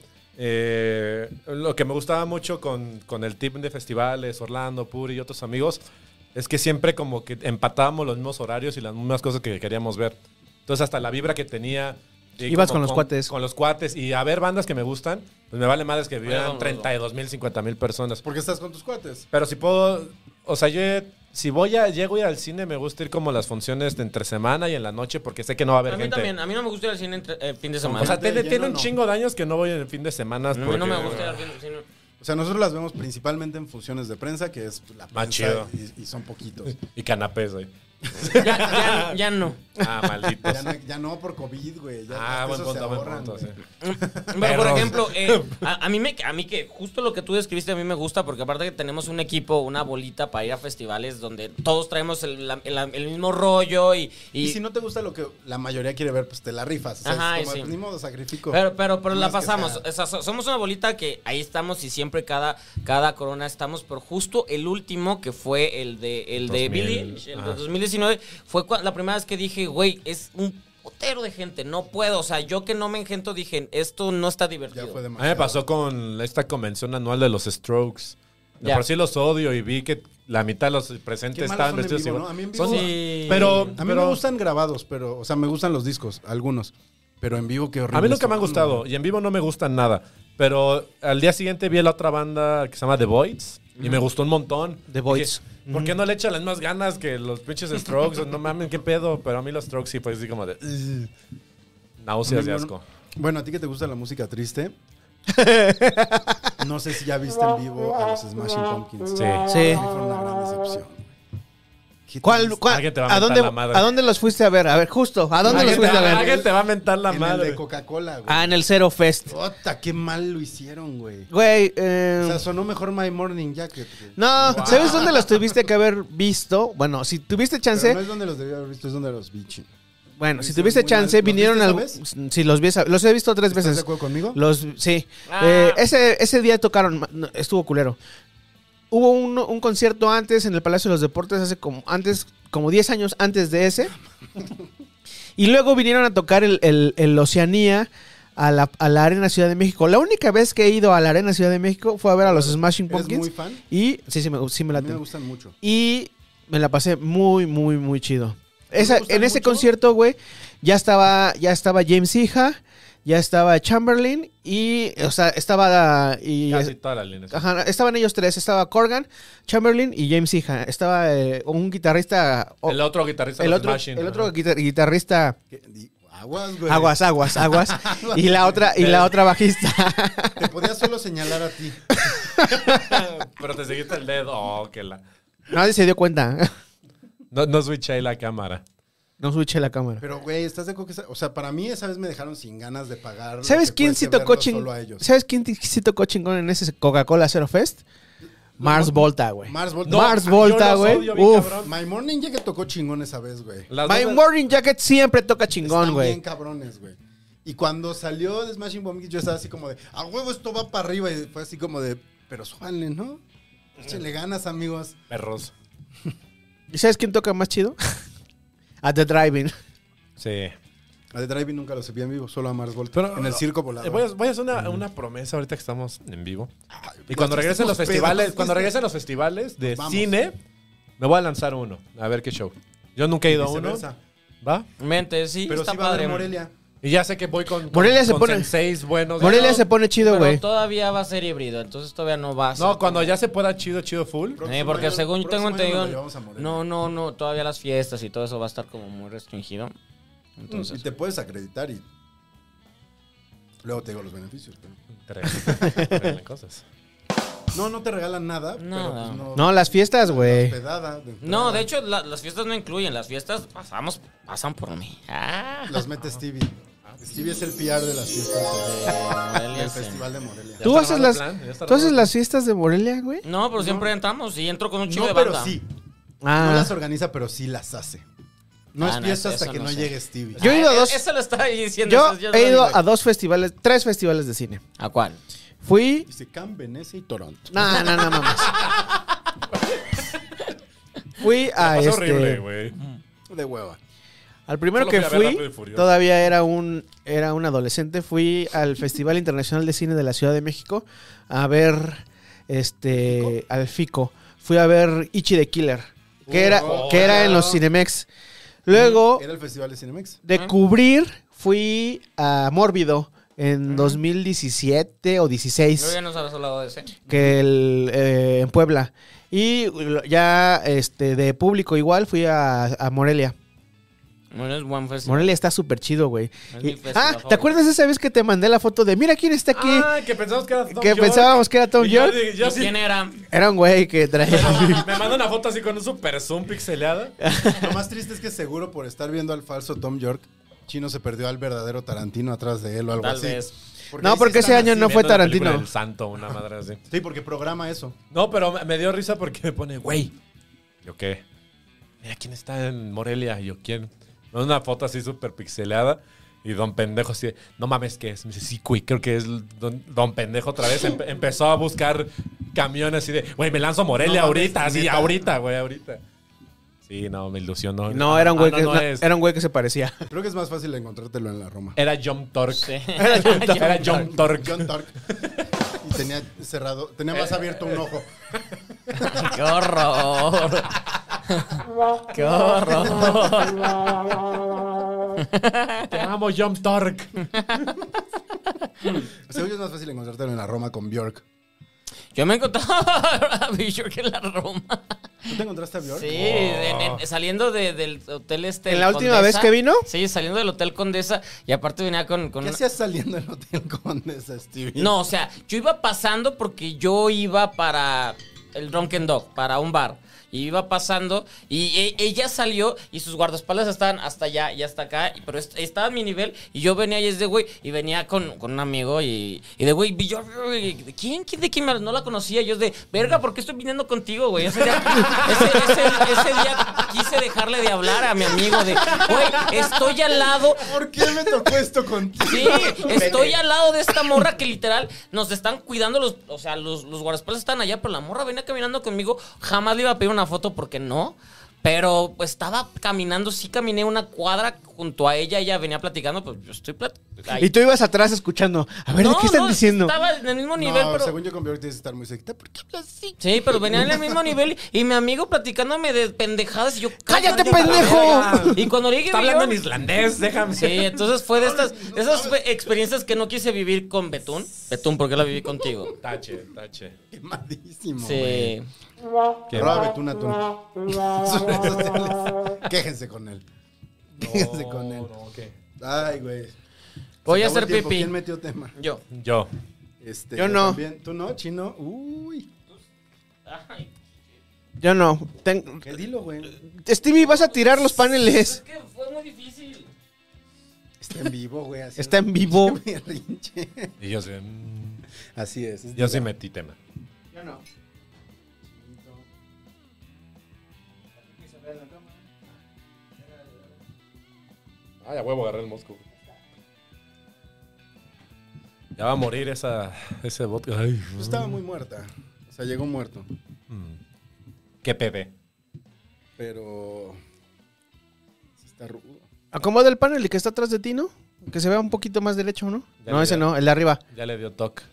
Eh, lo que me gustaba mucho con, con el team de festivales, Orlando, Puri y otros amigos, es que siempre como que empatábamos los mismos horarios y las mismas cosas que queríamos ver. Entonces hasta la vibra que tenía... eh, Ibas como con los cuates. Con los cuates. Y a ver bandas que me gustan, pues me vale madres que vieran vámonos. 32 mil, 50 mil personas. Porque estás con tus cuates. Pero si puedo, o sea, yo si voy a, llego a ir al cine, me gusta ir como a las funciones de entre semana y en la noche porque sé que no va a haber A mí gente. también, a mí no me gusta ir al cine entre- eh, fin de semana. O sea, Gente tiene, lleno, tiene un no. chingo de años que no voy en el fin de semana. a mí no me gusta ir al fin de semana. O sea, nosotros las vemos principalmente en fusiones de prensa, que es la Más prensa y, y son poquitos. Y canapés, güey. Ya, ya, ya no. Ah, malditos. Ya no, ya no por COVID, güey. Ya ah, hasta buen eso se punto, buen ahorran, punto, sí. güey. Pero, por Perros. ejemplo, eh, a, a mí me, a mí que justo lo que tú describiste a mí me gusta porque aparte que tenemos un equipo, una bolita para ir a festivales donde todos traemos el, la- el- el mismo rollo y... y- Y si no te gusta lo que la mayoría quiere ver, pues te la rifas. O sea, Ajá, es como, sí. pues, ni modo, sacrifico. pero, pero, pero la Más que pasamos. sea. O sea, so- somos una bolita que ahí estamos y siempre cada, cada corona estamos. Pero justo el último que fue el de, el de 2000, Billie, Eilish, el de ajá. 2019, fue cua- la primera vez que dije, güey, es un potero de gente, no puedo. O sea, yo que no me engento dije, esto no está divertido. ya fue A mí demasiado. me pasó con esta convención anual de los Strokes. De Ya. por sí los odio y vi que la mitad de los presentes Qué malos estaban son en vestidos vivo, igual. ¿no? A mí en Son- vivo- Sí. Pero, A mí pero- me gustan grabados, pero, o sea, me gustan los discos, algunos. Pero en vivo, qué horrible. A mí nunca son. me han gustado y en vivo no me gustan nada. Pero al día siguiente vi la otra banda que se llama The Voids y me gustó un montón. The Voids. Dije, ¿Por qué no le echan las mismas ganas que los pinches Strokes? no mames, qué pedo. Pero a mí los Strokes sí fue así como de. "Ugh". Náuseas de Bueno, asco. Bueno, a ti que te gusta la música triste. No sé si ya viste en vivo a los Smashing Pumpkins. Sí. Sí. Para mí fue una gran decepción. Qué ¿Cuál, triste. cuál- Alguien te va a a, mentar dónde, la madre. ¿A dónde los fuiste a ver? A ver, justo. ¿A dónde los Alguien fuiste te, a ver? alguien te va a mentar la en el madre. de Coca-Cola, güey. Ah, en el Zero Fest. Ota, qué mal lo hicieron, güey. Güey, eh, O sea, sonó mejor My Morning Jacket. güey. no, ¿sabes dónde los tuviste que haber visto? Bueno, si tuviste chance, Pero no es donde los debía haber visto, es donde los vi, chino. bueno, si Hizo tuviste muy chance, mal. ¿Los vinieron viste al... esa Sí, los vi, esa- los he visto tres ¿Estás de veces. acuerdo conmigo? Los, sí. Ah. Eh, ese, ese día tocaron, ma- no, estuvo culero. Hubo un, un concierto antes en el Palacio de los Deportes, hace como antes, como 10 años antes de ese. y luego vinieron a tocar el, el- el Oceanía a la, a la Arena Ciudad de México. La única vez que he ido a la Arena Ciudad de México fue a ver a los Smashing ¿Eres Pumpkins. muy fan? Y sí, sí, me, sí me A la mí me tengo. gustan mucho. Y me la pasé muy, muy, muy chido. Esa- gustan en ese mucho? concierto, güey, ya estaba, ya estaba James Hija, ya estaba Chamberlain y, o sea, estaba y Casi todas las líneas. ajá, estaban ellos tres, estaba Corgan, Chamberlain y James Hija. Estaba eh, un guitarrista, o- El otro guitarrista de el los otro, Smashing, el ajá. otro guitar- guitarrista, ¿Qué? Di- Aguas, güey. aguas, aguas, aguas, y la otra y la otra bajista. Te podía solo señalar a ti. Pero te seguiste el dedo. Oh, que la. Nadie se dio cuenta. No, no switché la cámara. No switché la cámara. Pero, güey, ¿estás de acuerdo que esa- O sea, para mí esa vez me dejaron sin ganas de pagar. lo ¿Sabes que quién cueste sí tocó verlos chingón? Solo a ellos. ¿Sabes quién t- sí tocó chingón en ese Coca-Cola Zero Fest? Mars Volta, güey. Mars Volta. No, Mars yo Volta, los güey. odio, bien Uf. cabrón. My Morning Jacket tocó chingón esa vez, güey. Las My bandas- Morning Jacket siempre toca chingón, Están güey. bien cabrones, güey. Y cuando salió de Smashing Pumpkins, yo estaba así como de, a huevo, esto va para arriba. Y fue así como de, pero suele, ¿no? Échale ganas, amigos. Perros. ¿Y sabes quién toca más chido? At the Driving. Sí. A The Driving nunca los vi en vivo, solo a Mars Volta. Pero- en el circo Eh, volador. Voy a, voy a hacer una, una promesa ahorita que estamos en vivo. Y Nos cuando regresen los pusimos festivales, pedos, cuando ¿viste? regresen los festivales de Nos vamos. cine, me voy a lanzar uno, a ver qué show. Yo nunca he ido a uno. Viceversa. ¿Va? Mente, sí, Pero está sí va a padre. haber Morelia. Y ya sé que voy con, con- Morelia se con pone- senseis buenos. Morelia Pero- se pone chido, Pero güey. todavía va a ser híbrido, entonces todavía no va a ser. No, cuando ya se pueda chido, chido full. Eh, porque Próximo según año- tengo próximo año entendido, nos llevamos a Morelia. no, no, no, todavía las fiestas y todo eso va a estar como muy restringido. Y Entonces, te puedes acreditar y luego te digo los beneficios. pero- Créanle cosas. No, no te regalan nada, pero Nada. pues no. No, las fiestas, güey. Hospedada, no, entrada. de hecho, la- las fiestas no incluyen, las fiestas pasamos, pasan por mí. Ah, Los mete Stevie. Stevie es el PR de las fiestas de- Morelia, del sí. Festival de Morelia. ¿Tú está haces, armado el las, plan, ya está ¿Tú haces armado. las fiestas de Morelia, güey? No, pero siempre entramos y entro con un chico No, de pero banda. sí. No Ah. las organiza, pero sí las hace. No Ah, es no, fiesta eso- hasta eso que no no, sé. llegue Stevie. Yo he ido a Eh, dos- Eso lo estaba diciendo. Yo eso ya he lo ido digo. a dos festivales, tres festivales de cine. ¿A cuál? Fui... Dice Cam, Venecia y ¿eh? Toronto. No, no, no, mames. Fui a Es este... Ah, horrible, güey. De hueva. Al primero Solo que fui a ver Rápido fui, y Furioso. todavía era un, era un adolescente, fui al Festival Internacional de Cine de la Ciudad de México a ver este al Fico. Fui a ver Ichi the Killer, que era, Oh. que era en los Cinemex. Luego, Mm, Era el festival de Cinemex. de cubrir, fui a Mórbido en 2017 o Creo 16 que nos habías hablado de ese. que el, eh, en Puebla. Y lo- ya este, de público igual fui a, a Morelia. Bueno, es One Fest. Morelia está súper chido, güey. Es Y- mi festival ah, ¿te favorito. acuerdas esa vez que te mandé la foto de mira quién está aquí? Ah, que pensamos que era Tom que York. pensábamos que era Tom Y yo York. dije, ¿Y yo sí- quién era? Era un güey que traía. Me manda una foto así con un super zoom pixeleada. Lo más triste es que seguro por estar viendo al falso Tom York, Chino se perdió al verdadero Tarantino atrás de él o algo Tal así. vez. No, ahí sí porque ese están año así. no fue Viendo la película Tarantino. del santo, una madre así. Sí, porque programa eso. No, pero me- me dio risa porque me pone, güey. Yo qué. Mira quién está en Morelia. Y Yo quién. Me manda Una foto así súper pixelada. Y don pendejo así, de, no mames, ¿qué es? Me dice, sí, güey, creo que es don, don pendejo otra vez. Em- empezó a buscar camiones así de, güey, me lanzo a Morelia No mames, ahorita, así, neta. ahorita, güey, ahorita. Sí, no, me ilusionó. No, era un güey Ah, no, que no no, es. era un güey que se parecía. Creo que es más fácil encontrártelo en la Roma. Era John Torque. Era Eh, John Torque. Eh, Era John Torque. John Tark. Y tenía cerrado, tenía más abierto un ojo. ¡Qué horror! ¡Qué horror! Te amo, John Torque. Según yo es más fácil encontrártelo en la Roma con Bjork. Yo me encontré a Bjork en la Roma. ¿Tú te encontraste a Bjork? Sí, en- en- saliendo de- del hotel este. ¿En el la última Condesa. vez que vino? Sí, saliendo del hotel Condesa. Y aparte venía con. con ¿Qué una- hacías saliendo del hotel con esa Stevie? No, o sea, yo iba pasando porque yo iba para el Drunken Dog, para un bar. Y iba pasando y e- ella salió y sus guardaespaldas estaban hasta allá y hasta acá. y- Pero est- estaba a mi nivel y yo venía y es de güey. Y venía con, con un amigo y, y de güey, vi yo, y- ¿de ¿quién? ¿Quién de quién? me- No la conocía. y Yo es de, verga, ¿por qué estoy viniendo contigo, güey? Ese día, ese- ese- ese día quise dejarle de hablar a mi amigo de, güey, estoy al lado ¿Por qué me tocó esto contigo? Sí, estoy al lado de esta morra que literal nos están cuidando los, o sea, los, los guardaespaldas están allá, pero la morra venía caminando conmigo, jamás le iba a pedir una foto porque no. Pero pues, estaba caminando, sí caminé una cuadra junto a ella, ella venía platicando, pues yo estoy platicando. Y tú ibas atrás escuchando. A ver, ¿de ¿qué están diciendo? Estaba en el mismo nivel, no, pero. según yo con Bjork tienes que estar muy cerquita. ¿Por qué hablas así? Sí, pero venía en el mismo nivel y mi amigo platicándome de pendejadas y yo. ¡Cállate, "Cállate, pendejo! verga". Y cuando llegué. Está vi yo- hablando en islandés, déjame. Sí, entonces fue de estas de esas fue- experiencias que no quise vivir con Betún. Betún, ¿por qué la viví contigo? Tache, tache. Quemadísimo. Sí. Qué Roba betún atún. Quéjense con él. Quéjense con él. No, ¿qué? Ay, güey. Se Voy a acabó el hacer tiempo. pipí. ¿Quién metió tema? Yo. Yo. Este, Yo no. también. ¿Tú no, chino? Uy. Yo no. Ten- ¿Qué dilo, güey? Stevie, vas a tirar los paneles. que fue muy difícil. Está en vivo, güey. así Está en vivo. me rinche. Y yo sí. mm, Así es. es Yo sí metí tema. Yo no. Ay, a huevo agarré el mosco. Ya va a morir esa, ese vodka. Ay. mm. Yo Pues estaba muy muerta. O sea, llegó muerto. Qué pepe. Pero. Sí está rudo. Acomoda el panel y que está atrás de ti, ¿no? Que se vea un poquito más derecho, ¿no? Ya no, le ese veo. no, el de arriba. Ya le dio toque.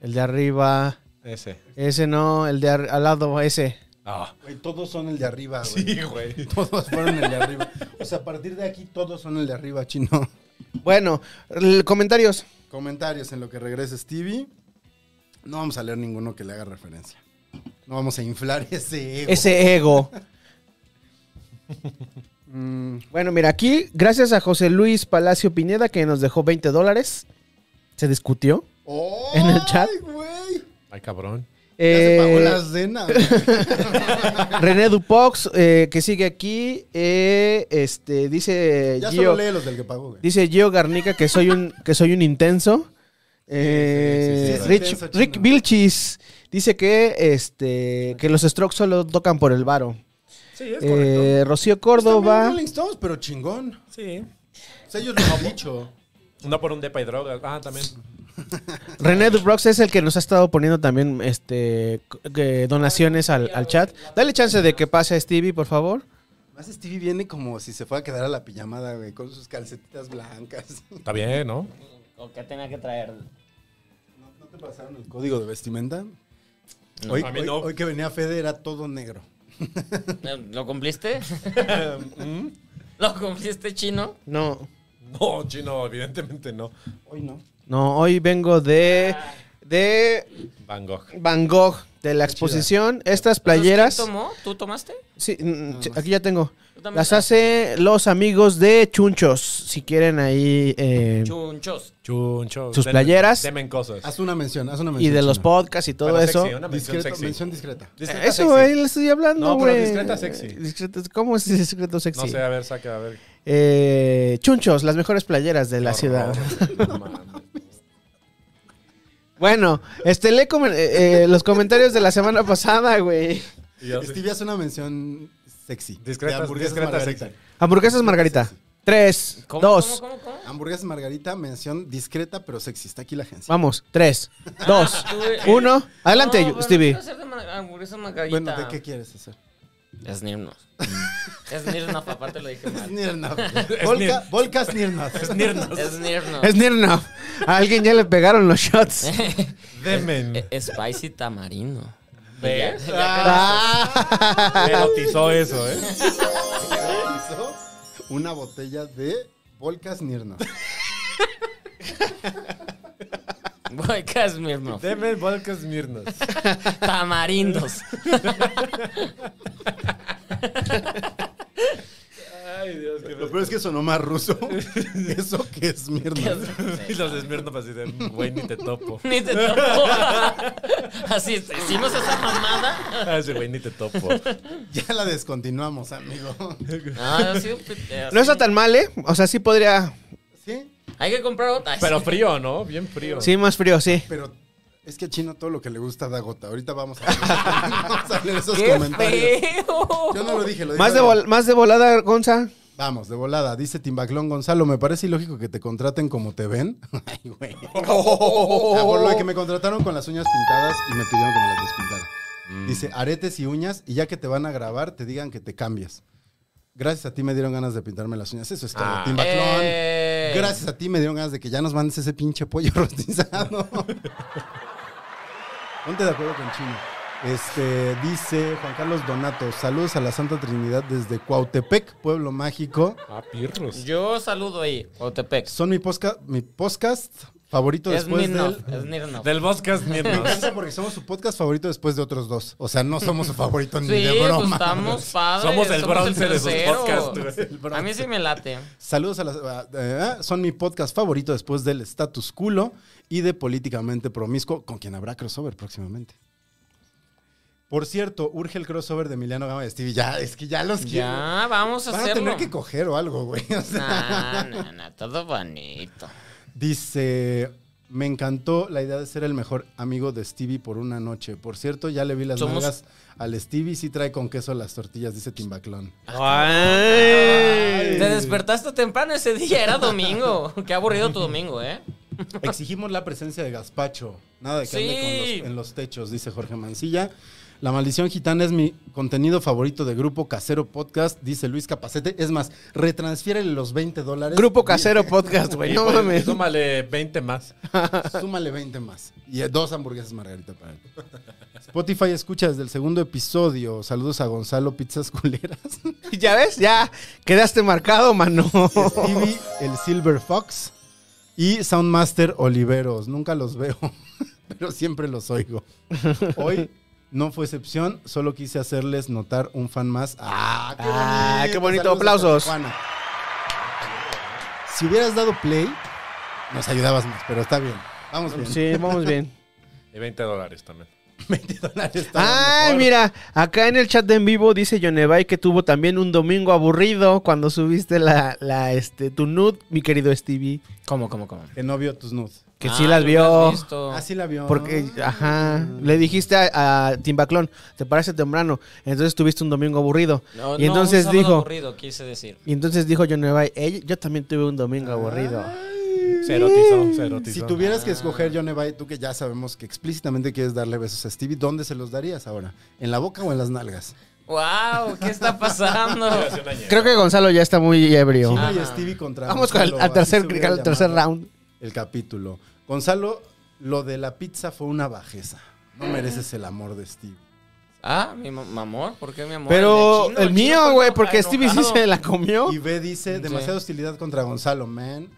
El de arriba. Ese. Ese no, el de ar- al lado, ese. Ah. Güey, todos son el de arriba, güey. güey. Todos fueron el de arriba. O sea, a partir de aquí todos son el de arriba, chino. Bueno, el- comentarios. Comentarios en lo que regrese Stevie. No vamos a leer ninguno que le haga referencia. No vamos a inflar ese ego. Ese ego. Mm, Bueno, mira, aquí, gracias a José Luis Palacio Pineda, que nos dejó 20 dólares. Se discutió. ¿En el chat? ¡Ay, güey! Ay, cabrón. Ya se pagó Eh, la cena. güey. René Dupox, eh, que sigue aquí, eh, este, dice Ya Gio, solo lee los del que pagó, güey. dice Gio Garnica que soy un, que soy un intenso. Eh, sí, sí, sí, Rich- intenso, chino. Rick Vilchis dice que, este, que los Strokes solo tocan por el varo. Sí, es correcto. Eh, Rocío Pues También Córdoba. Rolling Stones, pero chingón. Sí. O sea, ellos lo han dicho. No por un depa y drogas. Ah, también. René Dubrox es el que nos ha estado poniendo también eh, este, c- que donaciones al, al chat. Dale chance de que pase a Stevie, por favor. Más Stevie viene como si se fuera a quedar a la pijamada, güey, con sus calcetitas blancas. Está bien, ¿no? ¿O qué tenía que traer? ¿No, no te pasaron el código de vestimenta? hoy, a mí hoy- no. hoy que venía Fede era todo negro. ¿Lo cumpliste? ¿Lo cumpliste chino? No. No, chino, evidentemente no. Hoy no. No, hoy vengo de. de Van Gogh. Van Gogh, de la exposición. Estas playeras. ¿Quién tomó? ¿Tú tomaste? Sí, mm, sí, aquí ya tengo. Yo también. Las hace los amigos de Chunchos. Si quieren ahí. eh, Chunchos. Chuncho. Sus denme- playeras. Demen cosas. Haz una mención, haz una mención. y de los chino. podcasts y todo Pero eso. sexy, una mención Discreto, sexy. Mención discreta. Discreta Eso, sexy. güey, le estoy hablando, No, pero güey. discreta sexy. Discreta- ¿Cómo es discreto sexy? No sé, a ver, saca, a ver. Eh, chunchos, las mejores playeras de la Horror, ciudad. no mames. Bueno, este, lee comen- eh, eh, los comentarios de la semana pasada, güey. Y yo así, Stevie hace una mención sexy. De Discreta- hamburguesas discreta margarita. sexy. Hamburguesas Margarita. Tres, ¿Cómo, dos, ¿Cómo, cómo, cómo? Hamburguesas margarita, mención discreta pero sexy. Está aquí la agencia. vamos, tres, dos, Tú, eh, uno. Adelante, no, pero Stevie. No quiero hacer de ma- hamburguesa margarita. Bueno, ¿de qué quieres hacer? Smirnoff. Smirnoff, aparte lo dije mal. Smirnoff. Volca, Volca Smirnoff. Smirnoff. Es Nirno. A alguien ya le pegaron los shots. Demen. Eh, Spicy tamarindo. ¿Ves? Ya- ya- Ah. Me eh, erotizó eso, ¿eh? Hizo una botella de Volca Smirnoff. Voy a Smirnoff. Demen Volkas Mirnos. Tamarindos. Ay, Dios, qué Lo peor es que sonó más ruso eso que Smirnoff. Y los Smirnoff así de, "Mm, güey, ni te topo. Ni te topo. Así, es, hicimos esa mamada. Ah, ese güey, ni te topo. Ya la descontinuamos, amigo. No, ha sido un pit- eh, No así. está tan mal, ¿eh? O sea, sí podría. Sí, Hay que comprar otra. Ay, Pero sí. frío, ¿no? Bien frío. Sí, más frío, sí. pero es que a Chino todo lo que le gusta da gota. Ahorita vamos a, vamos a leer esos comentarios. ¡Qué feo! Yo no lo dije, lo dije. Más de, vol- más de volada, Gonza. Vamos, de volada. Dice Timbaclón Gonzalo, me parece ilógico que te contraten como te ven. Ay, güey. Ah, Por lo de que me contrataron con las uñas pintadas y me pidieron que me las despintara. Dice, aretes y uñas, y ya que te van a grabar, te digan que te cambias. Gracias a ti me dieron ganas de pintarme las uñas. Eso es todo, Ah. Timbaclón. Eh. Gracias a ti me dieron ganas de que ya nos mandes ese pinche pollo rostizado. Ponte de acuerdo con Chino. Este, dice Juan Carlos Donato, saludos a la Santa Trinidad desde Cuautepec, pueblo mágico. Ah, pirros. Yo saludo ahí, Otepec. Son mi, posca- mi podcast favorito después Smirnoff. del... Smirnoff. Del Volkas Me Mirnos. encanta porque somos su podcast favorito después de otros dos. O sea, no somos su favorito ni Sí, de pues, broma. estamos padres. Somos el bronce de sus tercero. podcasts, güey, el bronce. A mí sí me late. Saludos a las... a- eh, son mi podcast favorito después del Status Culo y de Políticamente Promiscuo, con quien habrá crossover próximamente. Por cierto, urge el crossover de Emiliano Gama y Stevie. Ya, es que ya los quiero. Ya, vamos a Van a hacerlo. tener que coger o algo, güey. O sea, Nah, nah, nah, todo bonito. Dice... Me encantó la idea de ser el mejor amigo de Stevie por una noche. Por cierto, ya le vi las Somos- nalgas al Stevie. Sí trae con queso las tortillas, dice Timbaclón. Te despertaste temprano ese día, era domingo. Qué aburrido tu domingo, ¿eh? Exigimos la presencia de Gaspacho. Nada de que Sí. ande con los- en los techos, dice Jorge Mancilla. La maldición gitana es mi contenido favorito de Grupo Casero Podcast, dice Luis Capacete. Es más, retransfiérele los 20 dólares. Grupo Casero Podcast, güey. No mames. Súmale 20 más. Súmale 20 más. Y eh, dos hamburguesas margarita para él. Spotify escucha desde el segundo episodio. Saludos a Gonzalo Pizzas Culeras. ¿Ya ves? Ya quedaste marcado, mano. Stevie, el Silver Fox. Y Soundmaster Oliveros. Nunca los veo, pero siempre los oigo. Hoy no fue excepción, solo quise hacerles notar un fan más. ¡Ah, qué bonito! Ah, qué bonito. Saludos Aplausos. hasta Tijuana. Si hubieras dado play, nos ayudabas más, pero está bien. Vamos bien. Sí, vamos bien. Y 20 dólares también. 20 dólares está Ay, mejor. mira, acá en el chat de en vivo dice Yonevay que tuvo también un domingo aburrido cuando subiste la, la este, tu nude, mi querido Stevie. ¿Cómo, cómo, cómo? Que no vio tus nudes. Que sí las vio. Ah, sí la vio. Porque, ajá, le dijiste a, a Timbaclón, te parece temprano, entonces tuviste un domingo aburrido. y entonces dijo, aburrido, quise decir. y entonces dijo Yonevay, "Ey, yo también tuve un Ah. domingo aburrido. Se erotizó, se erotizó. Si tuvieras que escoger, Johnny Bay, tú que ya sabemos que explícitamente quieres darle besos a Stevie, ¿dónde se los darías ahora? ¿En la boca o en las nalgas? ¡Wow! ¿Qué está pasando? Creo que Gonzalo ya está muy ebrio. Chino Ah. y Stevie contra Vamos con el, Gonzalo, al así tercer, se al hubiera tercer llamado round. El capítulo. Gonzalo, lo de la pizza fue una bajeza. No mereces el amor de Stevie. Ah, mi, ma- mi amor, ¿por qué mi amor? Pero de chino? el chino mío, fue güey, enoja- porque Stevie sí enojado. se la comió. Y B dice, Sí. demasiada hostilidad contra Gonzalo, man.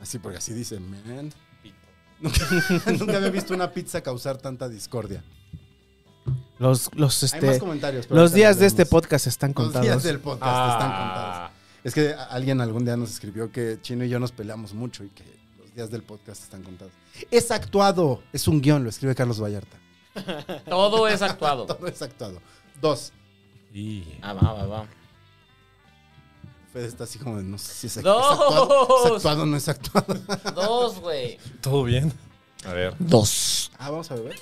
Así porque así dice, man. Nunca, nunca había visto una pizza causar tanta discordia. Los, los, Hay más este, comentarios. pero los ahorita días los de este leemos. podcast están Los días contados. del podcast están contados. Ah, Es que a- alguien algún día nos escribió que Chino y yo nos peleamos mucho y que los días del podcast están contados. Es actuado. Es un guión, lo escribe Carlos Vallarta. Todo es actuado. Todo es actuado. Dos. y- Ah, va, va, va. Fede está así como de, no sé si es, act- Dos. es actuado. ¿Es actuado o no es actuado? Dos, güey. ¿Todo bien? A ver. Dos. Ah, vamos a beber.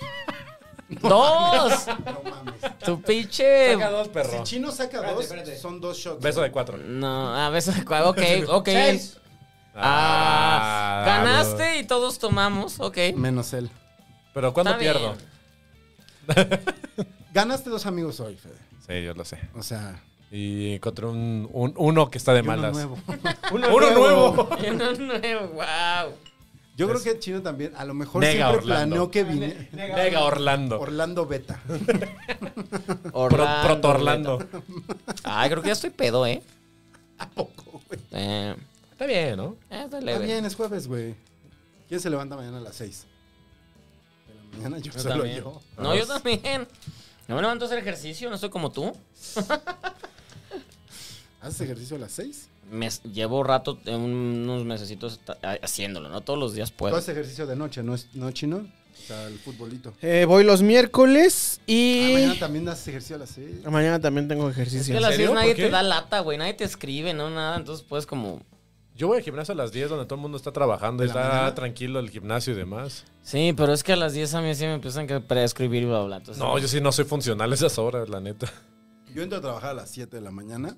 Dos. No mames. Tu pinche. Saca dos, perro. Si Chino saca dos, son dos shots. Beso de cuatro. No, a veces adecuado. Ok, ok. Ah, ganaste y todos tomamos. Ok. Menos él. Pero ¿cuándo Está pierdo? bien. Ganaste dos amigos hoy, Fede. Sí, yo lo sé. O sea, Y encontré un, un- uno que está de y uno malas. nuevo. Uno, nuevo. Y uno nuevo, wow. Yo creo que Chino también, a lo mejor Nega siempre Orlando. planeó que viniera Mega Orlando. Orlando Beta. Pro- Proto Orlando. Ay, creo que ya estoy pedo, ¿eh? ¿A poco, güey? Eh, Está bien, ¿no? eh, está Está leve. bien, es jueves, güey. ¿Quién se levanta mañana a las seis? De la mañana yo, Yo solo también. yo. No, yo también. Yo me levanto a hacer ejercicio, no soy como tú. ¿Haces ejercicio a las seis? Me s- llevo rato, eh, un- unos mesecitos ta- ha- haciéndolo, ¿no? Todos los días Tú puedo. haces ejercicio de noche, ¿no, es- no Chino? O sea, el futbolito. Eh, voy los miércoles Ah, y. mañana también haces ejercicio a las seis. Mañana también tengo Es ejercicio. que a las serio? 10 nadie ¿Por qué? te da lata, güey. Nadie te escribe, no nada. Entonces puedes como... Yo voy al gimnasio a las 10 donde todo el mundo está trabajando, ¿De la está mañana? tranquilo el gimnasio y demás. Sí, pero es que a las 10 a mí sí me empiezan que prescribir y bla, bla. Entonces, No, yo sí no soy funcional a esas horas, la neta. Yo entro a trabajar a las 7 de la mañana.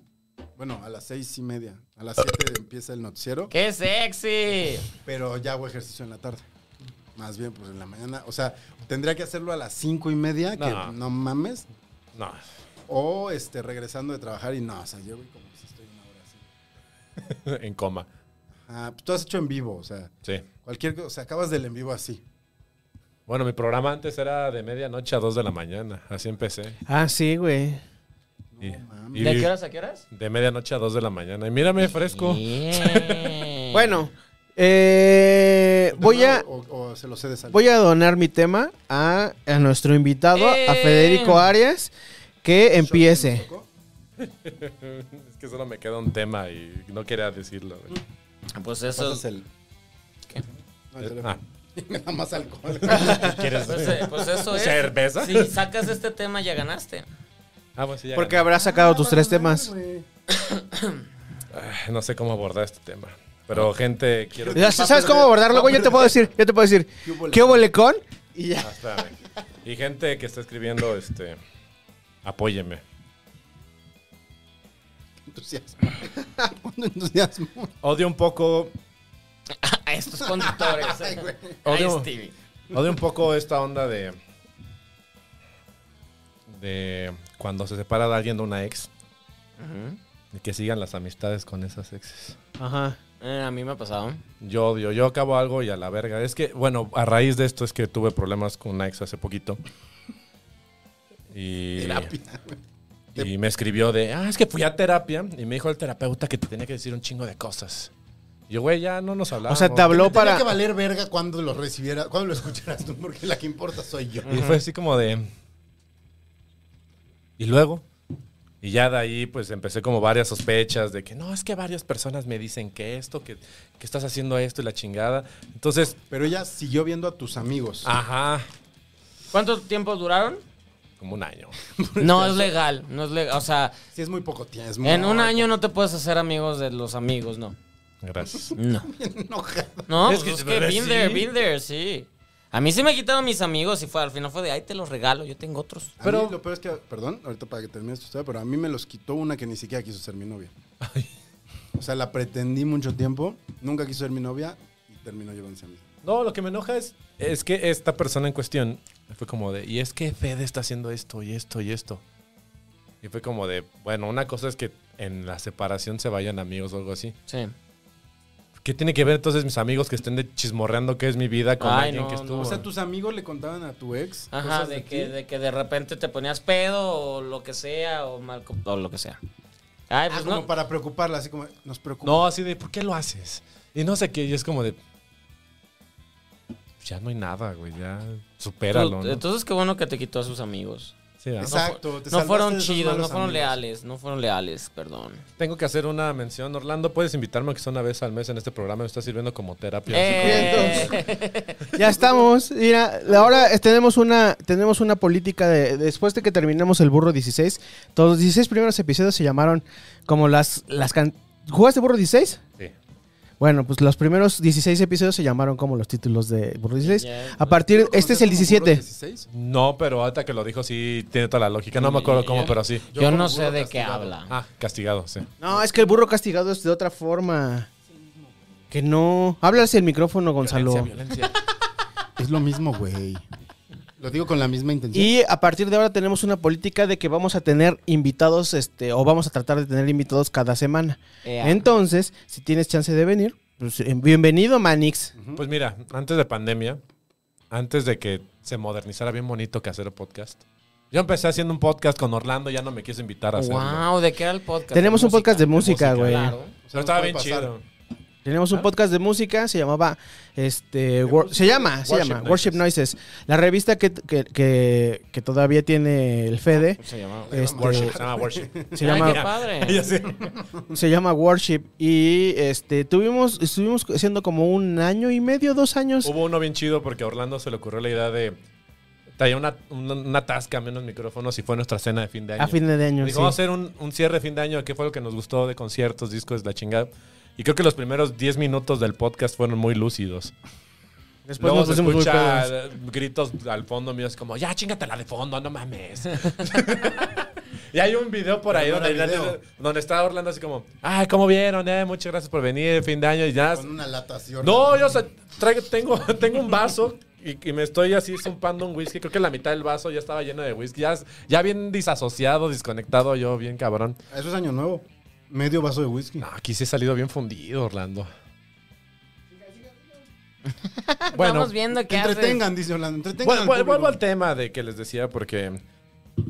Bueno, a las seis y media. A las 7 empieza el noticiero, ¡Qué sexy! pero ya hago ejercicio en la tarde. Más bien, pues en la mañana. O sea, tendría que hacerlo a las cinco y media, No. que no mames. No. O este, regresando de trabajar y no, o sea, yo voy como si estoy una hora así. en coma. Ah, pues tú has hecho en vivo, o sea, Sí. cualquier cosa. O sea, acabas del en vivo así. Bueno, mi programa antes era de medianoche a 2 de la mañana. Así empecé. Ah, sí, güey. Y- mames. y- ¿De qué horas a qué horas? de medianoche a 2 de la mañana. Y mírame fresco. Bien. Bueno, eh, voy ¿No? a. O, o se lo sé de salir. Voy a donar mi tema a, a nuestro invitado, a ¡Eh! Federico Arias, que empiece. Es que solo me queda un tema y no quería decirlo. güey. Pues eso Pasas es... el. ¿Qué? No, el Ah, teléfono. Me da más alcohol. ¿quieres? Pues, eh, pues eso es. ¿Cerveza? Si sacas este tema ya ganaste. Ah, bueno, sí, ya Porque gané. habrás sacado tus tres temas. Ay, No sé cómo abordar este tema. Pero, gente, quiero. Ya sé- Ah, ¿Sabes cómo abordarlo, güey? Yo te puedo decir, yo te puedo decir, ¿Qué hubo le- ¿qué hubo le con? Ah, espérame. Y gente que está escribiendo, este. Apóyeme. entusiasmo. Un entusiasmo. Odio un poco. A estos conductores. Ay, güey. Ay, Odio. Stevie. Odio un poco esta onda de. De cuando se separa de alguien de una ex. Y que sigan las amistades con esas exes. Ajá. Eh, a mí me ha pasado. Yo odio, yo acabo algo y a la verga. Es que, bueno, a raíz de esto es que tuve problemas con una ex hace poquito. Y. Terapia. Y me escribió de, ah, es que fui a terapia. Y me dijo el terapeuta que te tenía que decir un chingo de cosas. Y yo, güey, ya no nos O hablamos. sea, te Tenía habló para. que valer verga cuando lo recibiera, cuando lo escucharas tú, porque la que importa soy yo. Mm. Y fue así como de. Y luego. Y ya de ahí, pues empecé como varias sospechas de que no, es que varias personas me dicen que esto, que, que estás haciendo esto y la chingada. Entonces, Pero ella siguió viendo a tus amigos. Ah. ajá, ¿Cuánto tiempo duraron? como un año. No es legal. No es legal. O sea, Sí, es muy poco tiempo. es muy en un año no te puedes hacer amigos de los amigos, no. Gracias. No. enojado. No, Es pues que- es que pero been sí. there, been there, sí. A mí sí me quitaron mis amigos y fue al final fue de, ay, te los regalo, yo tengo otros. Pero Pero- lo peor es que, perdón, ahorita para que termines tu historia, pero a mí me los quitó una que ni siquiera quiso ser mi novia. O sea, la pretendí mucho tiempo, nunca quiso ser mi novia y terminó llevándose a mí. No, lo que me enoja es, es que esta persona en cuestión fue como de, y es que Fede está haciendo esto y esto y esto. Y fue como de, bueno, una cosa es que en la separación se vayan amigos o algo así. Sí. ¿Qué tiene que ver entonces mis amigos que estén de chismorreando qué es mi vida con Ay, alguien no, que no. estuvo? O sea, tus amigos le contaban a tu ex. Ajá, cosas de ti. que, de que de repente te ponías pedo o lo que sea, o mal co- o lo que sea. Ah, Ay, pues como no. para preocuparla, así como nos preocupa. No, así de, ¿por qué lo haces? Y no sé qué, y es como de. Ya no hay nada, güey, ya. Supéralo. Tú- ¿no? Entonces qué bueno que te quitó a sus amigos. Sí, ¿ah? ¿verdad? Exacto. te No salvaste de fueron esos chidos, no malos fueron amigos. leales, no fueron leales, perdón. Tengo que hacer una mención. Orlando, puedes invitarme aunque sea una vez al mes en este programa. Me está sirviendo como terapia. Eh, Ya estamos. Mira, ahora es- tenemos una, tenemos una política de. Después de que terminamos el burro 16, todos los 16 primeros episodios se llamaron como las. las can- ¿Jugaste burro 16? Sí. Bueno, pues los primeros 16 episodios se llamaron como los títulos de burro 16. Ya, A partir. Este es el ¿Conocías como Burro 17. 16? No, pero ahorita que lo dijo, sí tiene toda la lógica. No me acuerdo cómo, pero sí. Yo no sé de qué habla. Ah, castigado, sí. No, es que el burro castigado es de otra forma. Que no. Habla hacia el micrófono, Gonzalo. Es lo mismo, güey. Lo digo con la misma intención. Y a partir de ahora tenemos una política de que vamos a tener invitados, este, o vamos a tratar de tener invitados cada semana. Ea. Entonces, si tienes chance de venir, pues, eh, bienvenido, Manix. Pues mira, antes de pandemia, antes de que se modernizara bien bonito que hacer podcast, yo empecé haciendo un podcast con Orlando, ya no me quiso invitar a hacerlo. Wow, ¿de qué era el podcast? Tenemos De un podcast de música, música, güey. Claro. O sea, Pero estaba nos puede bien pasar. chido. Tenemos un podcast de música, se llamaba, este, Wor- se llama, se Worship llama, Noises. Worship Noises. La revista que, que, que- que todavía tiene el Fede, Se llamaba. este, Worship, se llama Worship. se Ay, llama... qué padre. Ya sé. se llama Worship y este tuvimos estuvimos haciendo como un año y medio dos años Hubo uno bien chido porque a Orlando se le ocurrió la idea de traía una, una, una tasca menos micrófonos y fue nuestra cena de fin de año. a fin de año Dijo, sí. vamos a hacer un, un cierre de fin de año, qué fue lo que nos gustó de conciertos, discos, la chingada. Y creo que los primeros 10 minutos del podcast fueron muy lúcidos. después nos Luego se pusimos muy escucha pedos. gritos al fondo mío, es como, ya chingatela de fondo, no mames. y hay un video por ahí Pero no donde, era video. donde está Orlando así como, ay, ¿cómo vieron? Eh, muchas gracias por venir, fin de año y ya. Con una lata así, No, yo o sea, traigo- tengo, tengo un vaso y, y me estoy así zumpando un whisky. Creo que la mitad del vaso ya estaba lleno de whisky. Ya, ya bien disasociado, desconectado yo, bien cabrón. Eso es año nuevo. Medio vaso de whisky. No, aquí sí he salido bien fundido, Orlando. Bueno, Estamos viendo qué haces. entretengan, dice Orlando. Entretengan. Vuel- al vuel- vuelvo público. al tema de que les decía porque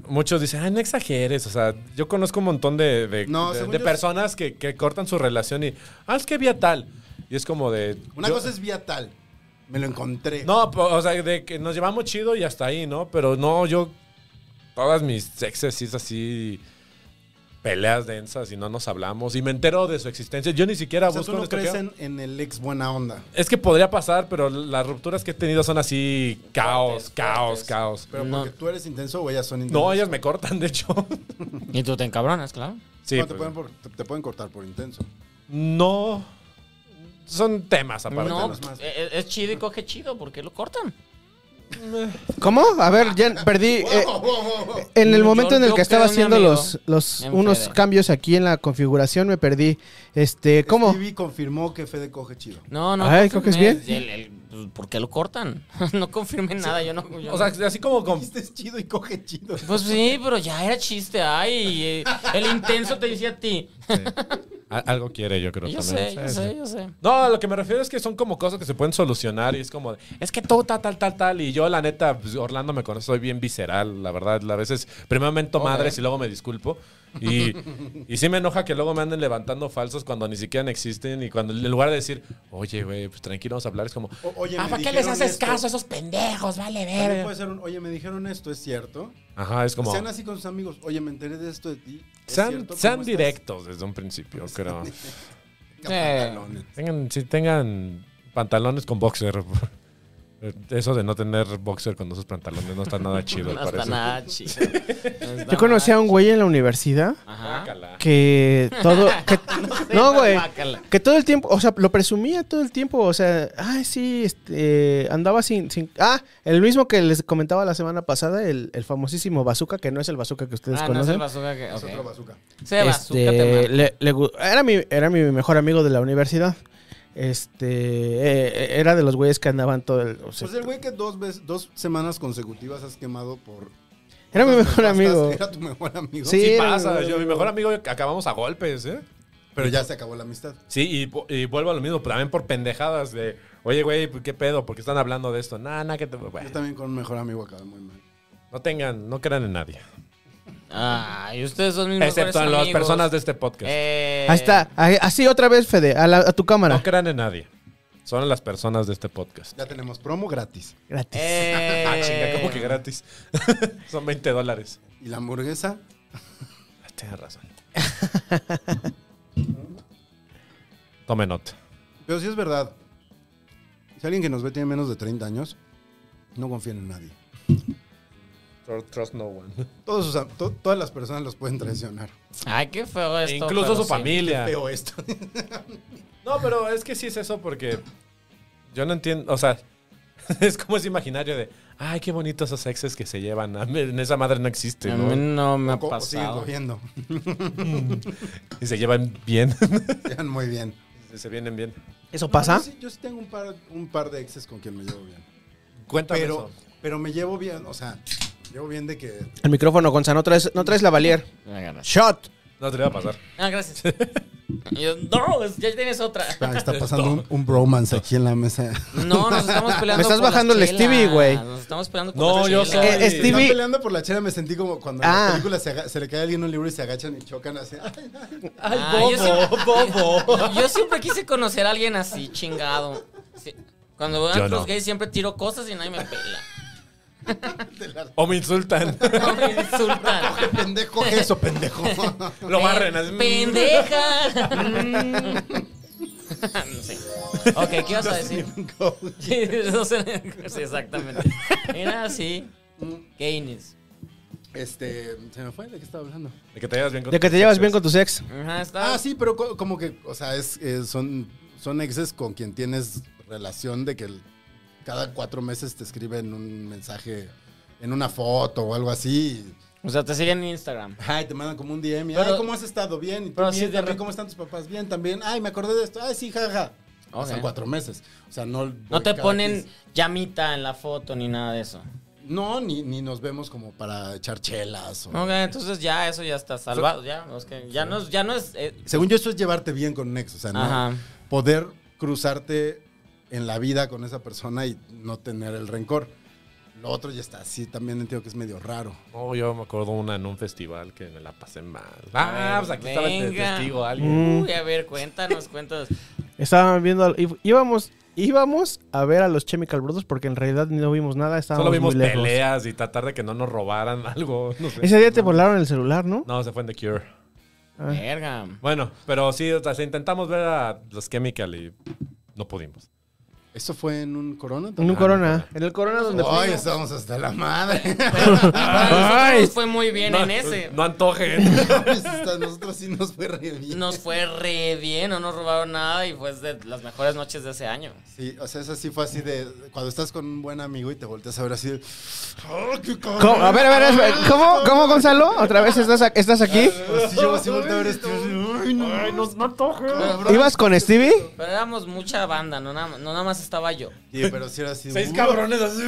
muchos dicen, ay, no exageres. O sea, yo conozco un montón de, de- No, de- según de yo- personas que, que cortan su relación y, ah, es que vi a tal. Y es como de... Una yo- cosa es vía tal. Me lo encontré. No, po- o sea, de que nos llevamos chido y hasta ahí, ¿no? Pero no, yo... Todas mis exes sí es así... Peleas densas y no nos hablamos. Y me entero de su existencia. Yo ni siquiera o sea, busco tú no estoqueo. crees en, en el ex buena onda. Es que podría pasar, pero las rupturas que he tenido son así caos, Fuertes, caos, fuertes. caos. Pero No. porque tú eres intenso o ellas son intensas. No, ellas me cortan, de hecho. Y tú te encabronas, claro. Sí. No, te, pues, pueden por- te- te pueden cortar por intenso. no. Son temas aparte. No, los más. eh, es chido y coge chido, ¿por qué lo cortan? cómo a ver ya perdí eh, en el Yo- momento en el yo que estaba creo en haciendo mi amigo, los los en unos Fede. cambios aquí en la configuración me perdí este cómo Stevie confirmó que Fede coge chido. No, no. Ay, confirmé. ¿coges bien? El- el- ¿Por qué lo cortan? no confirmen nada, yo no. yo O sea, no. así como con. Este es chido y coge chido. Pues sí, pero ya era chiste. Ay, eh, el intenso te dice a ti. A- Algo quiere, yo creo Yo también. sé, yo Sí, sí. sé, yo sé. No, a lo que me refiero es que son como cosas que se pueden solucionar y es como, de, es que tú tal, tal, tal, tal. Y yo, la neta, pues, Orlando me conoce, soy bien visceral, la verdad. A veces, primero mento madres y luego me disculpo. Y, y sí me enoja que luego me anden levantando falsos cuando ni siquiera existen. Y cuando en lugar de decir, oye, güey, pues tranquilo, vamos a hablar, es como, O- oye, Ah, me ¿para qué les dijeron haces esto. caso a esos pendejos? Vale, También ver. puede ser un, oye, me dijeron esto, es cierto. ajá, es como. Sean así con sus amigos. Oye, me enteré de esto de ti. ¿Es Sean, cierto? ¿Cómo sean estás? directos desde un principio, creo. Pantalones. Tengan, si tengan pantalones con boxer. Eso de no tener boxer con esos pantalones no está nada chido, al No está parecer. nada chido. No está yo conocí a nada un güey en la universidad chido. Ajá. Guácala. que todo que- Ah. sé, no pero güey guácala. que todo el tiempo o sea lo presumía todo el tiempo o sea ay sí este andaba sin, sin ah el mismo que les comentaba la semana pasada el, el famosísimo bazooka que no es el bazooka que ustedes Ah, no es conocen el bazooka que. Es ok. otro bazooka. Se bazooka te Este, marca. le- le gu- era mi era mi mejor amigo de la universidad este eh, era de los güeyes que andaban todo el, o sea, Pues el güey que dos, veces, dos semanas consecutivas has quemado por... Era mi mejor Bastas, amigo. Era tu mejor amigo. Sí. Sí era mi pasa. mejor Yo, mi mejor amigo acabamos a golpes, ¿eh? Pero ya se acabó la amistad. Sí, y, vo- y vuelvo a lo mismo, también por pendejadas de, oye, güey, pues, ¿qué pedo? ¿Por qué están hablando de esto? Nada, nada, que te... bueno, Yo también con un mejor amigo acabé muy mal. no tengan, no crean en nadie. Ay, ustedes son mis Excepto en mejores las amigos. personas de este podcast. Eh, Ahí está. Ahí- Así otra vez, Fede, a, la- a tu cámara. No crean en nadie. Son las personas de este podcast. Ya tenemos promo gratis. Gratis. eh, Ah, chinga, ¿cómo que gratis? Son 20 dólares. Y la hamburguesa, Ah, Tienes razón. Tome nota. Pero sí es verdad. Si alguien que nos ve tiene menos de 30 años, no confíen en nadie. Trust no one. Todos sus am- to- todas las personas los pueden traicionar. Ay, qué feo esto. Incluso pero su sí. familia. Veo esto. No, pero es que sí es eso porque yo no entiendo, o sea, es como ese imaginario de, ay, qué bonitos esos exes que se llevan, a mí- en esa madre no existe, A mí no ¿no? me ha Co- Siguen pasado. cogiendo. Y se llevan bien, Llegan muy bien. se vienen bien. ¿Eso pasa? Yo sí, yo sí tengo un par, un par de exes con quien me llevo bien. Cuéntame Pero, eso. pero me llevo bien, o sea, llevo bien de que El micrófono, Gonza, no traes, no traes la valier. Me ganas. Shot. No te lo iba a pasar. Ah, gracias. Y yo, no, es- ya tienes otra. Ah, está pasando un, un bromance aquí en la mesa. No, nos estamos peleando. Me estás por las bajando el chelas. Stevie, güey. Nos estamos peleando por No, las yo chelas. soy- Eh, Están Stevie- peleando por la chera, me sentí como cuando en Ah. la película se, aga- se le cae a alguien un libro y se agachan y chocan así. Ay, ay. Ay, ah, yo, siempre, yo siempre quise conocer a alguien así, chingado. Sí. Cuando veo Yo a los no. gays siempre tiro cosas y nadie me pela. O me insultan, No me insultan. Pendejo, coge eso, pendejo. lo barren. así. Pen- Eh, ¡Pendeja! Mm. no sé. Ok, ¿qué ibas a decir? Sí, no sé. Sí, exactamente. Era así. Gaines. Mm, Este, se me fue de qué estaba hablando. De que te llevas bien con De que tus te llevas exes. bien con tus ex. Ajá, estaba. Ah, sí, pero co- como que, o sea, es, eh, son, son exes con quien tienes relación de que el- cada cuatro meses te escriben un mensaje en una foto o algo así. O sea, te siguen en Instagram. Ay, te mandan como un DM. y, Pero- ay, ¿cómo has estado? Bien. ¿Y tú pero bien? sí, de ¿También rep- cómo están tus papás? Bien, también. Ay, me acordé de esto. Ay, sí, jaja. Ok. Pasan cuatro meses. O sea, no. voy No te cada ponen quince- llamita en la foto ni nada de eso. No, ni, ni nos vemos como para echar chelas. o- Ok, entonces ya eso ya está salvado. Ya, es que ya, no, es- ya no es. eh, Según yo, eso es llevarte bien con un ex. O sea, no. Ajá. poder cruzarte en la vida con esa persona y no tener el rencor. Lo otro ya está así, también entiendo que es medio raro. No, yo me acuerdo una en un festival que me la pasé mal. Ah, A ver, pues aquí estaba el te- venga. testigo Mm, alguien. Mm. Uy, a ver, cuéntanos, cuéntanos. Estaban viendo. í- Íbamos, íbamos a ver a los Chemical Brothers porque en realidad no vimos nada. Estábamos Solo vimos muy lejos. peleas y tratar de que no nos robaran algo. No, sé. Ese día te volaron el celular, ¿no? no se fue en The Cure. Verga. Bueno, pero sí, o sea, intentamos ver a los Chemical y no pudimos. ¿Eso fue en un corona? En un Ah, también? corona. En el corona donde. Ay, estamos hasta la madre. Para nosotros nos fue muy bien no, en ese. No antojen. Hasta Nosotros sí nos fue re bien. Nos fue re bien, no nos robaron nada y fue de las mejores noches de ese año. Sí, o sea, eso sí fue así de cuando estás con un buen amigo y te volteas a ver así de. "Ah, qué cabrón". ¿Cómo? A ver, a ver, a ver, ¿cómo, ¿cómo, Gonzalo? ¿Otra vez estás, a- estás aquí? Así yo así volteo a ver esto. Ay, no. cabrón. ¿Ibas con Stevie? Pero éramos mucha banda, no nada, no nada más estaba yo. Sí, pero sí era así. Seis "Uh, cabrones así.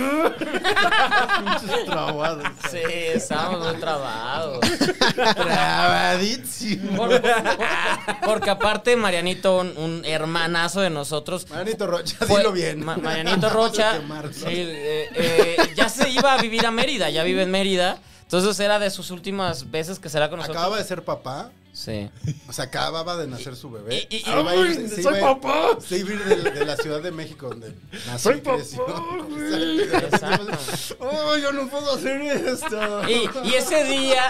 pinches trabados". Sí, estábamos muy trabados. Trabadísimo. Por- por- porque aparte, Marianito, un, un hermanazo de nosotros. Marianito Rocha, fue- dilo bien. Ma- Marianito Vamos a Rocha quemarlo. sí, eh, eh, ya se iba a vivir a Mérida, ya vive en Mérida. Entonces era de sus últimas veces que será con nosotros. Acababa de ser papá. Sí. O sea, acababa de nacer su bebé. Y- y- y- Se iba a ir- se ¡Soy iba a ir- papá! Se iba a ir de, de la Ciudad de México donde nació ¡Soy y creció. papá, Exacto. ¡Oh, yo no puedo hacer esto! Y, y ese día,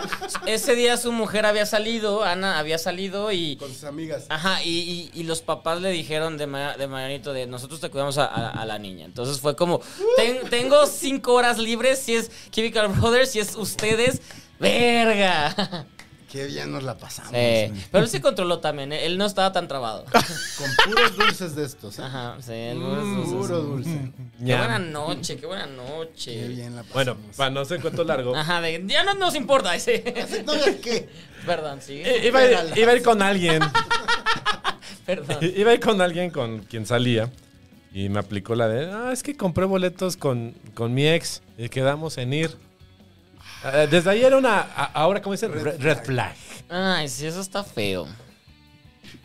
ese día su mujer había salido, Ana había salido y... Con sus amigas. Ajá, y, y- y los papás le dijeron de, Ma- de Marianito de nosotros te cuidamos a, a- a la niña. Entonces fue como, "Ten- tengo cinco horas libres, si es Chemical Brothers, si es ustedes, verga. Qué bien nos la pasamos. Sí, ¿eh? pero él se controló también, ¿eh? él no estaba tan trabado. Con puros dulces de estos. ¿eh? Ajá, Mm. sí. él- Puro dulce. Qué buena noche, qué buena noche. Qué bien la pasamos. Bueno, para no sé cuánto largo. Ajá, de- ya no nos importa ese. ¿No ves qué? Perdón, sí. I- Iba, a ir- iba a ir con alguien. Perdón. Iba a ir con alguien con quien salía. Y me aplicó la de, ah, es que compré boletos con, con mi ex y quedamos en ir. Eh, Desde ahí era una, a- ahora ¿cómo dicen? Re- Red flag. Ay, sí, eso está feo.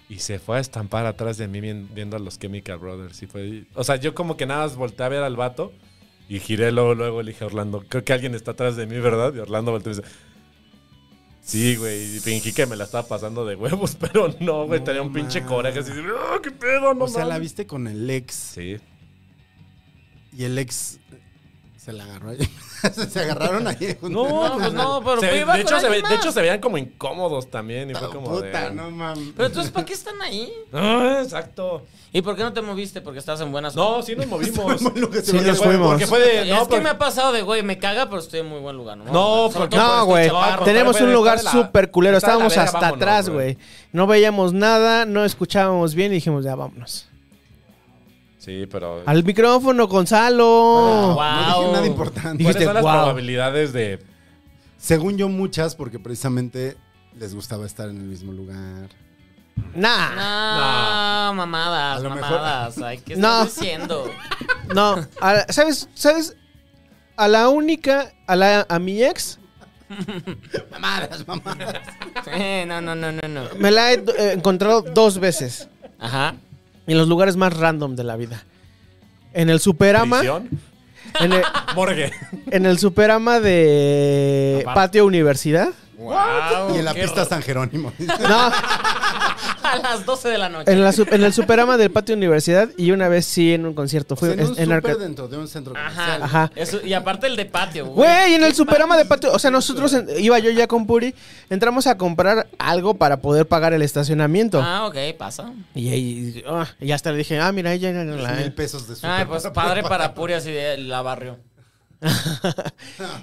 Y se fue a estampar atrás de mí vien- viendo a los Chemical Brothers. Y fue, o sea, yo como que nada más volteé a ver al vato y giré luego, luego le dije a Orlando, creo que alguien está atrás de mí, ¿verdad? Y Orlando volteó y dice, sí, güey. Y fingí que me la estaba pasando de huevos, pero no, güey. No tenía un pinche mames. coraje así, "Ah, qué pedo, no O sea, la mames". viste con el ex Sí. y el ex se la agarró ahí. se agarraron ahí. No, No, pues no, pero Se- pues iba de, hecho, con se ve- alguien de más. hecho, se veían como incómodos también. Y fue como Puta, de- no mames. Pero entonces, ¿para qué están ahí? Ah, exacto. ¿Y por qué no te moviste? Porque estás en buenas... No, sí nos movimos. Lo que se Sí, me- nos fue- fuimos. porque fue de- no, es pues, que porque- me ha pasado de, güey, me caga, pero estoy en muy buen lugar. No, No, Sobre todo porque- este No, estos güey. chavarros. Tené- Tenemos pero, un pero, lugar está de la- súper culero. está de la Estábamos verga, hasta vámonos, atrás, güey. güey. No veíamos nada, no escuchábamos bien y dijimos, ya vámonos. Sí, pero... Al micrófono, Gonzalo. Ah, No dije Wow. nada importante. ¿Cuáles dijiste, son las "Wow". probabilidades de Según yo, muchas, porque precisamente les gustaba estar en el mismo lugar. Nah. No, A mamadas, lo mejor- mamadas. Ay, ¿Qué estás No. diciendo? No. A- ¿Sabes? ¿Sabes? A la única, a, la, a mi ex, Mamadas, mamadas. Eh, no, no, no, no, no. me la he eh, encontrado dos veces. Ajá. En los lugares más random de la vida. En el Superama. prisión? En el, Morgue. en el Superama de Aparte. Patio Universidad. Wow, Y en la qué pista raro. San Jerónimo. No. A las 12 de la noche. En, la sup- en el Superama del Patio Universidad y una vez sí en un concierto. Fue Pues en un en, en Arca- súper dentro de un centro comercial. Ajá. Ajá. Eso- y aparte el de patio, güey. Güey, en el Superama de Patio. O sea, nosotros en- iba yo ya con Puri. Entramos a comprar algo para poder pagar el estacionamiento. Ah, ok, pasa. Y, ahí- ah, y hasta le dije, ah, mira, ella era Tres la- mil pesos de súper. Ay, pues padre para Puri así de la barrio.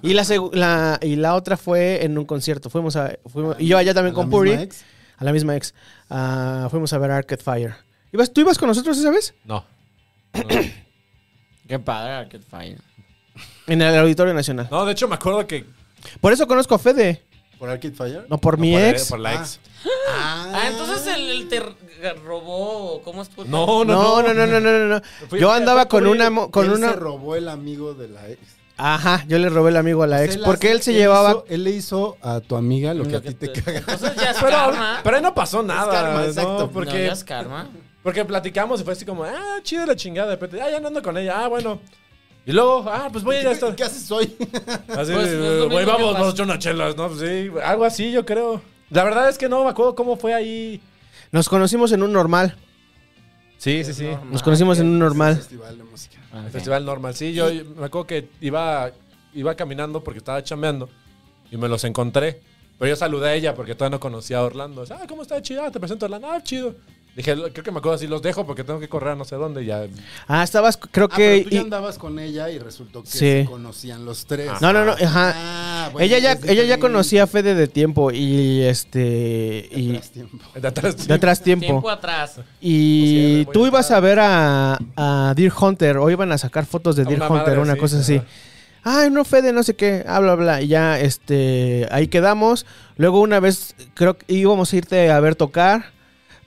Y la, segu- la- y la otra fue en un concierto. Fuimos a. fuimos- y yo allá también Ah, ¿A con la Puri. misma ex? A la misma ex. Ah, fuimos a ver Arcade Fire. ¿Ibas, ¿Tú ibas con nosotros esa vez? No. Qué padre, Arcade Fire. En el Auditorio Nacional. No, de hecho me acuerdo que... Por eso conozco a Fede. ¿Por Arcade Fire? No por no, mi por la- ex. Por la ex. Ah, entonces el, el te r- robó. ¿Cómo es tu No, No, no, no. no, no, no, no, no. Fui- Yo fui- andaba fue con Puri- una mo- con él una se robó el amigo de la ex. Ajá, yo le robé el amigo a la ex Él porque hace- él se llevaba hizo- él le hizo a tu amiga lo que a ti te caga. Entonces ya es Pero, karma. pero ahí no pasó nada. karma, ¿no? exacto. porque... porque, ya es karma. porque platicamos y fue así como, ah, chida la chingada. De repente, ah, ya no ando con ella. Ah, bueno. Y luego, ah, pues voy a ir a esto. ¿Qué haces hoy? Así, Pues, pues, lo mismo güey, que vamos, pasó. vamos a echar unas chelas, ¿no? Pues sí, algo así, yo creo. La verdad es que no me acuerdo cómo fue ahí. Nos conocimos en un normal. Sí, sí, sí. Nos conocimos en un normal. Festival de música. Ah, El Festival normal. Sí, yo me acuerdo que iba, iba caminando porque estaba chambeando y me los encontré. Pero yo saludé a ella porque todavía no conocía a Orlando. Ah, ¿cómo está? Chido. Ah, te presento a Orlando. Ah, chido. Dije, lo- creo que me acuerdo así, los dejo porque tengo que correr a no sé dónde. y Ya. Ah, estabas, creo Ah, pero que. tú ya y- andabas con ella y resultó que Sí. se conocían los tres. no, no, no, ajá. Ah, bueno, ella ya, es ella ya diferente. conocía a Fede de tiempo y este. Atrás Y tiempo. De atrás. de atrás Tiempo tiempo. atrás. Y Sí, voy tú a ibas a ver a, a Deer Hunter o iban a sacar fotos de A Deer una Hunter, madre, una sí, cosa así. ajá. Ay, no, Fede, no sé qué, ah, bla, bla. Y ya, este, ahí quedamos. Luego una vez, creo que íbamos a irte a ver tocar,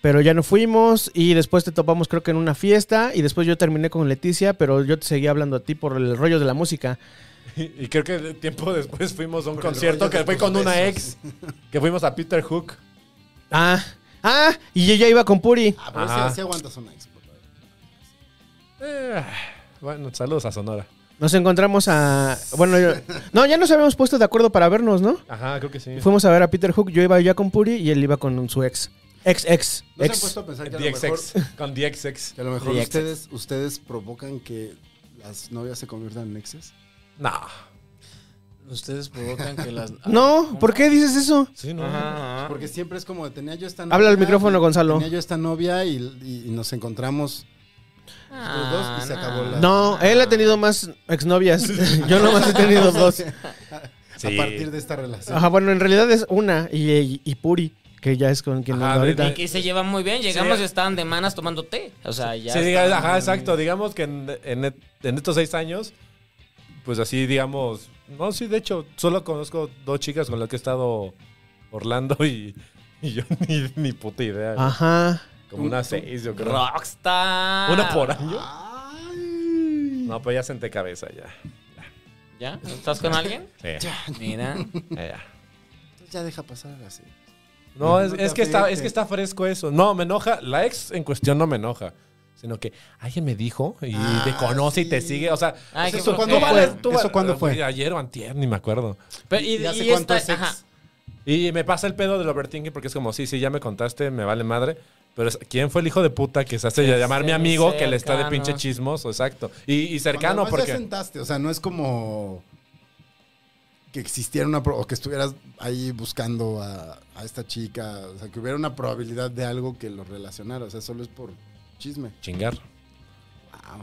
pero ya no fuimos. Y después te topamos, creo que en una fiesta. Y después yo terminé con Leticia, pero yo te seguía hablando a ti por el rollo de la música. Y, y creo que de- tiempo después fuimos a un Por el concierto rollo que de fue tus con una ex. besos. Que fuimos a Peter Hook. Ah, ah, y ella iba con Puri. Ah, pero Ajá. sí, sí aguantas una ex. por favor. Eh, bueno, saludos a Sonora. Nos encontramos a. Bueno, yo- no, ya nos habíamos puesto de acuerdo para vernos, ¿no? Ajá, creo que sí. Fuimos a ver a Peter Hook, yo iba ya con Puri y él iba con su ex. Ex, ex, ¿No se han ex. puesto a pensar que a lo mejor, DXX. Con DXX. que a lo mejor DXX. ustedes, ustedes provocan que las novias se conviertan en exes? No. Ustedes provocan que las. No, ¿por qué dices eso? Sí, no. Ajá, ajá. Porque siempre es como, tenía yo esta novia. Ah. Habla al micrófono, y- Gonzalo. Tenía yo esta novia y, y- y nos encontramos. Ah, dos y se no. acabó la- No, él ha tenido más exnovias. Yo nomás he tenido dos. Sí. A partir de esta relación. Ajá, bueno, en realidad es una y, y- y Puri, que ya es con quien Ajá, ando ahorita. Y que se llevan muy bien. Llegamos Sí. y estaban de manas tomando té. O sea, ya. sí, diga- estaban- ajá, exacto. Digamos que en, en- en estos seis años, pues así, digamos. No, sí, de hecho, solo conozco dos chicas con las que he estado Orlando y, y yo ni, ni puta idea. Ah. güey. Ajá. Como unas seis, yo creo. Rockstar. Una por año. Ay. No, pues ya senté cabeza ya. ¿Ya? ¿Estás con alguien? Sí. Mira. Eh, ya. Entonces ya deja pasar así. No, es, No te es que está, afecte. es que está fresco eso. No, me enoja. La ex en cuestión no me enoja. Sino que alguien me dijo y Ah, te conoce y te sí. sigue. O sea, Ay, pues qué eso, feo. ¿cuándo ¿Eso vales? fue? Tú ¿Eso val- cuándo fue? güey, Ayer o antier, ni me acuerdo. Pero, y, ya sé y cuánto esta- es ex. ajá. Y me pasa el pedo del overthinking porque es como, sí, sí, ya me contaste, me vale madre. Pero es- ¿quién fue el hijo de puta que se hace Que llamar se- mi amigo que le está de cercano. pinche chismoso? Exacto. Y, y Cuando cercano además porque... ya sentaste, o sea, no es como que existiera una pro- o que estuvieras ahí buscando a, a esta chica, o sea, que hubiera una probabilidad de algo que lo relacionara, o sea, solo es por chisme. Chingar. Wow,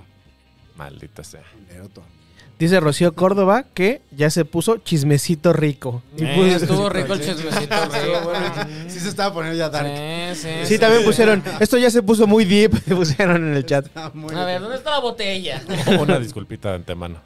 Maldita sea. culero tú. Dice Rocío Córdoba que ya se puso chismecito rico. pues, Y Eh, puso- estuvo rico el chismecito. Estuvo bueno. Sí se estaba poniendo ya dark. Sí, sí, Sí, sí. también pusieron. Esto ya se puso muy deep, pusieron en el chat. Está muy- A ver, ¿dónde está la botella? Una disculpita de antemano.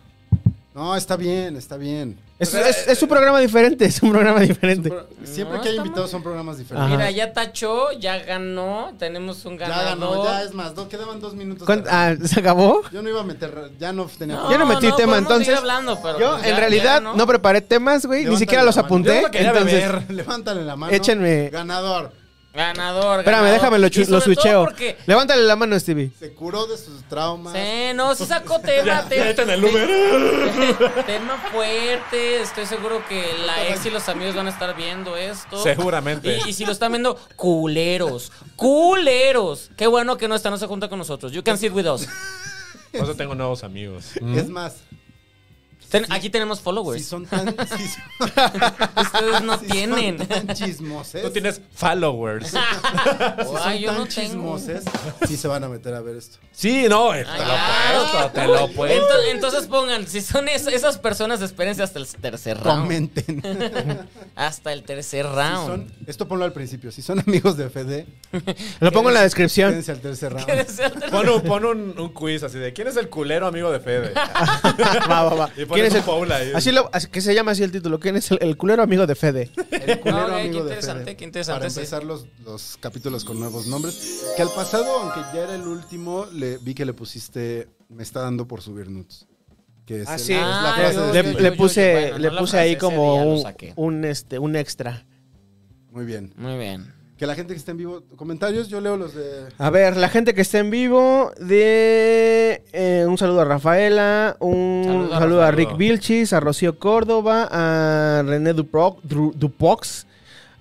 No, está bien, está bien. Es, es- es un programa diferente, es un programa diferente. Pero siempre No, que hay está invitados son programas diferentes. Ajá. Mira, ya tachó, ya ganó, tenemos un Ya ganador. ganó, ya es más, no, quedaban dos minutos. ¿Cuán- ah, ¿Se acabó? Yo no iba a meter, ya no tenía. Yo no metí tema, podemos entonces. seguir hablando, pero Yo, pues en ya- realidad, ya no. preparé temas, güey, ni Levántale siquiera la los mano. apunté. Yo lo quería entonces, beber. Levántale la mano. Échenme. Ganador. Ganador, espérame, ganador. déjame lo, Y chu- sobre lo todo switcheo. porque- Levántale la mano, Stevie. Se curó de sus traumas. Sí, no, sí sacó tema. te- ahorita en el Uber. tema fuerte. Estoy seguro que la ex y los amigos van a estar viendo esto. Seguramente. Y, y si lo están viendo, culeros. Culeros. Qué bueno que no está, no se junta con nosotros. You can sit with us. Por eso tengo nuevos amigos. Mm. Es más, Ten- aquí tenemos si followers. son tan, si son- pues. Ustedes no si son tienen. tan chismoses, Tú tienes followers. Ay, si son yo tan no tengo. chismoses, sí se van a meter a ver esto. Sí, no, eh, te Ay, lo claro. puesto, te lo Ento- puesto. Entonces, pongan, si son es- esas personas, espérense hasta el tercer round. Comenten. Hasta el tercer Si round. son- esto ponlo al principio. Si son amigos de Fede, eh, Lo pongo en la descripción. quédense al tercer ¿Qué round. desea el tercer- Pon, un, pon un- un quiz así de ¿Quién es el culero amigo de Fede? va, va, va. Y ¿Quién pones es un el, Paula ahí. así lo, así- que se llama así el título. ¿Quién es el, el culero amigo de Fede? El culero Ah, ok, qué amigo de interesante, Fede. qué interesante, Para sí. empezar los, los capítulos con nuevos nombres. Que al pasado, aunque ya era el último, le vi que le pusiste Me está dando por subir nudes. Que es Ah, el- sí. es Ah, la yo- frase de Le, yo- Fede. le yo- puse, bueno, le no la puse ahí frase, como ese día lo un, saqué. un, este, un extra. Muy bien. Muy bien. Que la gente que está en vivo, comentarios, yo leo los de A ver, la gente que está en vivo, de eh, un saludo a Rafaela, un Saludo a saludo a Rafaela. Rick Vilchis, a Rocío Córdoba, a René Duproc- Dru- Dupox,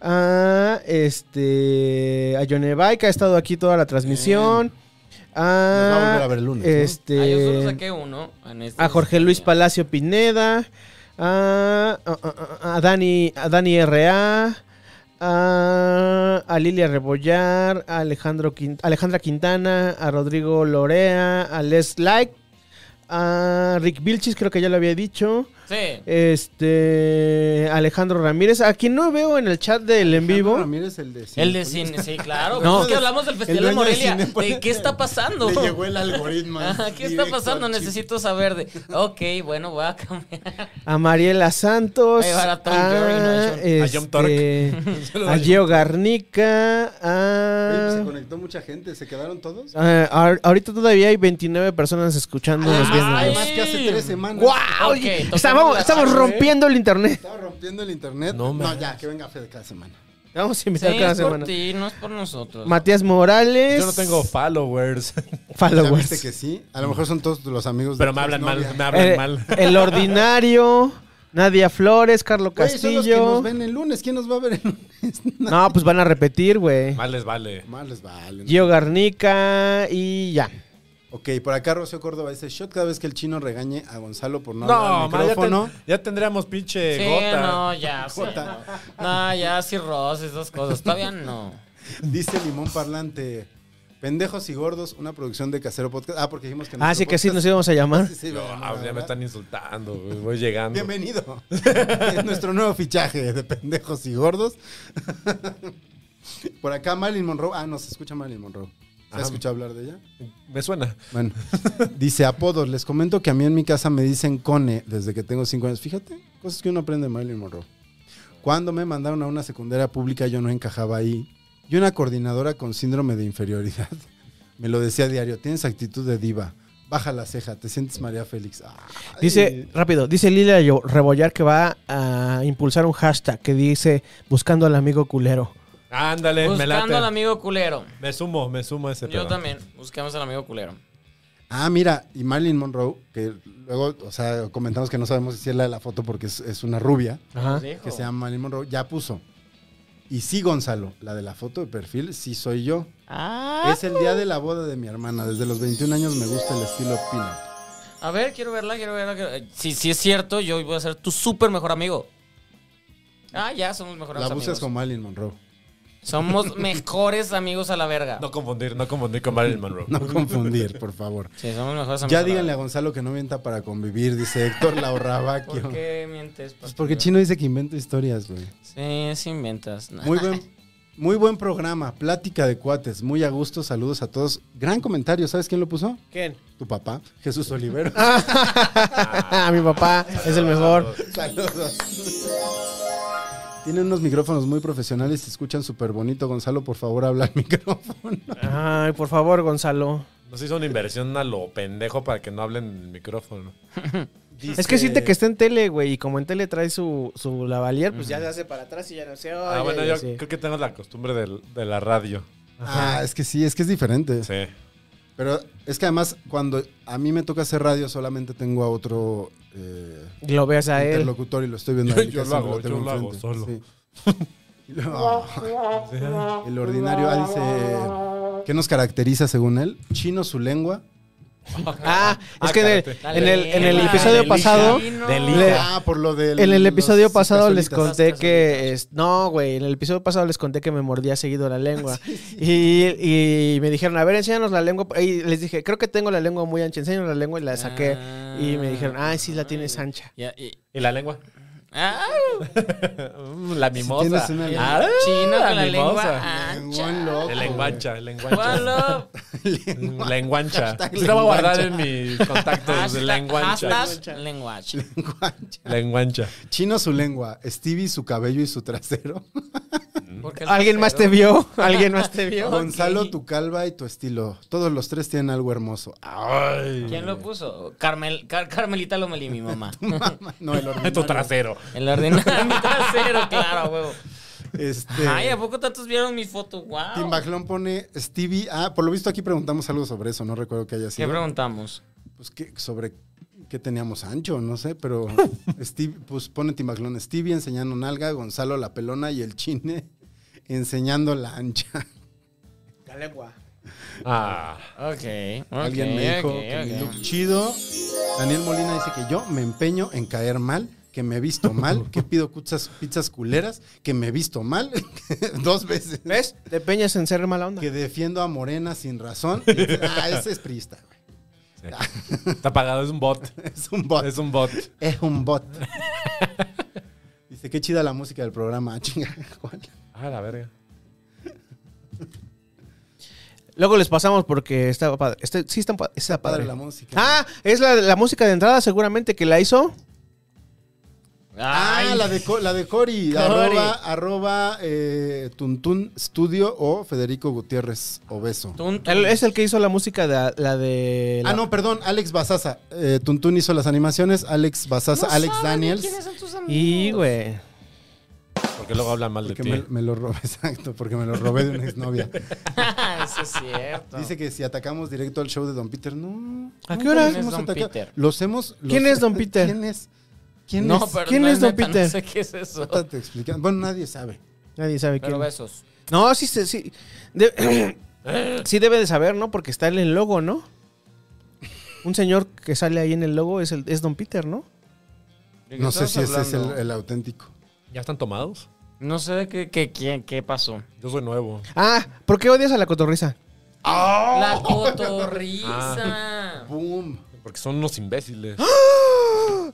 a este a John Evay, que ha estado aquí toda la transmisión, Nos va a a, volver a ver el lunes, ¿no? este, Ah, yo solo saqué uno. en este- a Jorge Luis Palacio Pineda, a, a- a- a Dani, a Dani R.A., a, a Lilia Rebollar, a Alejandro Quin- Alejandra Quintana, a Rodrigo Lorea, a Les Like, a Rick Vilchis, creo que ya lo había dicho, Sí. Eh, este Alejandro Ramírez, a quien no veo en el chat del en Alejandro vivo. Ramírez, el de El de cine, sí, claro. No. No, es que hablamos del Festival de dueño de Morelia. Cinépolis. ¿De qué está pasando? Le llegó el algoritmo. Ajá, ¿Qué está directo pasando? al chip. Necesito saber de. Ok, bueno, voy a cambiar. a Mariela Santos, Ahí va a, la Tom Jerry, ¿no? A John Tork. este, Saludos a a Gio Garnica, Oye, pues, Ah. se a, conectó mucha gente, se quedaron todos. a- a- Eh, ahorita todavía hay 29 personas escuchándonos Ay. viendo. Además Ah, que hace tres semanas ¡Guau! Ok, Ah, tocamos estamos la- estamos Ah, rompiendo el internet. estaba rompiendo el internet. No, No, man. ya, que venga Fede cada semana. Vamos a Sí, invitar cada es por semana. ti, no es por nosotros. Matías Morales. Yo no tengo followers. Pues ¿Ya followers. viste que sí? A lo mejor son todos los amigos de Pero me tu hablan exnovia. mal, me hablan Eh, mal. El Ordinario, Nadia Flores, Carlos Güey, son los que Castillo. nos ven el lunes. ¿Quién nos va a ver el lunes? No, pues van a repetir, güey. Mal les vale. Más les vale. Gio Garnica y ya. Ok, por acá Rocío Córdoba dice, shot cada vez que el chino regañe a Gonzalo por no, No, hablar ma, al ya, micrófono. ten- ya tendríamos pinche Sí, Eh, gota. no, ya. sí, no. no, ya, cirrosis, esas cosas. Todavía no. Dice Limón Parlante, pendejos y gordos, una producción de Casero Podcast. Ah, porque dijimos que... Ah, nuestro sí que sí, nos podcast- íbamos a llamar. Sí, sí, No, bueno, ah, ya me ¿verdad? están insultando. güey, Voy llegando. Bienvenido. es nuestro nuevo fichaje de pendejos y gordos. Por acá Marilyn Monroe. Ah, no, se escucha Marilyn Monroe. ¿Se ha Ah. escuchado hablar de ella? Me suena. Bueno, dice apodos. Les comento que a mí en mi casa me dicen Cone desde que tengo cinco años. Fíjate, cosas que uno aprende de Marilyn Monroe. Cuando me mandaron a una secundaria pública yo no encajaba ahí. Y una coordinadora con síndrome de inferioridad me lo decía a diario, tienes actitud de diva. Baja la ceja, te sientes María Félix. Ay. Dice, rápido, dice Lilia Yo- Rebollar que va a impulsar un hashtag que dice buscando al amigo culero. Eh, Ándale, me late. Buscando al amigo culero. Me sumo, me sumo a ese Yo pedo. también. Buscamos al amigo culero. Ah, mira, y Marilyn Monroe, que luego, o sea, comentamos que no sabemos si es la de la foto porque es, es una rubia, Ajá. Nos dijo. que se llama Marilyn Monroe, ya puso. Y sí, Gonzalo, la de la foto de perfil, sí soy yo. Ah, Es el día de la boda de mi hermana. Desde los 21 años me gusta el estilo pin-up. a ver, quiero verla, quiero verla. quiero- eh, Si, si es cierto, yo voy a ser tu súper mejor amigo. Ah, ya, somos mejores La amigos. buscas con Marilyn Monroe. Somos mejores amigos a la verga. No confundir, no confundir con Marilyn Monroe. No confundir, por favor. Sí, somos mejores amigos. Ya a la díganle a verga. Gonzalo que no mienta para convivir, dice Héctor Laurrabacchio. ¿Por qué mientes? Pues Paco? porque Chino dice que inventa historias, güey. Sí, sí inventas. Nah. Muy buen, muy buen programa, plática de cuates, muy a gusto, saludos a todos. Gran comentario, ¿sabes quién lo puso? ¿Quién? Tu papá, Jesús Olivero. Mi papá es el mejor. Saludos. Tienen unos micrófonos muy profesionales, se escuchan súper bonito. Gonzalo, por favor, habla al micrófono. Ay, por favor, Gonzalo. Nos hizo una inversión a lo pendejo para que no hablen en el micrófono. Es que siente que está en tele, güey, y como en tele trae su, su lavalier, pues ya se hace para atrás y ya no se oye. ah, bueno, y yo así. creo que tengo la costumbre del- de, la radio. Ah, es que sí, es que es diferente. Sí. Pero es que además, cuando a mí me toca hacer radio, solamente tengo a otro eh, Lo veas a él. interlocutor y lo estoy viendo. Yo- a él, yo casi lo no hago, tengo yo lo hago enfrente. solo. Sí. Y luego- El ordinario ah, dice, ¿qué nos caracteriza según él? Chino su lengua. Ah, es que en el, Dale, en el- en el dale, episodio dale, pasado, Chino. le- ah, por lo del... en el los episodio pasado les casualitas. conté Las que es- no, güey, en el episodio pasado les conté que me mordía seguido la lengua Y, y me dijeron, a ver, enséñanos la lengua y les dije, creo que tengo la lengua muy ancha, enséñanos la lengua y la saqué y me dijeron, ay, sí la tienes ancha. Ya, y- ¿Y la lengua? Ah, Mm, la mimosa. tienes una Ah, chino con la mimosa. lengua Lenguón ancha. loco, El lenguancha, el lenguancha. Follow. Mm, lenguancha. Hashtag Lo voy a guardar en lenguancha. mis contactos. Hashtag- lenguancha. hashtag lenguaje. Lenguancha. Lenguancha. Chino su lengua, Stevie su cabello y su trasero, ¿Por qué el ¿Alguien más te tercero? vio? ¿Alguien más te vio? Gonzalo tu calva y tu estilo. Todos los tres tienen algo hermoso. Ah, ¿Quién lo puso? Carmel, Car- Carmelita Lomelí, mi mamá. no, el ordinario. Tu trasero. El ordinario mi trasero, claro, huevo. Este, Ay, ¿a poco tantos vieron mi foto? Wow. Tim Bajlón pone Stevie. Ah, por lo visto aquí preguntamos algo sobre eso, no recuerdo que haya ¿Qué sido. preguntamos? Pues que sobre qué teníamos ancho, no sé, pero Steve, pues pone Timaclón Stevie enseñando nalga, Gonzalo la pelona y el chine enseñando la ancha. La lengua. Ah. Ok. Alguien me dijo que mi look chido. Daniel Molina dice que yo me empeño en caer mal, que me he visto mal, que pido pizzas, pizzas culeras, que me he visto mal dos veces. ¿Ves? Te peñas en ser mala onda. Que defiendo a Morena sin razón. Y dice, ah, ese es priista, güey. Está apagado, es un bot. Es un bot. Es un bot. Es un bot. Dice, qué chida la música del programa. Ah, Chinga, ¿cuál? Ah, la verga. Luego les pasamos porque está padre. Este- sí, está, pa- está Padre, padre. la música. Ah, es la, la música de entrada seguramente que la hizo. Ah, Ay, la de, Co- la de Cori. Arroba, arroba eh, Tuntun Studio o Federico Gutiérrez Obeso. tonto. Él es el que hizo la música de la de... la- Ah, no, perdón, Alex Basaza. Eh, Tuntun hizo las animaciones, Alex Basaza, No Alex saben ni quiénes Daniels. son tus amigos. Y, güey. Porque luego hablan mal de Porque ti. me, me lo robé, exacto, porque me lo robé de una exnovia. Eso es cierto. Dice que si atacamos directo al show de Don Peter, no. ¿A no qué hora? los ¿Quién es hemos Don atacado. Peter? Los hemos. los- ¿Quién es Don Peter? ¿Quién es? ¿Quién no, es? pero quién no, es Don neta, Peter? No sé qué es eso. Ahorita te explican. Bueno, nadie sabe. Nadie sabe Pero quién. besos. No, sí, sí. Sí, de- sí debe de saber, ¿no? Porque está en el logo, ¿no? Un señor que sale ahí en el logo es, el, es Don Peter, ¿no? No sé si ese es el, el auténtico. ¿Ya están tomados? No sé de qué, qué, quién- qué pasó. Yo soy nuevo. Ah, ¿por qué odias a la cotorriza? ¡Oh! La Ah. cotorriza. ¡Boom! Porque son unos imbéciles.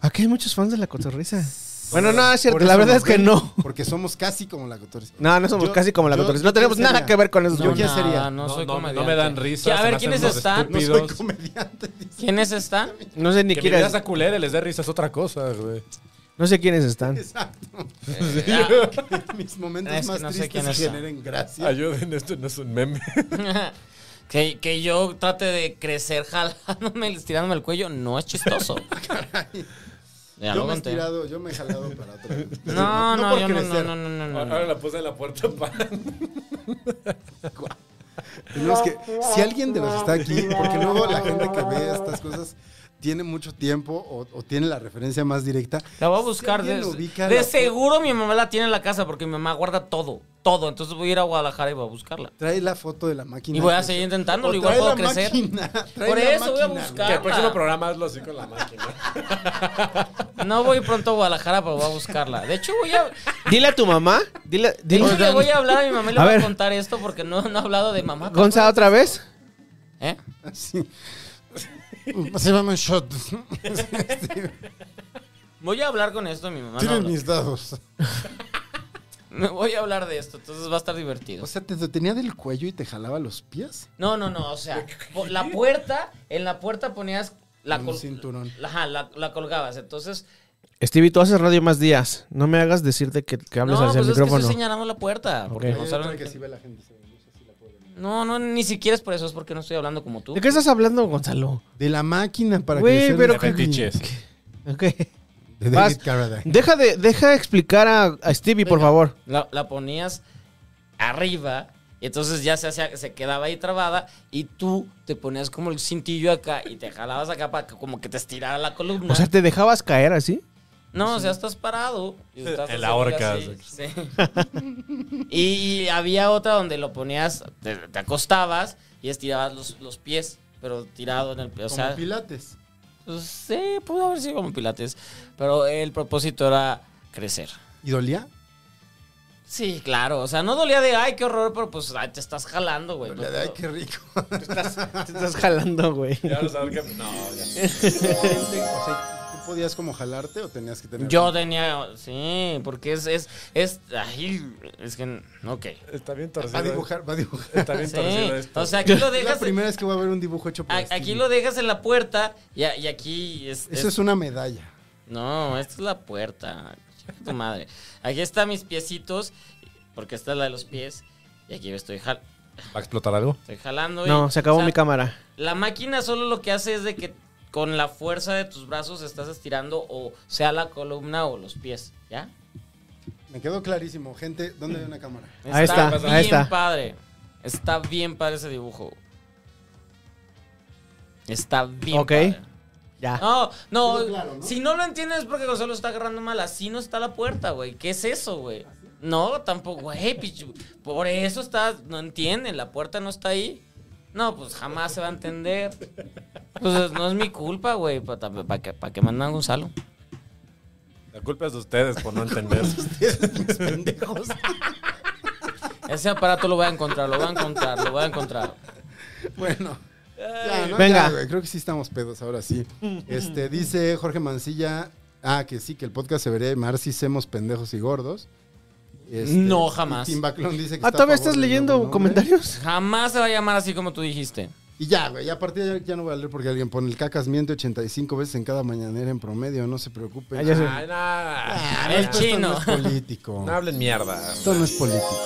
Aquí hay muchos fans de la cotorriza. Bueno, no, es cierto. Por La eso verdad es nos que ven, no. Porque somos casi como la cotorriza. No, no somos Yo- casi como la yo- cotorriza. No tenemos yo nada sería- que ver con esos Pues Yo No, güeyes. quién sería. nada, no, No, soy no, no me comediante. dan risa, Ya, A se ver, me hacen ¿quiénes unos están? No soy Pidos. comediante. dice. ¿Quiénes están? No sé ni Que me quiénes. veas a culera y les dé risa es otra cosa, güey. Eh, No sé quiénes están. Exacto. Ah, Mis momentos Es que más no sé tristes quiénes son. generen gracia. Ayuden, esto no es un meme. Que, que yo trate de crecer jalándome, estirándome el cuello, no es chistoso. Ya yo lo me he conté. estirado, yo me he jalado para atrás. No, no, por yo no, no, crecer. no, no, no, no. Ahora la puse en la puerta para. No, es que si alguien de los está aquí, porque luego la gente que ve estas cosas tiene mucho tiempo o, o tiene la referencia más directa. La voy a Si buscar. alguien De, ubica de la- seguro mi mamá la tiene en la casa porque mi mamá guarda todo, todo. Entonces voy a ir a Guadalajara y voy a buscarla. Trae la foto de la máquina. Y voy a que- seguir intentándolo, o igual trae puedo la crecer. máquina, trae Por la eso voy a máquina, buscar. Que el próximo programa hazlo así con la máquina. No voy pronto a Guadalajara, pero voy a buscarla. De hecho, voy a, Dile a tu mamá. Dile, de dile- hecho, le voy a hablar a mi mamá y le A voy a ver. contar esto porque no, no he hablado de mamá. Gonza, ¿otra vez? ¿Eh? güey. Sí. Pues, Se llama shot. Voy a hablar con esto, mi mamá. no Tienen habla. mis dados. Me voy a hablar de esto, entonces va a estar divertido. O sea, te detenía del cuello y te jalaba los pies. No, no, no, o sea, po- la puerta, en la puerta ponías la Un col- cinturón. la- Ajá, la, la colgabas, entonces... Stevie, tú haces radio más días. No me hagas decirte que, que hables No, hacia pues el es que micrófono. estoy señalando la puerta. porque Ok. no, Hay saben- otra que sí ve la gente. no, no, ni siquiera es por eso, es porque no estoy hablando como tú. ¿De qué estás hablando, Gonzalo? De la máquina para Güey, crecer. pero De fetiches. Ok. De David Vas. Carradine. Deja de, deja de explicar a, a Stevie, por Venga. favor. La, la ponías arriba, y entonces ya se, hacía- se quedaba ahí trabada, y tú te ponías como el cintillo acá y te jalabas acá para que como que te estirara la columna. O sea, ¿te dejabas caer así? No, o sea, estás parado. y estás En la así, horca, así, sí. y había otra donde lo ponías, te, te acostabas y estirabas los, los pies, pero tirado en el pie. O sea, Como pilates. pues, sí, pudo haber sido como pilates, pero el propósito era crecer. ¿Y dolía? Sí, claro. O sea, no dolía de, ay, qué horror, pero pues ay, te estás jalando, güey. Dolía de, ay, qué rico. Te estás jalando, güey. Ya lo sabes que. No, ya. o sea, ¿tú podías como jalarte o tenías que tener? Yo tenía, sí, porque es, es, es, ay, es que, ok. Está bien Va a torcido. dibujar, va a dibujar. Está bien Sí, torcido esto. o sea, aquí lo Es la dejas, primera vez que voy a ver un dibujo hecho por Este, a- Stevie. aquí lo dejas en la puerta y, a- y aquí es, Eso es una medalla. No, esta es la puerta. Chica tu madre. Aquí están mis piecitos, porque esta es la de los pies. Y aquí estoy, jal- ¿Va a explotar algo? estoy jalando. y- No, se acabó o sea, mi cámara. La máquina solo lo que hace es de que con la fuerza de tus brazos estás estirando o sea la columna o los pies. ¿Ya? Me quedó clarísimo. Gente, ¿dónde hay una cámara? Ahí está, bien ahí está. padre. Está bien padre ese dibujo. Está bien Ok. padre. Ya. No, no, Quedó claro, ¿no? si no lo entiendes es porque Gonzalo está agarrando mal. Así no está la puerta, güey. ¿Qué es eso, güey? No, tampoco, güey, pichu. Por eso está, no entienden, la puerta no está ahí. No, pues jamás se va a entender. Pues no es mi culpa, güey, para que, pa que mandan a Gonzalo. La culpa es de ustedes por no entender. pendejos. Ese aparato lo voy a encontrar, lo voy a encontrar, lo voy a encontrar. Bueno. Ya, ¿no? Venga. Ya, güey, creo que sí estamos pedos ahora sí. Este, dice Jorge Mancilla. Ah, que sí, que el podcast se debería llamar Si Semos Pendejos y Gordos. Este, No, jamás. y Tim Baclón dice que Ah, está a ¿todavía favor estás del nuevo leyendo nombre. comentarios? Jamás se va a llamar así como tú dijiste. Y ya, güey, ya a partir de ahí ya no voy a leer porque alguien pone el cacas miente 85 veces en cada mañanera en promedio, no se preocupen. Ah, Ah, ya sé. Ay, nada. El chino. Esto no es político. No hablen mierda. Esto no es político.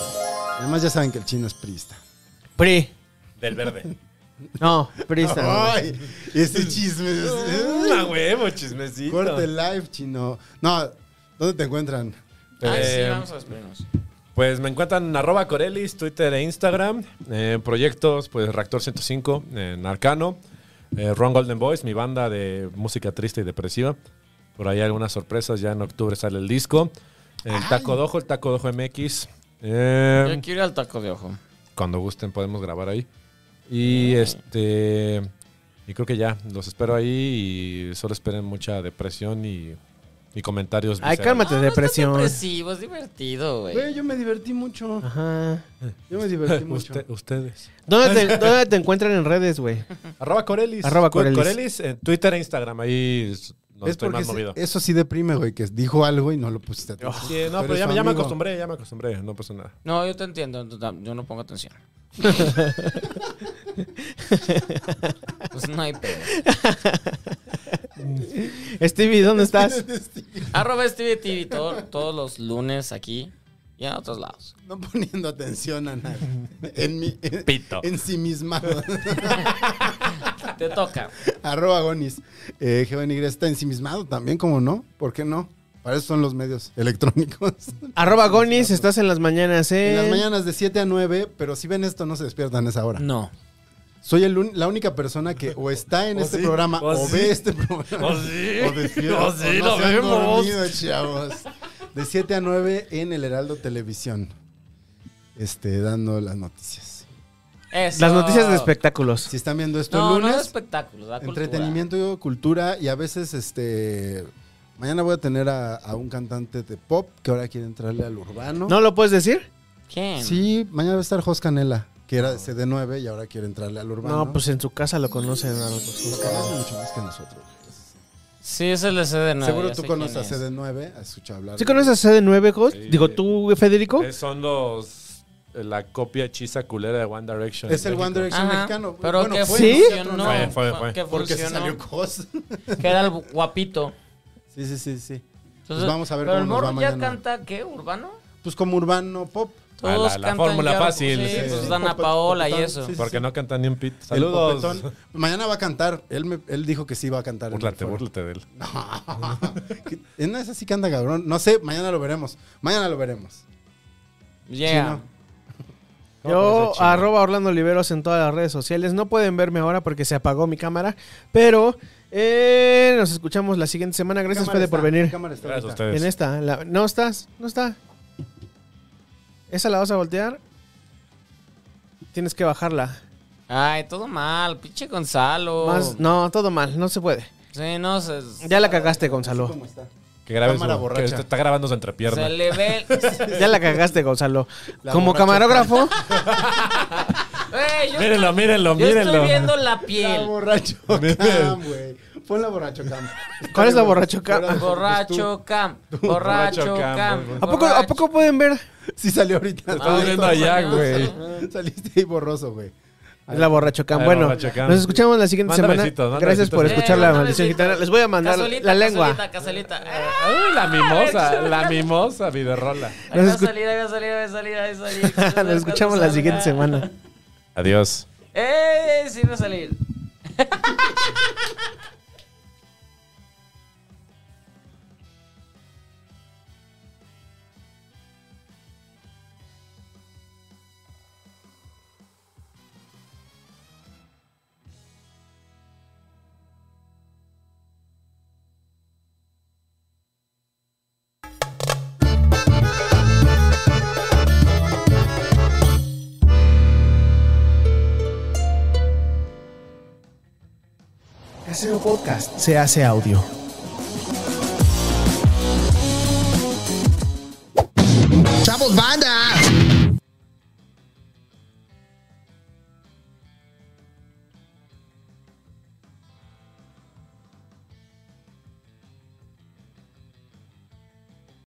Además ya saben que el chino es prista. Pri. Del verde. No, prista. güey. Ay, este chisme. es- Una Ah, huevo, chismecito. Corte live, chino. No, ¿dónde te encuentran? Ay, sí, Eh, vamos a despedirnos. Pues me encuentran en arroba Corelis, Twitter e Instagram. Eh, proyectos, pues Reactor 105 en Arcano. Eh, Ron Golden Boys, mi banda de música triste y depresiva. Por ahí algunas sorpresas. Ya en octubre sale el disco. El Taco de Ojo, el Taco de Ojo MX. Eh, Yo quiero ir al taco de ojo. cuando gusten podemos grabar ahí. Y este y creo que ya, los espero ahí y solo esperen mucha depresión y, y comentarios. Ay, viscerales. cálmate, No, no estás depresión. depresivo, es divertido, güey. Güey, yo me divertí mucho. Ajá. Yo me divertí mucho. Usted- ustedes. ¿Dónde te, dónde te encuentran en redes, güey? Arroba Corelis. Arroba Cu- Corelis. en Twitter e Instagram. Ahí es donde ¿Ves estoy por más qué movido. se- eso sí deprime, güey, que dijo algo y no lo pusiste. Sí, no, pero ya, me- ya me acostumbré, ya me acostumbré. No pasa nada. No, yo te entiendo, tú tam- yo no pongo atención. pues no hay pedo. Stevie, ¿dónde estás? Arroba Stevie TV todo- todos los lunes aquí. y en otros lados. No poniendo atención a nada. En mi. En, Pito. En sí misma. Te toca. Arroba Gonis. Eh, Giovanni Grey está ensimismado también, ¿cómo no? ¿Por qué no? Para eso son los medios electrónicos. Arroba Gonis, estás en las mañanas, ¿eh? En las mañanas de 7 a 9, pero si ven esto no se despiertan a esa hora. No. Soy el un- la única persona que o está en O este sí, programa o o sí, ve este programa. o sí, o despierta, o sí, no lo se han vemos. dormido, chavos. De 7 a 9 en el Heraldo Televisión. Este, dando las noticias. Eso. Las noticias de espectáculos. Si están viendo esto No, el no de lunes, espectáculos. da cultura. entretenimiento, cultura y a veces este. Mañana voy a tener a, a un cantante de pop que ahora quiere entrarle al urbano. ¿No lo puedes decir? ¿Quién? Sí, mañana va a estar Jos Canela, que era de CD9 y ahora quiere entrarle al urbano. No, pues en su casa lo conocen. a los- Los conoce mucho más que nosotros. Sí, es el de CD9. Seguro ya tú sé conoces a quién es. CD9, has escuchado hablar. ¿Sí conoces a CD9, Jos? Sí. Digo, ¿tú, Federico? Eh, son los. eh, La copia hechiza culera de One Direction. Es en el One México. Direction Ajá, mexicano. Pero Bueno, que fue, ¿Sí? funcionó. Fue, fue, fue. Que Porque se funcionó, salió Jos. Que era el guapito. Sí, sí, sí, sí. Entonces, Pues vamos a ver pero cómo el nos va morro ya mañana. canta, ¿qué? ¿Urbano? Pues como urbano pop. Ah, la- Todos la cantan fórmula ya, fácil, Sí, sí, pues sí. dan a Paola y Popetón, eso. sí, sí, Porque sí. no cantan ni un pit. El Saludos. popetón. Mañana va a cantar. Él, me- él dijo que sí iba a cantar. en el Búrlate, foro. búrlate de él. No. En esa sí que anda cabrón. No sé, mañana lo veremos. Mañana lo veremos. Yeah. Chino. Yo, Parece chino. arroba Orlando Oliveros en todas las redes sociales. No pueden verme ahora porque se apagó mi cámara. Pero eh, nos escuchamos la siguiente semana. Gracias, Cámara Fede, está, por venir. cámara está Gracias a ahorita. En ustedes. esta. la- no estás, no está. Esa la vas a voltear. Tienes que bajarla. Ay, todo mal. Pinche Oh. Gonzalo. Más, no, todo mal, no se puede. Sí, no, se, Ya la cagaste, Gonzalo. ¿Cómo está? Que grabe Cámara su- que borracha. está- está grabando su entrepierna. se le ve... Ya la cagaste, Gonzalo. La Como borracha. camarógrafo, Ey, yo, Mírenlo, mírenlo, yo estoy mírenlo. viendo la La piel. borracho cam, güey. Pon la borracho cam. ¿Cuál es la borracho cam? Fuera de- Borracho Cam. Borracho Borracho Cam, Cam. ¿a poco, ¿a poco pueden ver Sí salió ahorita. Estamos viendo allá, güey. Saliste ahí borroso, güey. la borrachocam? La Bueno, borrachocam. nos escuchamos la siguiente Manda semana. besitos, manda Gracias por besitos. escuchar Eh, la no maldición necesito. gitana. Les voy a mandar Casolita, la lengua. Casolita, casolita. Eh, Ay, la mimosa, la mimosa, viderola. Ahí va a escu- salir, ahí va a salir, ahí va a salir, ahí va a salir. Nos escuchamos la siguiente semana. Adiós. ¡Eh! Sí va a salir. Casero Podcast se hace audio.